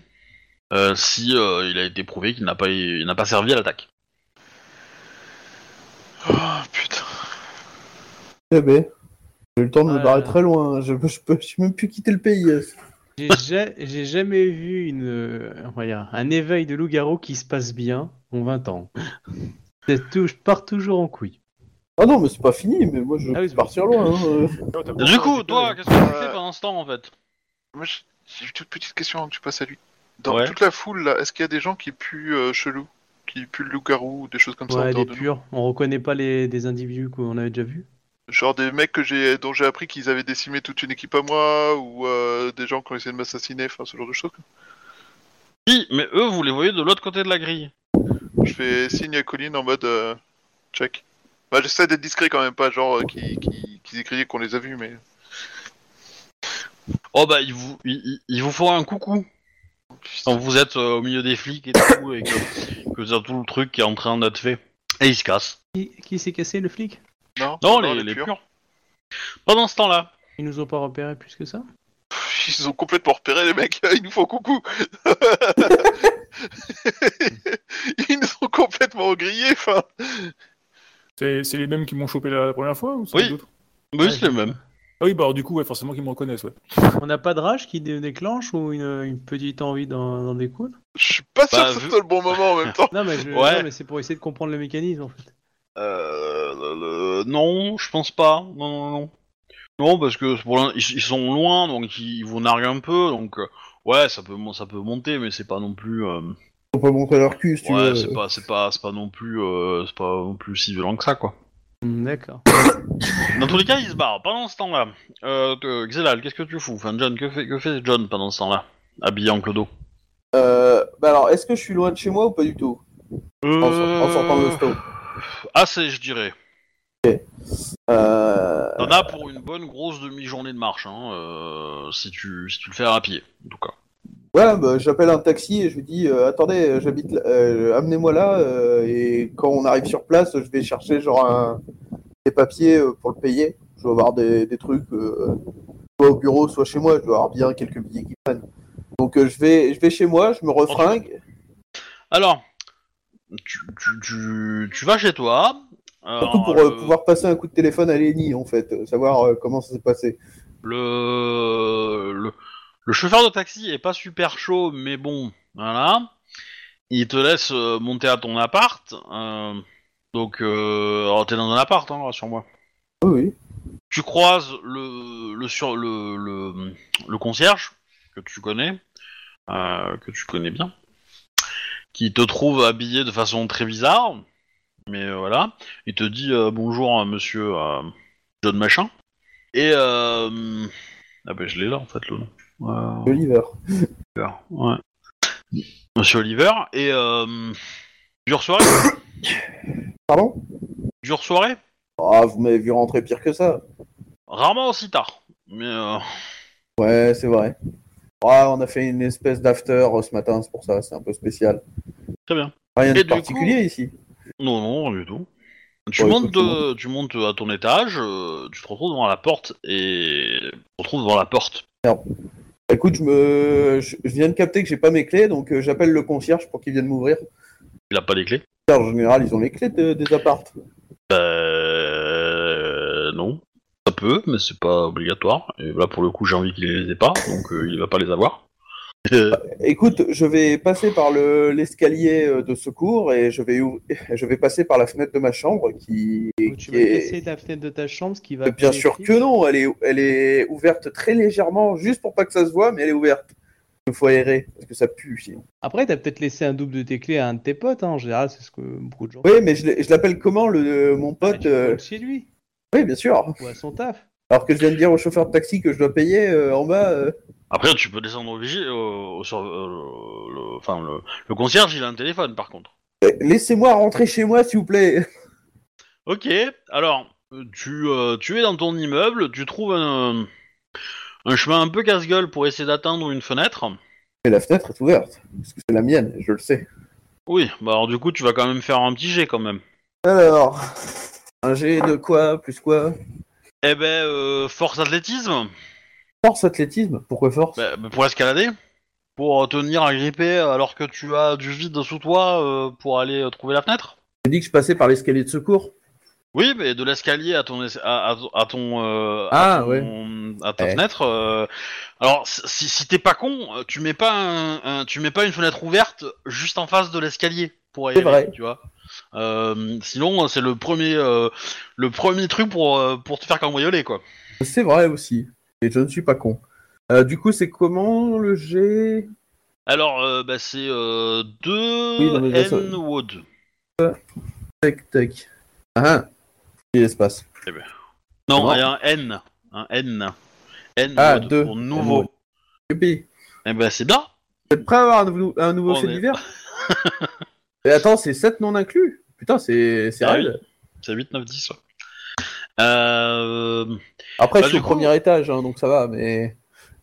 S1: euh, si euh, il a été prouvé qu'il n'a pas, il n'a pas servi à l'attaque.
S3: Ah, putain.
S6: Eh ben, j'ai eu le temps de me
S4: Ouais.
S6: barrer très loin. Je, je peux, je peux même plus quitter le pays. euh,
S4: J'ai ja- j'ai jamais vu une, euh, on va dire, un éveil de loup-garou qui se passe bien en 20 ans. Ça tou- je pars toujours en couille.
S6: Ah non, mais c'est pas fini. Mais moi, je
S4: Ah oui, c'est
S6: pars sur loin. hein, euh.
S1: Du coup, toi, qu'est-ce que tu fais
S3: Ouais.
S1: pendant ce temps en fait
S3: Moi, j'ai j'ai une toute petite question avant que tu passes à lui. Dans
S1: Ouais.
S3: toute la foule, là, est-ce qu'il y a des gens qui puent euh, chelou Qui puent le loup-garou ou des choses comme ça en
S4: Ouais,
S3: dehors de
S4: des
S3: nous
S4: purs. On reconnaît pas les des individus qu'on avait déjà vus.
S3: Genre des mecs que j'ai, dont j'ai appris qu'ils avaient décimé toute une équipe à moi, ou euh, des gens qui ont essayé de m'assassiner, enfin ce genre de choses. quoi.
S1: Oui, mais eux, vous les voyez de l'autre côté de la grille.
S3: Je fais signe à Colline en mode euh, check. Bah, j'essaie d'être discret quand même, pas genre euh, qui, qui, qui écrivaient qu'on les a vus, mais.
S1: Oh bah ils vous, ils, ils- ils vous font un coucou quand vous êtes euh, au milieu des flics et tout et que, que c'est tout le truc qui est en train d'être fait. Et ils se cassent.
S4: Qui, qui s'est cassé le flic
S3: Non,
S1: Non,
S3: non,
S1: les, les
S3: purs.
S1: purs. Pendant ce temps-là,
S4: Ils nous ont pas repéré plus que ça.
S3: Pff, Ils ont complètement repéré les mecs, ils nous font coucou. ils nous ont complètement grillés, enfin.
S2: C'est c'est les mêmes qui m'ont chopé la, la première fois ou c'est
S1: Oui.
S2: les autres
S1: bah,
S4: Ouais,
S1: c'est le même.
S2: Ah oui, bah alors, du coup, ouais, forcément qu'ils me reconnaissent, ouais.
S4: On n'a pas de rage qui dé- déclenche ou une, une petite envie d'en d'en découdre
S3: Je suis pas sûr
S1: Bah,
S3: que ce
S1: vu-
S3: soit le bon moment en même temps.
S4: Non, mais, je-
S1: Ouais.
S4: non, mais c'est pour essayer de comprendre le mécanisme en fait.
S1: Euh, le- le- non, je pense pas. Non, non, non. Non, parce que pour l'in- ils, ils sont loin, donc ils, ils vous narguent un peu. Donc euh, ouais, ça peut, mon- ça peut monter, mais c'est pas non plus. euh,
S6: Faut pas montrer leur cul, si tu
S1: ouais,
S6: veux. euh,
S1: c'est pas, c'est pas, c'est pas non plus, euh, c'est pas non plus si violent que ça, quoi.
S4: Hmm, D'accord.
S1: Dans tous les cas, il se barre. Pendant ce temps-là, euh, te- Xelal, qu'est-ce que tu fous Enfin, John, que fait, que fait John pendant ce temps-là Habillé en clodo.
S6: Euh, bah alors, est-ce que je suis loin de chez moi ou pas du tout en, sort- en sortant de l'hosto
S1: Assez, Ah, je dirais.
S6: Euh,
S1: T'en as pour une bonne grosse demi-journée de marche, hein, euh, si, tu, si tu le fais à pied, en tout cas.
S6: Ouais, bah, j'appelle un taxi et je lui dis euh, attendez, j'habite, là- euh, amenez-moi là euh, et quand on arrive sur place, je vais chercher genre un- des papiers euh, pour le payer. Je dois avoir des, des trucs euh, soit au bureau, soit chez moi. Je dois avoir bien quelques billets qui prennent. Donc euh, je vais, je vais chez moi, je me refringue.
S1: Alors, tu, tu, tu, tu vas chez toi. euh,
S6: Surtout pour
S1: le-
S6: euh, pouvoir passer un coup de téléphone à Lenny en fait, euh, savoir euh, comment ça s'est passé.
S1: Le... le le chauffeur de taxi est pas super chaud, mais bon, voilà. Il te laisse euh, monter à ton appart. euh, donc, euh, alors t'es dans un appart, hein, rassure-moi.
S6: Oui, oui.
S1: Tu croises le le sur le le, le concierge que tu connais. euh, que tu connais bien, qui te trouve habillé de façon très bizarre, mais euh, voilà, il te dit euh, bonjour euh, monsieur euh, John Machin, et euh, ah ben je l'ai là en fait le nom. Euh,
S6: Oliver.
S1: Oliver, ouais. Monsieur Oliver, et euh, dure soirée
S6: Pardon
S1: Dure soirée
S6: Ah, vous m'avez vu rentrer pire que ça.
S1: Rarement aussi tard, mais euh,
S6: Ouais, c'est vrai. Ouais, on a fait une espèce d'after euh, ce matin, c'est pour ça, c'est un peu spécial.
S1: très bien.
S6: Rien
S1: Et
S6: de
S1: du
S6: particulier ici.
S1: Non, non, du tout. Tu,
S6: Ouais,
S1: montes
S6: écoute,
S1: de- tu montes à ton étage, euh, tu te retrouves devant la porte et tu te retrouves devant la porte.
S6: Bah, Écoute, je me, je je viens de capter que j'ai pas mes clés, donc euh, j'appelle le concierge pour qu'il vienne m'ouvrir.
S1: Il a pas les clés Bah,
S6: En général, ils ont les clés de- des appartes.
S1: Euh, non, ça peut, mais c'est pas obligatoire. Et là pour le coup, j'ai envie qu'il les ait pas, donc euh, il va pas les avoir. Euh,
S6: Écoute, je vais passer par le- l'escalier euh, de secours et je vais, ou- je vais passer par la fenêtre de ma chambre qui,
S4: Donc, tu
S6: qui
S4: vas casser
S6: est...
S4: la fenêtre de ta chambre, ce qui va.
S6: Bien sûr que non, elle est, elle est ouverte très légèrement, juste pour pas que ça se voit, mais elle est ouverte. Il faut aérer, parce que ça pue sinon.
S4: Après, t'as peut-être laissé un double de tes clés à un de tes potes, hein, en général, c'est ce que beaucoup de gens.
S6: Oui, mais je l'ai- je l'appelle comment, le, mon
S4: Ah, tu
S6: pote euh,
S4: voles chez lui
S6: Oui, bien sûr.
S4: ou à son taf.
S6: Alors que je viens de dire au chauffeur de taxi que je dois payer euh, en bas. euh,
S1: Après, tu peux descendre au vigie, au, au sur- euh, le, enfin le, le concierge, il a un téléphone par contre.
S6: eh, Laissez-moi rentrer chez moi, s'il vous plaît.
S1: Ok, alors euh, tu, euh, tu es dans ton immeuble, tu trouves un, euh, un chemin un peu casse-gueule pour essayer d'atteindre une fenêtre.
S6: Mais la fenêtre est ouverte, parce que c'est la mienne, je le sais.
S1: Oui, bah alors du coup, tu vas quand même faire un petit jet quand même.
S6: Alors, un G de quoi, plus quoi
S1: Eh ben, euh, force athlétisme
S6: Force athlétisme Pourquoi force
S1: Bah, bah, Pour escalader Pour tenir agrippé alors que tu as du vide sous toi euh, pour aller euh, trouver la fenêtre
S6: J'ai dit que je passais par l'escalier de secours.
S1: Oui, mais de l'escalier à ton es- à, à- à ton euh,
S6: Ah,
S1: à, ton- à ta
S6: Eh.
S1: fenêtre. euh, alors si, si t'es pas con, euh, tu mets pas un, un- tu mets pas une fenêtre ouverte juste en face de l'escalier pour aérer,
S6: vrai.
S1: tu vois. Euh, sinon, c'est le premier euh, le premier truc pour euh, pour te faire cambrioler quoi.
S6: C'est vrai aussi. Et je ne suis pas con. Euh, du coup, c'est comment le G
S1: Alors, euh, bah, c'est euh,
S6: Oui,
S1: 2
S6: non, mais ça-
S1: N Wood.
S6: Tac, tac. Ah, il y a l'espace.
S1: Non,
S6: Non.
S1: il y a un N. Un N. N
S6: Ah,
S1: Wood
S6: deux.
S1: pour
S6: N
S1: nouveau.
S6: Wood. Youpi.
S1: Eh ben, c'est bien.
S6: Vous êtes prêts à avoir un nouveau, un nouveau
S1: On
S6: fait
S1: est-
S6: divers Et attends, c'est 7 non inclus Putain, c'est c'est
S1: Ah
S6: raide.
S1: C'est 8, 9, 10. ouais. Euh,
S6: Après,
S1: Bah,
S6: je suis
S1: du
S6: au
S1: coup-
S6: premier étage, hein, donc ça va, mais.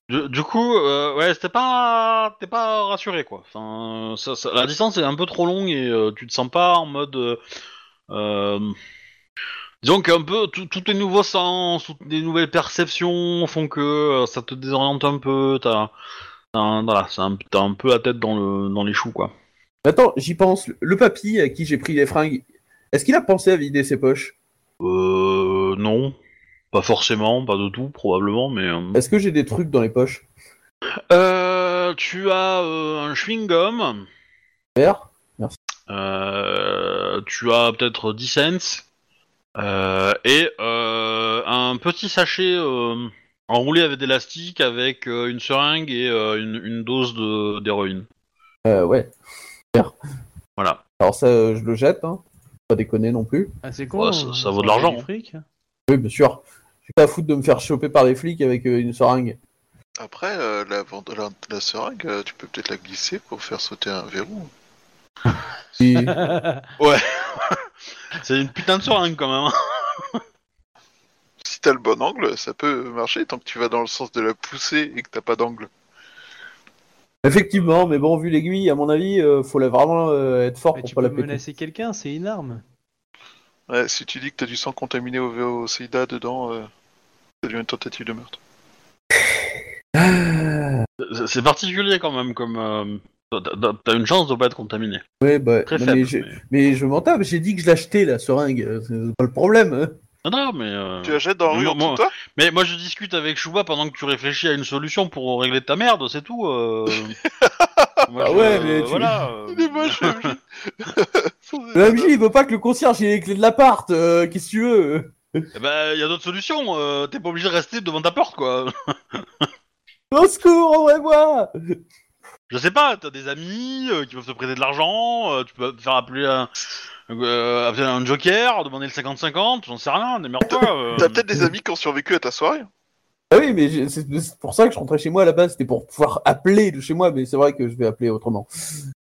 S1: du, du coup, euh, ouais, c'était pas, t'es pas rassuré quoi. Enfin, ça- ça- la distance est un peu trop longue et euh, tu te sens pas en mode. euh, euh, disons qu'un peu, tout- tous tes nouveaux sens, toutes les nouvelles perceptions font que euh, ça te désoriente un peu. T'as, t'as un- voilà, c'est un- t'as un peu la tête dans le, dans les choux quoi.
S6: Attends, j'y pense. Le papy à qui j'ai pris les fringues, est-ce qu'il a pensé à vider ses poches
S1: Euh, non. Pas forcément, pas de tout, probablement, mais. euh,
S6: Est-ce que j'ai des trucs dans les poches
S1: Euh, tu as euh, un chewing-gum.
S6: Vert
S1: Euh, tu as peut-être 10 cents. Euh, et euh, un petit sachet euh, enroulé avec d'élastique, avec euh, une seringue et euh, une, une dose de- d'héroïne.
S6: Euh, ouais. Vert.
S1: Voilà.
S6: Alors, ça, euh, je le jette, hein. Pas déconner non plus.
S4: Ah, c'est con.
S1: Ouais,
S4: hein,
S1: ça- ça vaut de
S4: aurait fait
S1: l'argent,
S4: du
S1: hein.
S4: fric.
S6: Oui, bien sûr. Je suis pas à foutre de me faire choper par les flics avec euh, une seringue.
S3: Après, euh, la, vend- la, la seringue, euh, tu peux peut-être la glisser pour faire sauter un verrou.
S6: Si-
S1: C'est une putain de seringue quand même. hein.
S3: Si t'as le bon angle, ça peut marcher tant que tu vas dans le sens de la poussée et que t'as pas d'angle.
S6: Effectivement, mais bon, vu l'aiguille, à mon avis, euh, faut la vraiment euh, être fort
S4: Mais
S6: pour
S4: tu
S6: pas
S4: peux
S6: la péter.
S4: menacer quelqu'un, c'est une arme.
S3: Ouais, si tu dis que t'as du sang contaminé au, au sida dedans, euh, ça devient une tentative de meurtre.
S1: hein. C'est- C'est particulier quand même comme. euh, t'as- t'as- T'as une chance de pas être contaminé.
S6: Ouais, bah,
S1: Très
S6: non,
S1: faible.
S6: mais, je,
S1: mais-
S6: mais je m'en tape, j'ai dit que je l'achetais la seringue, euh, c'est pas le problème. hein.
S1: Non, non, mais. euh,
S3: Tu la jettes dans la rue
S1: moi-
S3: en dessous de
S1: moi-
S3: toi
S1: Mais moi je discute avec Chouba pendant que tu réfléchis à une solution pour régler ta merde, c'est tout. euh. Moi,
S6: Ah
S1: je-
S6: ouais, mais tu-
S1: voilà, euh.
S3: Il est moche, le MJ. Sans
S6: Le
S3: état
S6: MJ, il veut pas que le concierge ait les clés de l'appart, euh, qu'est-ce que tu veux
S1: Eh ben, y a d'autres solutions, euh, t'es pas obligé de rester devant ta porte quoi.
S6: Au secours, envoie-moi
S1: Je sais pas, t'as des amis euh, qui peuvent te prêter de l'argent, euh, tu peux te faire appeler un, euh, appeler un joker, demander le 50-50, j'en sais rien, démerde-toi. euh.
S3: T'as peut-être des amis qui ont survécu à ta soirée
S6: Ah oui, mais j'ai- c'est c'est pour ça que je rentrais chez moi à la base, c'était pour pouvoir appeler de chez moi, mais c'est vrai que je vais appeler autrement.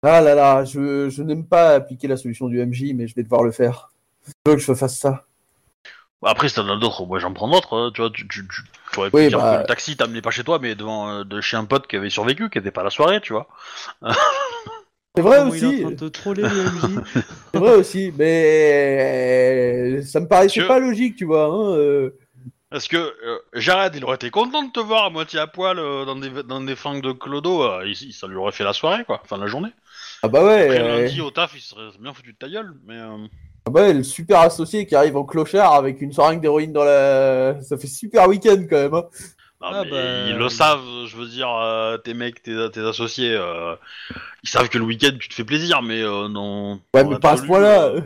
S6: Ah là là, je, je n'aime pas appliquer la solution du MJ, mais je vais devoir le faire. Je veux que je fasse ça.
S1: Bah, Après, si t'en as d'autres, moi j'en prends d'autres, euh, tu vois, tu, tu, tu- tu aurais pu
S6: Oui,
S1: dire
S6: bah,
S1: que le taxi t'a amené pas chez toi, mais devant euh, de chez un pote qui avait survécu, qui était pas à la soirée, tu vois.
S6: C'est vrai
S4: Comment Il est
S6: aussi,
S4: en train de te troller le MJ.
S6: c'est vrai aussi, mais euh, ça me paraissait
S1: Monsieur.
S6: pas logique, tu vois. Hein, euh.
S1: Parce que euh, Jared, il aurait été content de te voir à moitié à poil euh, dans, des, dans des fringues de Clodo, euh, il- il- ça lui aurait fait la soirée, quoi, enfin la journée.
S6: Ah bah ouais,
S1: Après,
S6: euh,
S1: lundi au taf, il serait bien foutu de ta gueule, mais... euh,
S6: ah bah ouais, le super associé qui arrive en clochard avec une seringue d'héroïne dans la... Ça fait super week-end quand même. hein.
S1: Non,
S4: Ah
S1: mais
S4: bah,
S1: Ils
S4: euh,
S1: le savent, je veux dire, euh, tes mecs, tes, tes associés, euh, ils savent que le week-end tu te fais plaisir, mais euh, non.
S6: Ouais,
S1: dans
S6: mais pas à ce
S1: l'absolu,
S6: point-là.
S1: euh,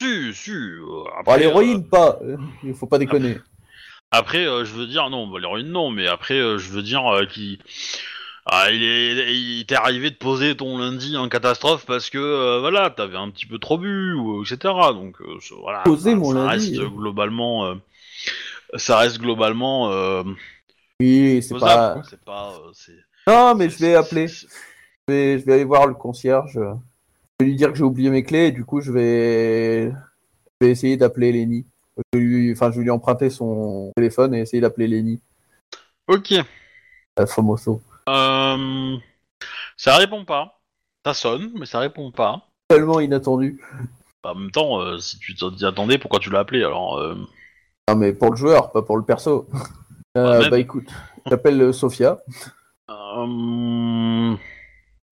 S1: Si, si. euh,
S6: Bon,
S1: après,
S6: l'héroïne,
S1: euh,
S6: pas. Il faut pas déconner.
S1: après, euh, je veux dire, non, bah, l'héroïne, non, mais après, euh, je veux dire euh, qu'il. Ah, il est, il t'est arrivé de poser ton lundi en catastrophe parce que euh, voilà, t'avais un petit peu trop bu ou etc. Donc euh, ça- voilà,
S6: Poser
S1: ça-
S6: mon
S1: ça
S6: lundi.
S1: reste globalement, euh, ça reste globalement euh,
S6: Oui, c'est
S1: faisable,
S6: pas.
S1: quoi. C'est pas, euh, c'est-
S6: Non, mais je
S1: c'est-
S6: vais appeler.
S1: c'est-
S6: Je vais, je vais aller voir le concierge. Je vais lui dire que j'ai oublié mes clés et du coup, je vais, je vais essayer d'appeler Lenny. Je vais lui... Enfin, je vais lui emprunter son téléphone et essayer d'appeler Lenny.
S1: Ok.
S6: La famoso.
S1: Euh, ça répond pas. Ça sonne, mais ça répond pas.
S6: Tellement inattendu.
S1: En même temps, euh, si tu t'y attendais, pourquoi tu l'as appelé alors euh,
S6: Non, Ah, mais pour le joueur, pas pour le perso. Euh,
S1: Ouais, même.
S6: bah écoute, j'appelle euh, Sofia.
S1: euh,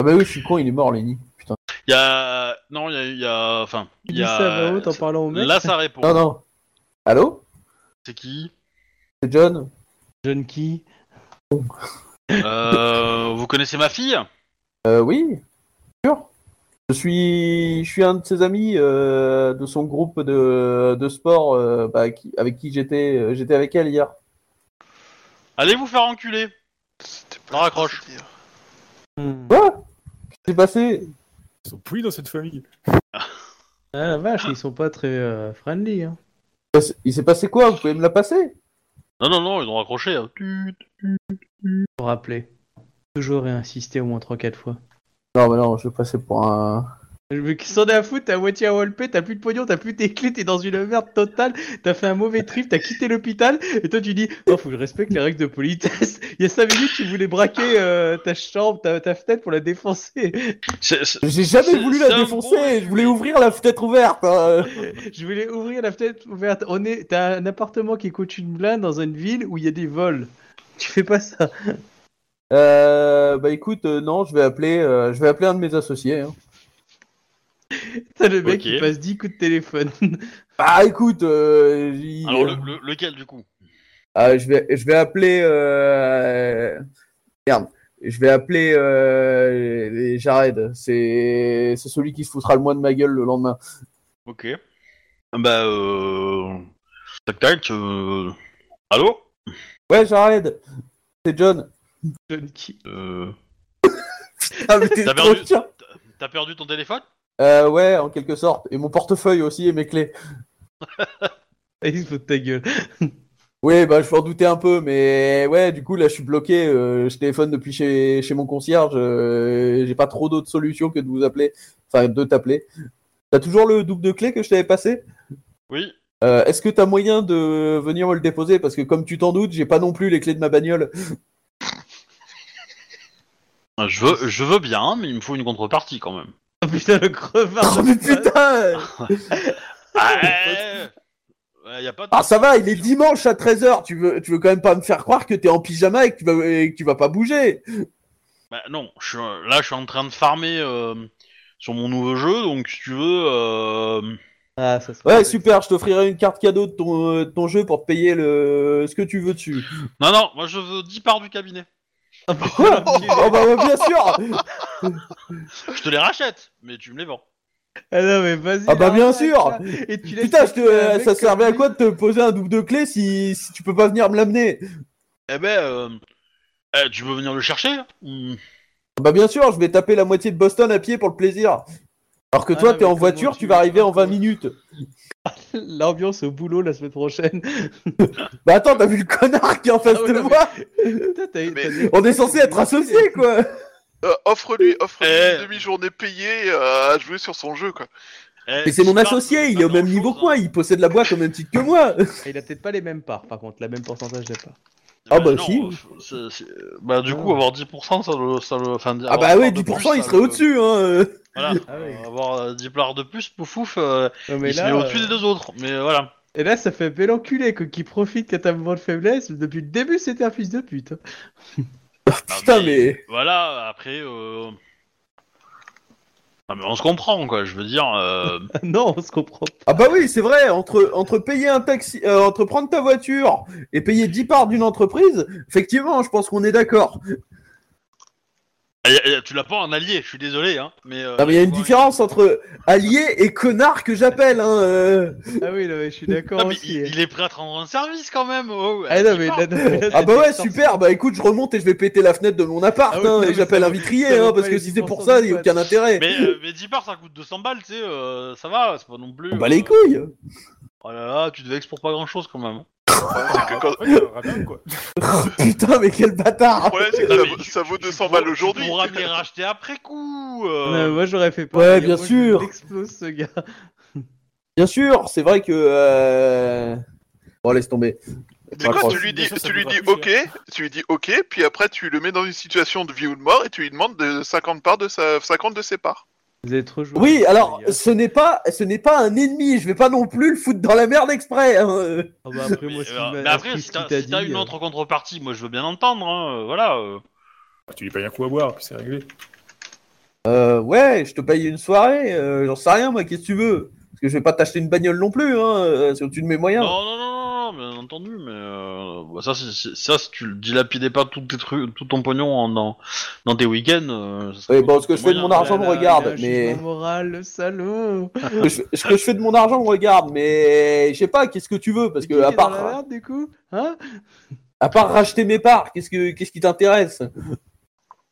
S6: Ah bah oui, je suis con, il est mort, Lenny. Putain.
S1: y a non, il y a, y a- enfin,
S4: Il
S1: y
S4: dit
S1: a-
S4: ça à voix haute en parlant au mec.
S1: là ça répond.
S6: Non, non. Allô
S1: C'est qui
S6: C'est John
S4: John qui
S1: Euh, Vous connaissez ma fille
S6: Euh, oui, sûr. Je suis, je suis un de ses amis euh, de son groupe de, de sport euh, bah, qui- avec qui j'étais euh, j'étais avec elle hier.
S1: Allez vous faire enculer.
S3: C'était
S1: Non, raccroche.
S3: c'était-
S4: Hmm.
S6: C'est passé.
S2: Ils sont pourris dans cette famille.
S4: Ah la vache, ils sont pas très euh, friendly. Hein.
S6: Il s'est passé quoi Vous pouvez me la passer
S1: Non non non, ils ont raccroché. hein. Tut.
S4: Pour rappeler. Toujours réinsister au moins 3-4 fois.
S6: Non, mais non, je passais pour un.
S4: Mais qui s'en est à foutre, t'es à moitié à Walpé, t'as plus de pognon, t'as plus tes clés, t'es dans une merde totale, t'as fait un mauvais trip, t'as quitté l'hôpital, et toi tu dis, oh, faut que je respecte les règles de politesse. Il y a 5 minutes, tu voulais braquer euh, ta chambre, ta, ta fenêtre pour la défoncer.
S1: C'est- c'est-
S6: J'ai jamais
S1: C'est-
S6: voulu
S1: c'est
S6: la
S1: un bon
S6: défoncer. Je voulais
S1: résumé.
S6: ouvrir la fenêtre ouverte. hein.
S4: Je voulais ouvrir la fenêtre ouverte. On est, t'as un appartement qui coûte une blinde dans une ville où il y a des vols. Tu fais pas ça.
S6: Euh, bah écoute, euh, non, je vais appeler, euh, je vais appeler un de mes associés. hein.
S4: T'as le mec
S1: Ok.
S4: qui passe 10 coups de téléphone.
S6: Bah écoute, euh, j'y-
S1: Alors le, le- lequel du coup
S6: Ah, je vais, je vais appeler. Euh... Merde. Je vais appeler euh... les Jared. C'est c'est celui qui se foutra le moins de ma gueule le lendemain.
S1: Ok. Bah euh... tac tac. euh, Allô
S6: Ouais, Jared. C'est John.
S4: John Key.
S1: Euh,
S6: Ah, mais t'es
S1: T'as
S6: trop
S1: perdu-
S6: chiant.
S1: T'as perdu ton téléphone
S6: Euh, ouais, en quelque sorte. Et mon portefeuille aussi et mes clés.
S4: Ah, Il se fout de ta gueule.
S6: Oui, bah je m'en doutais un peu, mais ouais, du coup là je suis bloqué. euh, je téléphone depuis chez, chez mon concierge. euh, J'ai pas trop d'autres solutions que de vous appeler, enfin de t'appeler. T'as toujours le double de clé que je t'avais passé
S1: Oui.
S6: Euh, Est-ce que t'as moyen de venir me le déposer Parce que comme tu t'en doutes, j'ai pas non plus les clés de ma bagnole.
S1: Ah, Je veux, je veux bien, mais il me faut une contrepartie quand même.
S4: Oh putain, le crevard.
S6: Oh, mais putain
S1: Ah, y a pas de...
S6: Ah ça va, il est dimanche à 13h, tu veux, tu veux quand même pas me faire croire que t'es en pyjama et que tu vas, et que tu vas pas bouger
S1: Bah, non, je suis, euh, là je suis en train de farmer euh, sur mon nouveau jeu, donc si tu veux... euh,
S4: Ah, ça se
S6: Ouais super, je t'offrirai une carte cadeau de ton, euh, de ton jeu pour te payer le... ce que tu veux dessus.
S1: Non, non, moi je veux 10 parts du cabinet.
S4: Ah,
S6: Quoi Oh bah ouais, bien sûr
S1: Je te les rachète, mais tu me les vends.
S4: Ah non, mais vas-y.
S6: Ah bah bien
S4: arrête,
S6: sûr
S4: là. Et tu laisses
S6: Putain, je te-
S4: passer un mec
S6: ça
S4: comme
S6: servait à
S4: lui.
S6: quoi de te poser un double de clé si, si tu peux pas venir me l'amener
S1: Eh ben, euh, eh, tu veux venir le chercher Hmm.
S6: Bah bien sûr, je vais taper la moitié de Boston à pied pour le plaisir. Alors que
S4: Ah
S6: toi,
S4: non,
S6: t'es
S4: mais
S6: en
S4: comme
S6: voiture,
S4: moi,
S6: tu
S4: tu-
S6: vas arriver en 20 minutes.
S4: L'ambiance au boulot la semaine prochaine.
S6: Bah attends, t'as vu le connard qui est en face
S4: Ah ouais,
S6: de
S4: non, mais-
S6: moi
S4: Putain, t'as-
S3: Mais-
S4: t'as des-
S6: On est censé être associés, quoi
S3: Euh, offre-lui, offre-lui
S1: Eh.
S3: une demi-journée payée euh, à jouer sur son jeu, quoi.
S1: eh,
S6: Mais c'est mon associé, il est au même niveau que
S1: hein.
S6: moi, il possède la boîte au même titre que moi
S4: Ah, Il a peut-être pas les mêmes parts, par contre, la même pourcentage de parts.
S1: Eh
S6: Ah
S1: ben,
S6: bah si.
S1: si. Bah du coup, avoir 10%, ça le. Ça le enfin,
S6: Ah
S1: avoir
S6: bah ouais,
S1: de
S6: 10%,
S1: plus,
S6: il
S1: ça
S6: serait
S1: le-
S6: au-dessus, hein
S1: Voilà,
S4: Ah ouais.
S1: euh, avoir euh, 10 dollars de plus, pouf pouf, euh,
S4: Non,
S1: il
S4: mais
S1: se met
S4: là,
S1: au-dessus
S4: euh,
S1: des deux autres. Mais voilà.
S4: Et là, ça fait bel enculé que qui profite qu'à ta moment de faiblesse. Depuis le début, c'était un fils de pute. hein.
S6: Putain, mais...
S1: Voilà, après. Euh... Ah, mais on se comprend, quoi, je veux dire. euh,
S4: Ah non, on se comprend
S6: Ah bah oui, c'est vrai, entre, entre payer un taxi, euh, entre prendre ta voiture et payer 10 parts d'une entreprise, effectivement, je pense qu'on est d'accord.
S1: ah, y a- y a- tu l'as pas en allié, je suis désolé, hein. Mais euh,
S6: Ah mais il y a une
S1: tu vois,
S6: différence entre allié et connard que j'appelle, hein euh.
S4: Ah oui, non, mais je suis
S1: Ah,
S4: d'accord
S1: mais
S4: aussi.
S1: il, il est prêt à te rendre un service quand même. oh,
S4: Ah non,
S1: il
S4: mais
S1: part.
S4: là, non, mais là,
S6: Ah bah
S4: c'était
S6: ouais,
S4: sorti.
S6: super, bah écoute, je remonte et je vais péter la fenêtre de mon appart,
S4: Ah oui,
S6: hein,
S4: non, mais
S6: et j'appelle
S4: ça
S6: un
S4: vaut-
S6: vitrier,
S4: ça vaut
S6: hein,
S4: pas
S6: parce
S4: les
S6: que si c'est
S4: 10%
S6: pour ça,
S4: de
S6: il n'y a
S4: boîte.
S6: aucun intérêt.
S1: Mais, euh, mais 10 parts, ça coûte 200 balles, tu sais, euh, ça va, c'est pas non plus.
S6: On bat les
S1: euh,
S6: couilles
S1: Oh là là, tu te vexes pour pas grand chose quand même.
S3: Le problème, c'est que, quand-
S2: Ouais, c'est un radin, quoi.
S6: Putain, mais quel
S3: le
S6: bâtard
S3: problème, c'est que
S1: Non,
S3: ça,
S1: mais
S3: vaut-
S1: tu-
S3: ça vaut
S1: tu
S3: 200
S1: pourras-
S3: balles aujourd'hui.
S1: Tu pourras me les racheter après coup.
S4: Ah,
S1: euh.
S4: mais moi, j'aurais fait pas.
S6: Ouais, bien sûr.
S4: Explose ce gars.
S6: Bien sûr, c'est vrai que... euh, Bon, laisse tomber.
S3: C'est quoi
S6: Raccroche.
S3: Tu lui dis,
S2: Bien sûr, ça
S3: tu lui
S2: coûtera
S3: dis
S2: plus
S3: OK, tu lui dis OK, puis après tu le mets dans une situation de vie ou de mort et tu lui demandes de 50 parts de sa, 50 de ses parts.
S4: Vous êtes rejoué.
S6: Oui, alors, ce n'est pas, ce n'est pas un ennemi, je vais pas non plus le foutre dans la merde exprès hein, euh.
S4: Ah bah après,
S1: Mais,
S4: moi, ce qu'il
S1: euh,
S4: m'a-
S1: mais après,
S4: ce
S1: si
S4: qu'il
S1: t'as
S4: t'a
S1: si t'as
S4: dit,
S1: une
S4: euh,
S1: autre contrepartie, moi je veux bien entendre, hein, euh, voilà. euh.
S2: Ah, Tu lui payes un coup à boire, puis c'est réglé.
S6: Euh, ouais, je te paye une soirée, euh, j'en sais rien, moi, qu'est-ce que tu veux Parce que je vais pas t'acheter une bagnole non plus, hein, euh, c'est au-dessus de mes moyens.
S1: Non, non, non, non, non, bien entendu, mais euh, bah, ça, c'est- c'est- ça, si tu le dilapidais pas tout, tes trucs, tout ton pognon en- dans, dans tes week-ends. euh, ça serait
S6: Oui, bon,
S1: pas
S6: ce que je fais de mon
S1: moyen.
S6: argent me
S4: Oh là, là,
S6: regarde,
S4: il a un
S6: mais-
S4: jugement moral, le salaud.
S6: Ce que je fais- ce que je fais de mon argent me regarde, mais je sais pas, qu'est-ce que tu veux Parce
S4: Et
S6: que,
S4: qui
S6: à
S4: est dans
S6: part...
S4: la merde, du coup, hein
S6: À part racheter mes parts, qu'est-ce que qu'est-ce qui t'intéresse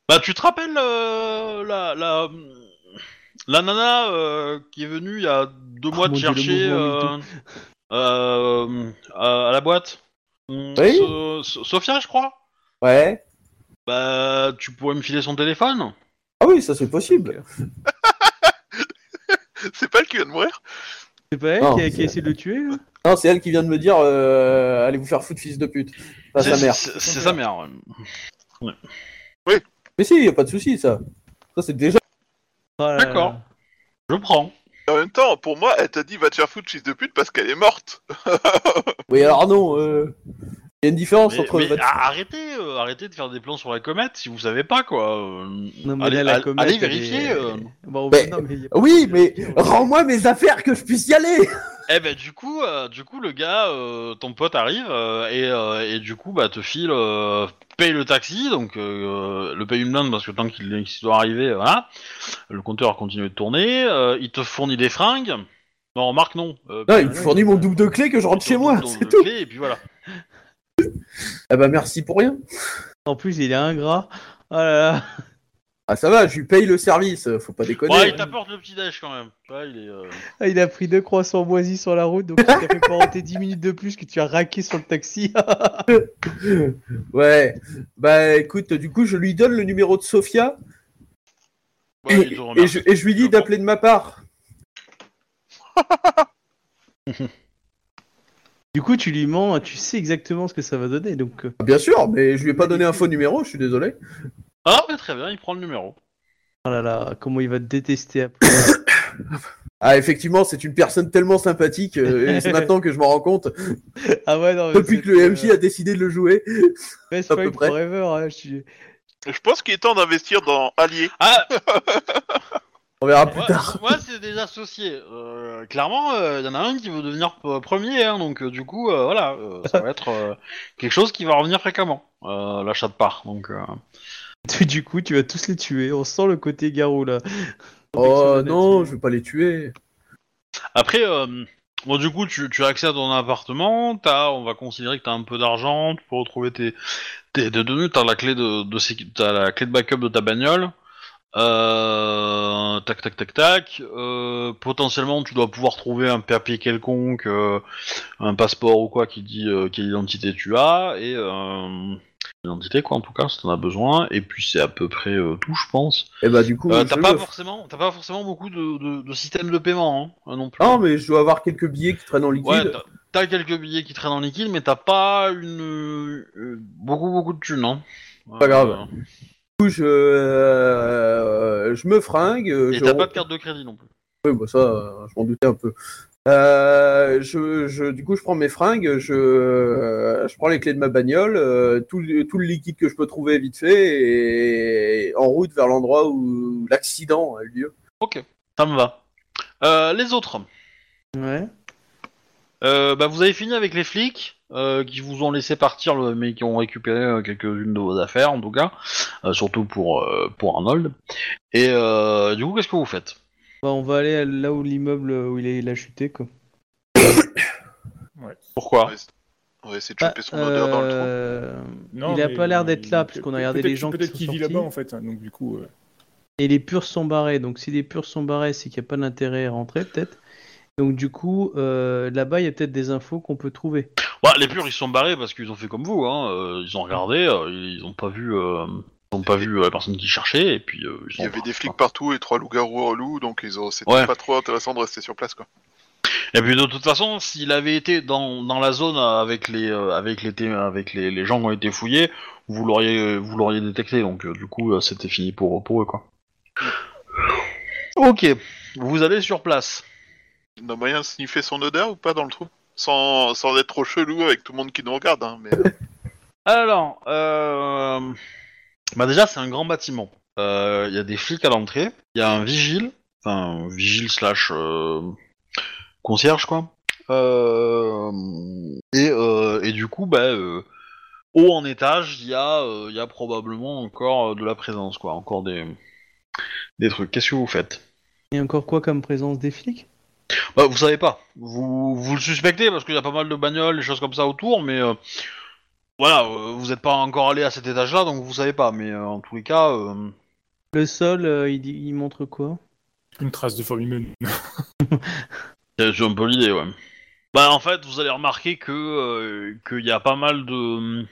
S1: Bah, tu te rappelles euh, la, la, la nana euh, qui est venue il y a deux mois
S4: Oh, mon
S1: te
S4: Dieu, le
S1: chercher
S4: mouvement,
S1: euh, euh, à, à la boîte Hum,
S6: Oui.
S1: So- So- Sophia, je crois
S6: Ouais.
S1: Bah, tu pourrais me filer son téléphone
S6: Ah oui, ça c'est possible.
S3: C'est pas le qui vient de mourir.
S4: C'est pas elle
S6: Non,
S4: qui a, qui a
S6: c'est-
S4: essayé de le tuer là
S6: Non, c'est elle qui vient de me dire euh, allez vous faire foutre fils de pute. Enfin,
S1: C'est
S6: sa mère.
S1: C'est c'est sa mère. ouais.
S6: Mais si, y a pas de souci ça. Ça c'est déjà.
S4: Oh là
S1: D'accord.
S4: là.
S1: Je prends.
S3: En même temps, pour moi, elle t'a dit va te faire foutre, fils de pute, parce qu'elle est morte.
S6: Oui alors non. euh, Il y a une différence
S1: Mais,
S6: entre.
S1: mais a- arrêtez, euh, arrêtez de faire des plans sur la comète si vous savez pas quoi. euh,
S4: Non, mais
S1: allez,
S4: là, la
S1: allez-
S4: comète,
S1: allez
S4: elle est-
S1: vérifier. euh.
S4: Bon,
S6: Mais-
S4: non, mais y a pas
S6: Oui,
S4: de-
S6: mais rends-moi mes affaires que je puisse y aller.
S1: Eh ben du coup, euh, du coup le gars, euh, ton pote arrive euh, et, euh, et du coup bah te file, euh, paye le taxi donc euh, le paye une blinde parce que tant qu'il qu'il doit arriver, euh, voilà. Le compteur a continué de tourner. euh, il te fournit des fringues. Non, remarque non. euh,
S6: Non,
S1: puis-
S6: il me fournit mon double de clé que je
S1: il te
S6: rentre chez moi.
S1: redonne
S6: C'est
S1: le
S6: tout.
S1: clé, et puis voilà.
S6: Ah bah merci pour rien.
S4: En plus, il est ingrat. Oh là là.
S6: Ah ça va, je lui paye le service. euh, Faut pas déconner.
S1: Ouais, il t'apporte le petit déj quand même. Ouais, il est, euh,
S4: Ah, Il a pris deux croissants moisis sur la route, donc il t'a fait parenter 10 minutes de plus que tu as raqué sur le taxi. ah.
S6: Ouais. Bah écoute, du coup je lui donne le numéro de Sofia
S1: ouais, il te
S6: et,
S1: remercie.
S6: je, et je lui dis d'appeler de ma part.
S4: du coup, tu lui mens, tu sais exactement ce que ça va donner. Donc, euh,
S6: Ah, Bien sûr, mais je lui ai pas donné un faux numéro, je suis désolé.
S1: Ah, mais très bien, il prend le numéro.
S4: oh là là, comment il va te détester après.
S6: Ah, effectivement, c'est une personne tellement sympathique, euh, et c'est maintenant que je m'en rends compte,
S4: Ah ouais, non, mais
S6: depuis que le
S4: c'était,
S6: MJ
S4: euh,
S6: a décidé de le jouer.
S4: best
S6: à peu
S4: friend
S6: près.
S4: forever. hein, je suis-
S3: Je pense qu'il est temps d'investir dans Allier.
S1: Ah,
S6: On verra plus
S1: Moi,
S6: tard.
S1: moi, c'est des associés. Euh, clairement, il y en a un qui veut devenir p- premier, hein, donc euh, du coup, euh, voilà, euh, ça va être euh, quelque chose qui va revenir fréquemment, euh, l'achat de parts. Donc, euh.
S4: Du coup, tu vas tous les tuer. On sent le côté garou là.
S6: Oh non, je vais pas les tuer.
S1: Après, euh, bon, du coup, tu, tu as accès à ton appartement, t'as- on va considérer que tu as un peu d'argent, tu peux retrouver tes, T'es de deux minutes, t'as la clé de, de sécu- t'as la clé de backup de ta bagnole. Euh, tac tac tac tac. Euh, potentiellement, tu dois pouvoir trouver un papier quelconque, euh, un passeport ou quoi qui dit euh, quelle identité tu as et euh, identité quoi en tout cas si t'en as besoin. Et puis c'est à peu près euh, tout, je pense.
S6: Et bah du coup,
S1: Euh,
S6: je
S1: t'as pas
S6: le-
S1: forcément, t'as pas forcément beaucoup de, de, de systèmes de paiement hein, non plus.
S6: Non, mais je dois avoir quelques billets qui traînent en liquide.
S1: Ouais, t'as- t'as quelques billets qui traînent en liquide, mais t'as pas une euh, beaucoup beaucoup de thunes, hein.
S6: Pas grave.
S1: Euh,
S6: Du coup, je, euh, je me fringue.
S1: Et
S6: je
S1: t'as pas de carte de crédit non plus.
S6: Oui, bah ça, euh, je m'en doutais un peu. Euh, je, je, du coup, je prends mes fringues, je, euh, je prends les clés de ma bagnole, euh, tout, tout le liquide que je peux trouver vite fait, et en route vers l'endroit où l'accident a eu lieu.
S1: Ça me va. Euh, les autres.
S4: Ouais.
S1: Euh, bah, vous avez fini avec les flics euh, qui vous ont laissé partir, le- mais qui ont récupéré euh, quelques-unes de vos affaires en tout cas, Euh, surtout pour euh, pour Arnold. Et euh, du coup, qu'est-ce que vous faites
S4: Bah, on va aller à- là où l'immeuble euh, où il, est, il a chuté quoi.
S1: Pourquoi
S3: On va essayer de choper
S4: Bah,
S3: son odeur dans le trou.
S4: euh,
S2: Non,
S4: il a
S2: mais-
S4: pas l'air d'être là,
S2: peut-
S4: puisqu'on a regardé
S2: peut-être-
S4: les gens qui
S2: Peut-être
S4: sont
S2: qu'il vit
S4: sortis.
S2: là-bas, en fait. hein, Donc, du coup, euh,
S4: Et les purs sont barrés. Donc si les purs sont barrés, c'est qu'il n'y a pas d'intérêt à rentrer peut-être. Donc du coup, euh, là-bas, il y a peut-être des infos qu'on peut trouver.
S1: Bah, les purs, ils se sont barrés parce qu'ils ont fait comme vous. Hein. euh, Ils ont regardé, euh, ils ont pas vu, euh, ils ont pas vu euh, la personne qui cherchait, et puis euh, ils
S3: Il y
S1: sont
S3: avait des
S1: partis, quoi.
S3: flics partout et trois loups-garous relous, donc ils ont... c'était
S1: Ouais.
S3: pas trop intéressant de rester sur place, quoi.
S1: Et puis de toute façon, s'il avait été dans, dans la zone euh, avec les euh, avec les té- avec les, les gens qui ont été fouillés, vous l'auriez vous l'auriez détecté. Donc euh, du coup, euh, c'était fini pour pour eux quoi. Ok, vous allez sur place.
S3: On a moyen de sniffer son odeur ou pas dans le trou sans, sans être trop chelou avec tout le monde qui nous regarde, hein, mais...
S1: Alors, euh... bah déjà c'est un grand bâtiment. Euh, Il y a des flics à l'entrée, il y a un vigile, enfin un vigile slash euh, concierge quoi. Euh, et, euh, et du coup, bah, euh, haut en étage, il y, a, euh, il y a probablement encore euh, de la présence quoi, encore des des trucs. Qu'est-ce que vous faites
S4: Il y a encore quoi comme présence des flics
S1: bah, Vous savez pas. Vous, vous le suspectez parce qu'il y a pas mal de bagnoles, des choses comme ça autour, mais euh, voilà, euh, vous n'êtes pas encore allé à cet étage-là, donc vous savez pas. Mais euh, en tous les cas, euh,
S4: Le sol, euh, il, dit- il montre quoi
S2: une trace de forme humaine.
S1: c'est c'est un peu l'idée, ouais. Bah, en fait, vous allez remarquer que euh, qu'il y a pas mal de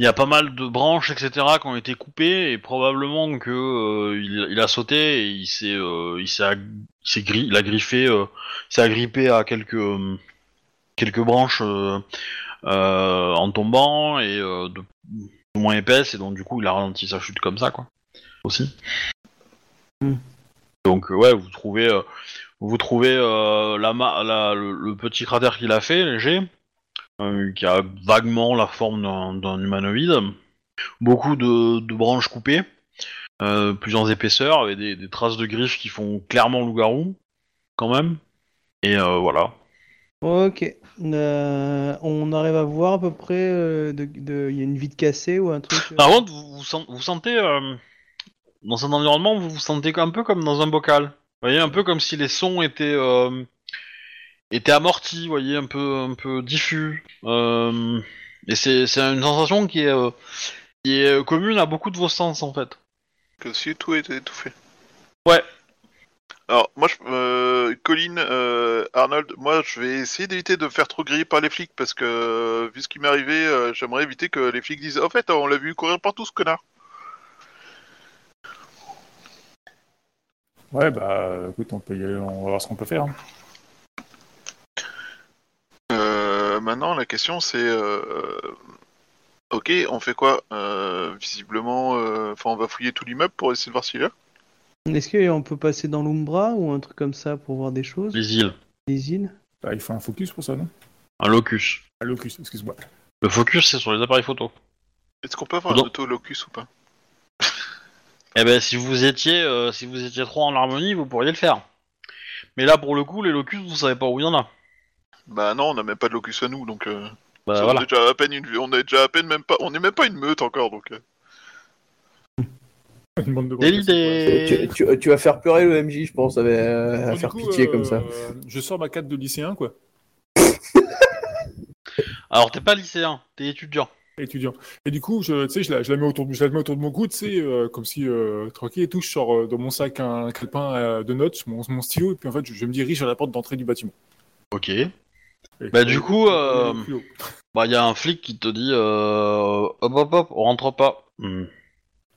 S1: il y a pas mal de branches, etc., qui ont été coupées et probablement que euh, il, il a sauté et il s'est euh, il s'est ag- il s'est gri- il a griffé euh, il s'est agrippé à quelques euh, quelques branches. euh, euh, en tombant et euh, de, de moins épaisse et donc du coup il a ralenti sa chute comme ça quoi aussi
S4: Hmm.
S1: donc euh, ouais vous trouvez euh, vous trouvez euh, la, ma- la- le, le petit cratère qu'il a fait léger euh, qui a vaguement la forme d'un d'un humanoïde beaucoup de, de branches coupées euh, plusieurs épaisseurs avec des, des traces de griffes qui font clairement loup-garou quand même et euh, voilà
S4: Ok. Euh, on arrive à voir à peu près. euh, de- de- Il y a une vide cassée ou un truc euh,
S1: Par contre, vous vous, sen- vous sentez euh, dans cet environnement, vous vous sentez un peu comme dans un bocal. Vous voyez, un peu comme si les sons étaient euh, étaient amortis, vous voyez, un peu un peu diffus. Euh, et c'est c'est une sensation qui est euh, qui est euh, commune à beaucoup de vos sens en fait.
S3: Que si tout était étouffé.
S1: Ouais.
S3: Alors, moi, je, euh, Colin, euh, Arnold, moi, je vais essayer d'éviter de me faire trop griller par les flics parce que, euh, vu ce qui m'est arrivé, euh, j'aimerais éviter que les flics disent En fait, on l'a vu courir partout, ce connard.
S2: Ouais, bah, écoute, on peut y aller, on va voir ce qu'on peut faire. hein.
S3: Euh, maintenant, la question, c'est euh, Ok, on fait quoi Euh, Visiblement, euh, enfin, on va fouiller tout l'immeuble pour essayer de voir s'il est là.
S4: Est-ce qu'on peut passer dans l'Umbra ou un truc comme ça pour voir des choses
S1: Les îles,
S4: Des îles
S2: Bah, il faut un focus pour ça, non
S1: un locus.
S2: Ah, locus, excuse-moi.
S1: Le focus c'est sur les appareils photo.
S3: Est-ce qu'on peut avoir
S1: Non.
S3: un autolocus ou pas
S1: Eh ben, si vous étiez euh, si vous étiez trois en harmonie, vous pourriez le faire. Mais là, pour le coup, les locus, vous savez pas où il y en a.
S3: Bah, non, on n'a même pas de locus à nous, donc. euh,
S1: Bah,
S3: Ça,
S1: voilà.
S3: On est déjà à peine une, on est déjà à peine même pas, on est même pas une meute encore donc. euh.
S2: Une bande de
S1: C'est
S2: gros-
S1: l'idée.
S6: Tu, tu- tu vas faire pleurer le MJ, je pense, avec, euh, à
S2: Bon, du
S6: faire
S2: coup,
S6: pitié
S2: euh,
S6: comme ça.
S2: Je sors ma carte de lycéen, quoi.
S1: Alors t'es pas lycéen, t'es étudiant.
S2: étudiant. Et du coup, je, tu sais, je la, je la mets autour, de- je la mets autour de mon cou, tu sais, euh, comme si euh, tranquille et tout, je sors euh, dans mon sac un, calepin euh, de notes, mon, mon stylo, et puis en fait, je, je me dirige vers la porte d'entrée du bâtiment.
S1: Ok.
S2: Et-
S1: Bah, du coup, euh,
S2: Plus haut.
S1: Bah, il y a un flic qui te dit euh, Hop, hop, hop, on rentre pas. Hmm.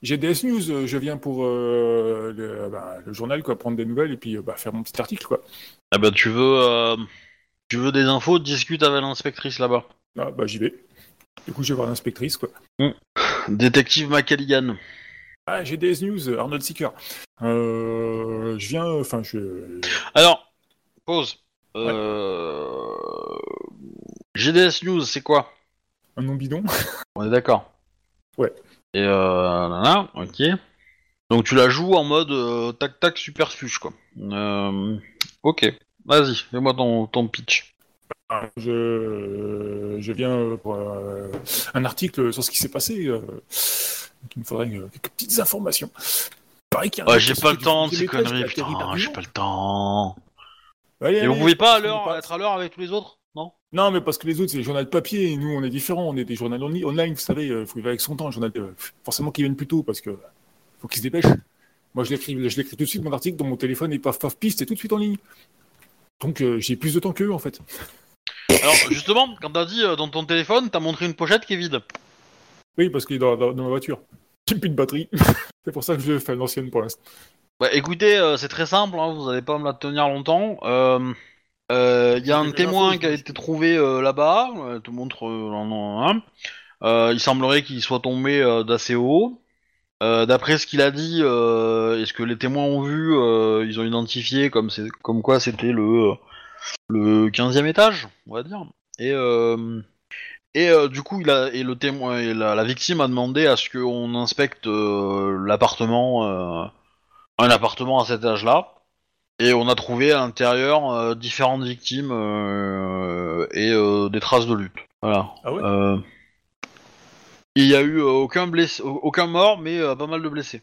S2: GDS News, euh, je viens pour euh, le, bah, le journal, quoi, prendre des nouvelles et puis euh, bah, faire mon petit article, quoi.
S1: Ah bah, tu veux, euh, tu veux des infos Discute avec l'inspectrice là-bas.
S2: Ah, bah, j'y vais. Du coup, je vais voir l'inspectrice, quoi.
S1: Détective McCalligan.
S2: Ah, GDS News, euh, Arnold Seeker. Euh, je viens, enfin, je.
S1: Alors, pause. Euh... GDS News, c'est quoi
S2: Un nom bidon.
S1: On est d'accord.
S2: Ouais.
S1: Et euh, là, là, ok. Donc tu la joues en mode euh, tac tac superfuge quoi. Euh, ok, vas-y, fais-moi ton, ton pitch.
S2: Ah, Je, euh, je viens euh, pour euh, un article sur ce qui s'est passé. euh, donc il me faudrait euh, quelques petites informations. Pareil qu'il y a un
S1: Ouais,
S2: mec
S1: j'ai
S2: qui
S1: pas
S2: se
S1: le
S2: fait
S1: temps
S2: du
S1: de ces
S2: étage,
S1: conneries,
S2: qui atterrit
S1: putain,
S2: par
S1: j'ai
S2: avion.
S1: pas le temps.
S2: Allez,
S1: Et vous
S2: allez,
S1: pouvez pas à
S2: on
S1: l'heure
S2: passe.
S1: être à l'heure avec tous les autres Non
S2: Non, mais parce que les autres, c'est les journaux de papier. et Nous, on est différents. On est des journaux en ligne- online, vous savez. Il faut y aller avec son temps. le journal, euh, forcément qu'ils viennent plus tôt parce que faut qu'ils se dépêchent. Moi, je l'écris je l'écris tout de suite, mon article, dans mon téléphone, et paf, paf, piste, c'est tout de suite en ligne. Donc, euh, j'ai plus de temps qu'eux, en fait.
S1: Alors justement, quand t'as dit euh, dans ton téléphone, t'as montré une pochette qui est vide.
S2: Oui, parce qu'il est dans, dans- dans ma voiture. J'ai plus de batterie. c'est pour ça que je le fais à l'ancienne pour l'instant.
S1: Bah écoutez, euh, c'est très simple, hein, vous allez pas me la tenir longtemps. Euh, euh, Il y a un
S2: J'ai des
S1: témoin
S2: infos,
S1: qui a
S2: je pense.
S1: été trouvé euh, là-bas, euh, tout le monde... euh, en- en- en- Euh, il semblerait qu'il soit tombé euh, d'assez haut. Euh, D'après ce qu'il a dit euh, et ce que les témoins ont vu, euh, ils ont identifié comme, c'est- comme quoi c'était le, le 15e étage, on va dire. Et, euh, et euh, du coup, il a, et le témoin, et la, la victime a demandé à ce qu'on inspecte euh, l'appartement, euh, un appartement à cet âge-là. Et on a trouvé à l'intérieur euh, différentes victimes euh, et euh, des traces de lutte. Voilà.
S2: Ah ouais
S1: Euh, il y a eu euh, aucun blessé, au- aucun mort, mais euh, pas mal de blessés.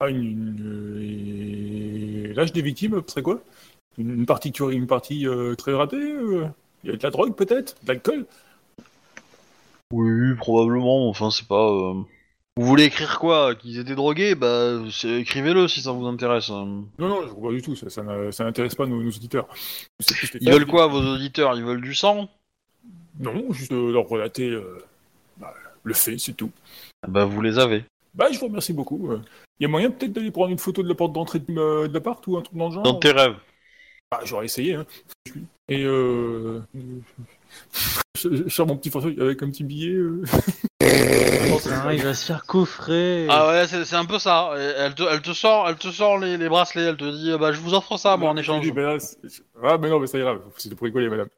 S2: Ah, une, une- euh, L'âge des victimes, ce serait quoi une, une partie, tu une partie euh, très ratée euh Il y a de la drogue, peut-être De l'alcool
S1: Oui, probablement. Enfin, c'est pas. euh, Vous voulez écrire quoi Qu'ils étaient drogués Bah, c'est- écrivez-le si ça vous intéresse. hein.
S2: Non, non, je vois pas du tout. Ça, ça n'a- ça n'intéresse pas nos, nos auditeurs. C'est plus les
S1: Ils veulent quoi, vos auditeurs Ils veulent du sang
S2: Non, juste euh, leur relater euh, bah, le fait, c'est tout.
S1: Ah Bah, vous les avez.
S2: Bah, je vous remercie beaucoup. euh. Il y a moyen peut-être d'aller prendre une photo de la porte d'entrée de, ma- de l'appart ou un truc dans le genre
S1: Dans tes rêves.
S2: Ah, j'aurais essayé. Hein. Et euh... je, je sors mon petit forfait avec un petit billet. euh.
S4: Putain, il va se faire coffrer.
S1: Ah ouais, c'est c'est un peu ça. Et Elle te, elle te sort, elle te sort les, les bracelets. Elle te dit, bah, je vous offre ça, moi, en
S2: Je
S1: échange. Ah
S2: dis,
S5: Ben
S2: bah, là, c'est- ah, mais non, mais ça ira. C'était pour rigoler, madame.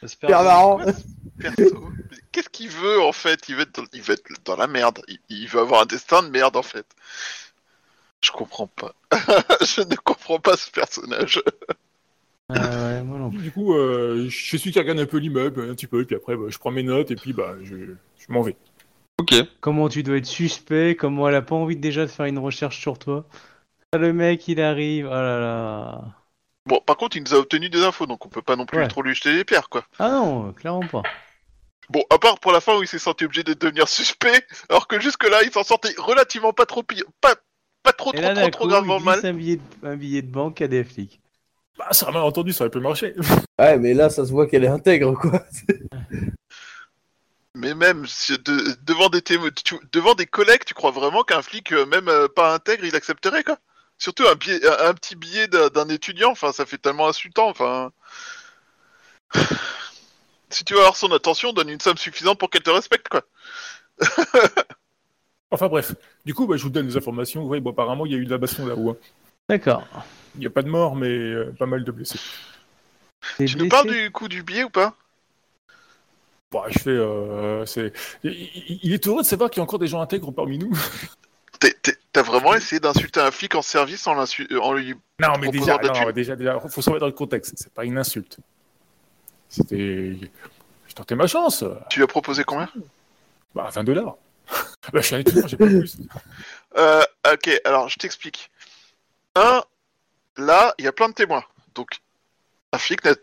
S1: J'espère
S6: Super
S1: que-
S6: marrant.
S3: Perso. Mais Qu'est-ce qu'il veut en fait il veut, être dans, il veut être dans la merde. Il, il veut avoir un destin de merde en fait. Je comprends pas. je ne comprends pas ce personnage.
S4: Ah ouais, moi non plus.
S2: Du coup, euh, je suis qui regarde un peu l'immeuble, un petit peu, et puis après, bah, je prends mes notes, et puis bah, je, je m'en vais.
S1: Ok.
S4: Comment tu dois être suspect, comment elle a pas envie déjà de faire une recherche sur toi. Ah, le mec, il arrive, oh là là.
S3: Bon, par contre, il nous a obtenu des infos, donc on peut pas non plus
S4: Ouais.
S3: trop lui jeter des pierres quoi.
S4: Ah non, euh, clairement pas.
S3: Bon, à part pour la fin où il s'est senti obligé de devenir suspect, alors que jusque-là, il s'en sortait relativement pas trop pire. Pas, pas trop,
S4: Et
S3: trop,
S4: là,
S3: trop,
S4: d'un
S3: trop
S4: coup, il
S3: gravement mal.
S4: glisse un billet, de, un billet de banque à des flics.
S2: Bah, ça a mal entendu, ça aurait pu marcher.
S6: Ouais, mais là, ça se voit qu'elle est intègre, quoi.
S3: Mais même si- de- devant, des témo- tu- devant des collègues, tu crois vraiment qu'un flic, euh, même euh, pas intègre, il accepterait quoi Surtout un, billet- un, un petit billet d'un d'un étudiant, enfin, ça fait tellement insultant. Enfin, si tu veux avoir son attention, donne une somme suffisante pour qu'elle te respecte quoi.
S2: Enfin bref, du coup, bah, je vous donne des informations. Ouais, bon, apparemment, il y a eu de la baston là-haut. hein.
S4: D'accord.
S2: Il n'y a pas de mort, mais euh, pas mal de blessés.
S4: T'es
S3: Tu
S4: blessé
S3: nous parles du coup du billet ou pas
S2: Bah, je fais. euh, c'est... Il, il- il est heureux de savoir qu'il y a encore des gens intègres parmi nous.
S3: T'es- t'es- T'as vraiment essayé d'insulter un flic en service en, l'insu- euh, en lui.
S2: Non, mais
S3: Proposant
S2: déjà,
S3: de la
S2: non,
S3: thune.
S2: déjà, déjà, faut se remettre dans le contexte. C'est pas une insulte. C'était. Je tentais ma chance.
S3: Tu lui as proposé combien
S2: Bah, 20 dollars. bah, je suis un étudiant, j'ai pas plus.
S3: Euh, ok, alors je t'explique. Un, là, il y a plein de témoins. Donc, un flic n'a-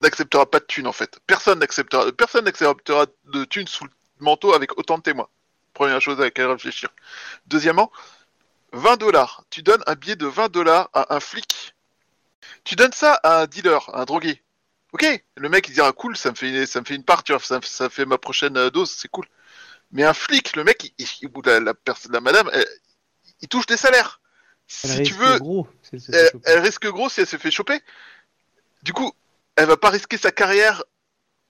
S3: n'acceptera pas de thunes en fait. Personne n'acceptera, personne n'acceptera de thunes sous le manteau avec autant de témoins. Première chose à laquelle réfléchir. Deuxièmement, 20 dollars. Tu donnes un billet de 20 dollars à un flic. Tu donnes ça à un dealer, à un drogué. Ok, le mec il dira ah, cool, ça me fait une, ça me fait une part, tu vois, ça, ça fait ma prochaine euh, dose, c'est cool. Mais un flic, le mec, il, il- ou la, la, pers- la madame, elle- il touche des salaires.
S4: Elle
S3: Si tu
S4: risque
S3: veux,
S4: gros, c'est- c'est-
S3: elle,
S4: c'est-
S3: elle risque gros si elle se fait choper. Du coup, elle va pas risquer sa carrière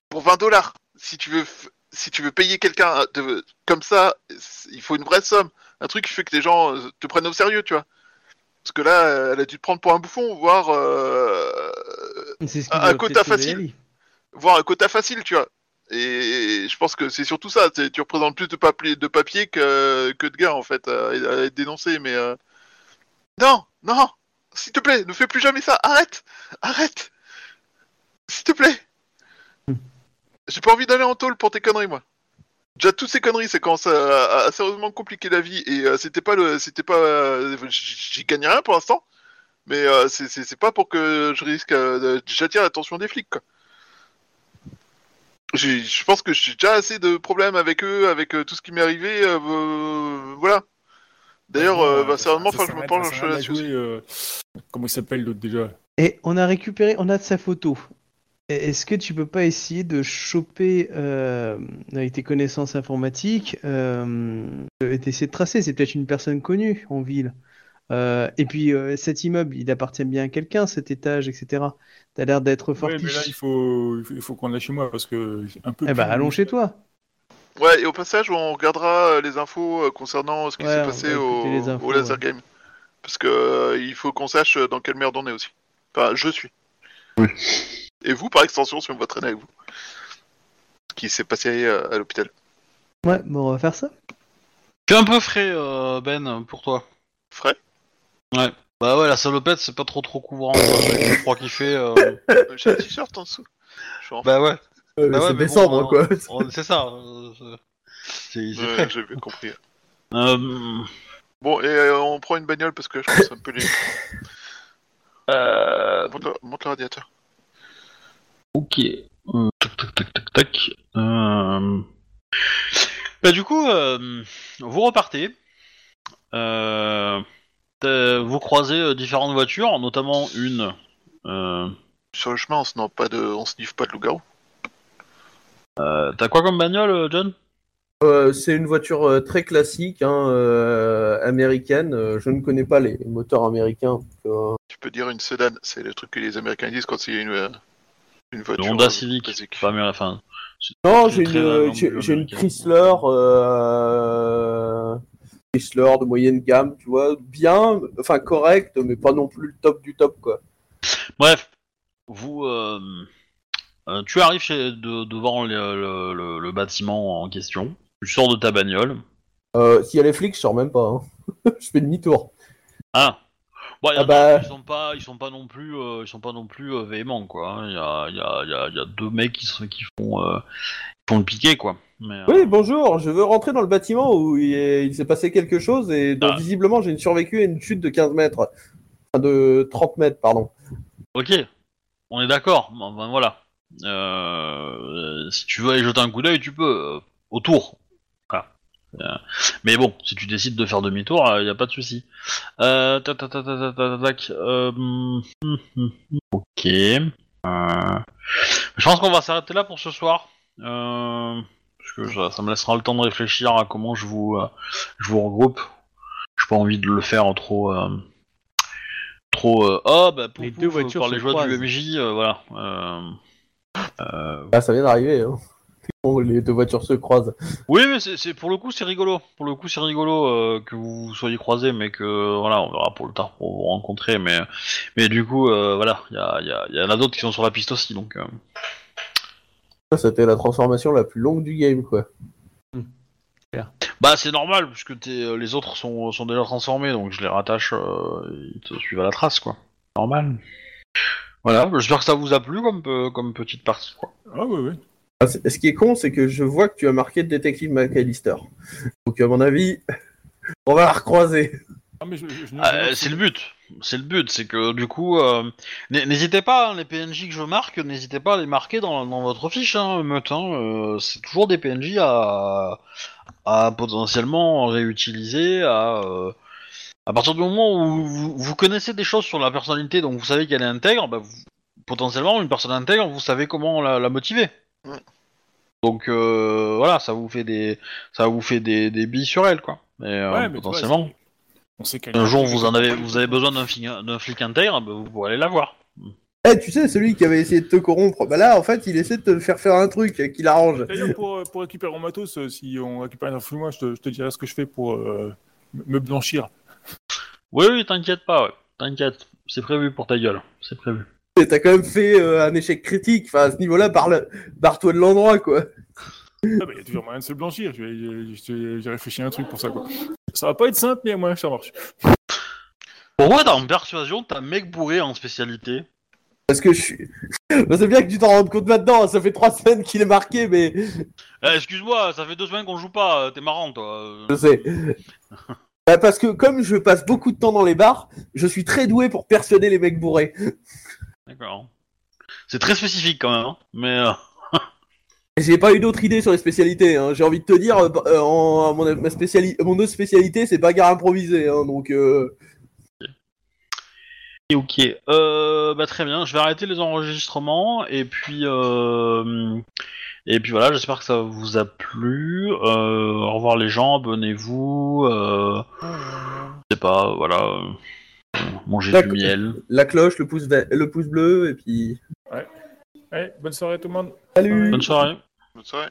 S3: pour 20 dollars. Si tu veux, f- si tu veux payer quelqu'un de- comme ça, c- il faut une vraie somme. Un truc qui fait que les gens euh, te prennent au sérieux, tu vois. Parce que là, euh, elle a dû te prendre pour un bouffon, voire, euh,
S4: c'est ce
S3: un-
S4: qui doit
S3: un quota
S4: peut-être sauver
S3: facile.
S4: la vie.
S3: voire un quota facile, tu vois. Et je pense que c'est surtout ça. c'est- Tu représentes plus de papier, de papier que, que de gars, en fait, à, à être dénoncé. Mais euh, non, non, s'il te plaît, ne fais plus jamais ça. Arrête, arrête, s'il te plaît. J'ai pas envie d'aller en tôle pour tes conneries, moi. Déjà toutes ces conneries, ça commence à, à- à sérieusement compliquer la vie. Et euh, c'était pas le, c'était pas, euh, j- j'y gagne rien pour l'instant. Mais euh, c'est- c'est c'est pas pour que je risque, euh, de- j'attire l'attention des flics, quoi. J'ai- je pense que j'ai déjà assez de problèmes avec eux, avec euh, tout ce qui m'est arrivé. euh, euh, voilà. D'ailleurs,
S2: Ouais,
S3: euh,
S2: ouais,
S3: va certainement
S2: Bah, ça
S3: falloir que je me
S2: s'arrête,
S3: penche
S2: ça s'arrête à
S3: là-dessus.
S2: jouer, euh, Comment il s'appelle l'autre déjà
S4: Et on a récupéré, on a de sa photo. Et- Est-ce que tu peux pas essayer de choper euh, avec tes connaissances informatiques euh, et d'essayer de tracer C'est peut-être une personne connue en ville. Euh, et puis euh, cet immeuble, il appartient bien à quelqu'un, cet étage, etc. T'as l'air d'être
S2: Ouais,
S4: fortiche.
S2: mais là, il faut, il faut- il faut qu'on aille chez moi parce que j'ai un peu.
S4: Eh bah,
S2: plus-
S4: allons chez toi.
S3: Ouais, et au passage, on regardera euh, les infos euh, concernant euh, ce qui
S4: Ouais,
S3: s'est
S4: on
S3: passé
S4: va
S3: au,
S4: écouter les infos,
S3: au laser
S4: ouais.
S3: game. Parce que euh, il faut qu'on sache euh, dans quelle merde on est aussi. Enfin, je suis.
S1: Oui.
S3: Et vous, par extension, si on va traîner avec vous. Ce Qui s'est passé euh, à l'hôpital.
S4: Ouais, bon, on va faire ça.
S1: Je suis un peu frais, euh, Ben, pour toi.
S3: Frais
S1: Ouais. Bah ouais, la salopette, c'est pas trop trop couvrant, euh, avec le froid qu'il fait. euh.
S3: Euh, J'ai un t-shirt en dessous. Je suis en
S1: Bah ouais,
S5: Ouais, mais
S1: Bah ouais,
S5: c'est
S1: mais
S5: décembre,
S1: bon,
S5: quoi.
S1: on- c'est ça. euh, c'est- c'est c'est
S3: Ouais,
S1: frais.
S3: J'ai bien compris.
S1: Euh,
S3: Bon, et euh, on prend une bagnole parce que je pense un peu les. Monte le, monte le radiateur.
S1: Ok. Euh, tac, tac, tac, tac, tac. Euh, Bah, du coup, euh, vous repartez. Euh, t'as- Vous croisez euh, différentes voitures, notamment une. Euh...
S3: Sur le chemin, on se, n'en pas de... on se niffe pas de loup-garou.
S1: euh, T'as quoi comme bagnole, euh, John
S5: Euh, c'est une voiture euh, très classique, hein, euh, américaine. Euh, Je ne connais pas les moteurs américains. donc, euh,
S3: Tu peux dire une sedan, c'est le truc que les Américains disent quand c'est une, euh, une voiture.
S1: Une Honda
S3: euh,
S1: Civic.
S3: basique.
S1: Enfin, mais, enfin,
S5: Non,
S1: C'est
S5: j'ai une,
S1: très rare,
S5: euh,
S1: hein,
S5: j'ai-
S1: le
S5: j'ai une
S1: américain.
S5: Chrysler, euh, Chrysler de moyenne gamme, tu vois, bien, enfin correct, mais pas non plus le top du top, quoi.
S1: Bref, vous, euh, euh, tu arrives chez- de- devant le, le- le- le bâtiment en question. Tu sors de ta bagnole.
S5: Euh, S'il y a les flics, je sors même pas. hein. je fais demi-tour.
S1: Ah. Bon, y en
S5: Ah
S1: a,
S5: bah.
S1: ils sont pas, ils sont pas non plus, euh, ils sont pas non plus euh, véhéments quoi. Il y a, y, a, y, a, y a deux mecs qui, sont, qui font, euh, qui font le piqué quoi. Mais, euh,
S5: Oui, bonjour, je veux rentrer dans le bâtiment où il, est- il s'est passé quelque chose et dont
S1: Ah.
S5: visiblement j'ai une survécu à une chute de 15 mètres. Enfin, de 30 mètres, pardon.
S1: Ok, on est d'accord. Bon, ben, voilà. Euh, euh, si tu veux aller jeter un coup d'œil, tu peux euh, autour. Voilà. Euh, mais bon, si tu décides de faire demi-tour, il n'y a pas de souci. Euh, tac, tac, tac, tac, tac, tac, tac, euh, hum, hum, hum, hum. ok. Euh, je pense qu'on va s'arrêter là pour ce soir. Euh, parce que ça, ça me laissera le temps de réfléchir à comment je vous, euh, je vous regroupe. J'ai pas envie de le faire en trop. euh, trop. euh, oh, bah, pouf,
S4: Les
S1: pouf,
S4: deux
S1: euh,
S4: voitures
S1: par
S4: se
S1: les joies du
S4: croisent.
S1: MJ, euh, voilà. Euh, euh,
S5: Ah, ça vient d'arriver. hein. Bon, les deux voitures se croisent.
S1: Oui, mais c'est c'est- pour le coup, c'est rigolo. Pour le coup, c'est rigolo euh, que vous vous soyez croisés, mais que voilà, on verra pour le tard pour vous rencontrer. Mais, mais du coup, euh, voilà, il y, a- y, a- y en a d'autres qui sont sur la piste aussi, donc. euh.
S5: Ça, C'était la transformation la plus longue du game, quoi.
S1: Bah, c'est normal puisque t'es- euh, les autres sont, sont déjà transformés, donc je les rattache. euh, ils te suivent à la trace, quoi. Normal. Voilà, j'espère que ça vous a plu comme, pe- comme petite partie, quoi.
S2: Ah, ouais, ouais.
S5: Ah, c'est- ce qui est con, c'est que je vois que tu as marqué détective McAllister. Donc, à mon avis, on va la recroiser.
S2: Ah, mais je- je- je-
S1: Euh, c'est le but. c'est le but, c'est que du coup, euh, n- n'hésitez pas, hein, les PNJ que je marque, n'hésitez pas à les marquer dans, dans votre fiche, hein, meute, hein, euh, c'est toujours des PNJ à, à potentiellement réutiliser, à, euh, à partir du moment où vous, vous connaissez des choses sur la personnalité, donc vous savez qu'elle est intègre, bah, vous- potentiellement une personne intègre, vous savez comment la, la motiver.
S3: Ouais.
S1: Donc euh, voilà, ça vous fait des, ça vous fait des, des billes sur elle, quoi. Et, euh,
S2: Ouais, mais tu vois,
S1: potentiellement.
S2: c'est- On sait qu'elle-
S1: Un jour, vous en avez, vous avez besoin d'un flic, d'un flic intègre, bah, vous pourrez aller la voir.
S6: Eh, tu sais, celui qui avait essayé de te corrompre, bah là, en fait, il essaie de te faire faire un truc euh, qui l'arrange.
S2: D'ailleurs, pour, euh, pour récupérer mon matos, euh, si on récupère un moi je te, je te dirai ce que je fais pour euh, m- me blanchir.
S1: Oui, oui, t'inquiète pas, ouais. t'inquiète, c'est prévu pour ta gueule, c'est prévu.
S6: Et T'as quand même fait euh, un échec critique. Enfin, à ce niveau-là, parle- barre-toi de l'endroit, quoi.
S2: Ah bah, il y a toujours moyen de se blanchir. Je vais- je- je- J'ai réfléchi à un truc pour ça, quoi. Ça va pas être simple, mais à moi, ça marche.
S1: Pour moi, t'as en persuasion, t'as un mec bourré en spécialité.
S6: Parce que je suis. Bah, c'est bien que tu t'en rendes compte maintenant. Ça fait trois semaines qu'il est marqué, mais
S1: Eh, excuse-moi, ça fait deux semaines qu'on joue pas, euh, t'es marrant, toi. euh.
S6: je sais. Bah, parce que comme je passe beaucoup de temps dans les bars, je suis très doué pour persuader les mecs bourrés.
S1: D'accord. C'est très spécifique quand même, hein. mais euh,
S6: J'ai pas eu d'autre idée sur les spécialités. hein. J'ai envie de te dire, euh, bah, euh, en- mon, ma spéciali- mon autre spécialité, c'est bagarre improvisée. hein, donc, euh,
S1: ok. ok. Euh, bah très bien, je vais arrêter les enregistrements et puis euh, et puis voilà, j'espère que ça vous a plu. Euh, au revoir les gens, abonnez-vous. Euh, je sais pas, voilà. euh, Mangez du
S6: D'accord.
S1: miel.
S6: la cloche, le pouce, ve- le pouce bleu, et puis.
S2: Allez, bonne soirée à tout le monde.
S6: Salut
S1: Bonne soirée.
S3: Bonne soirée.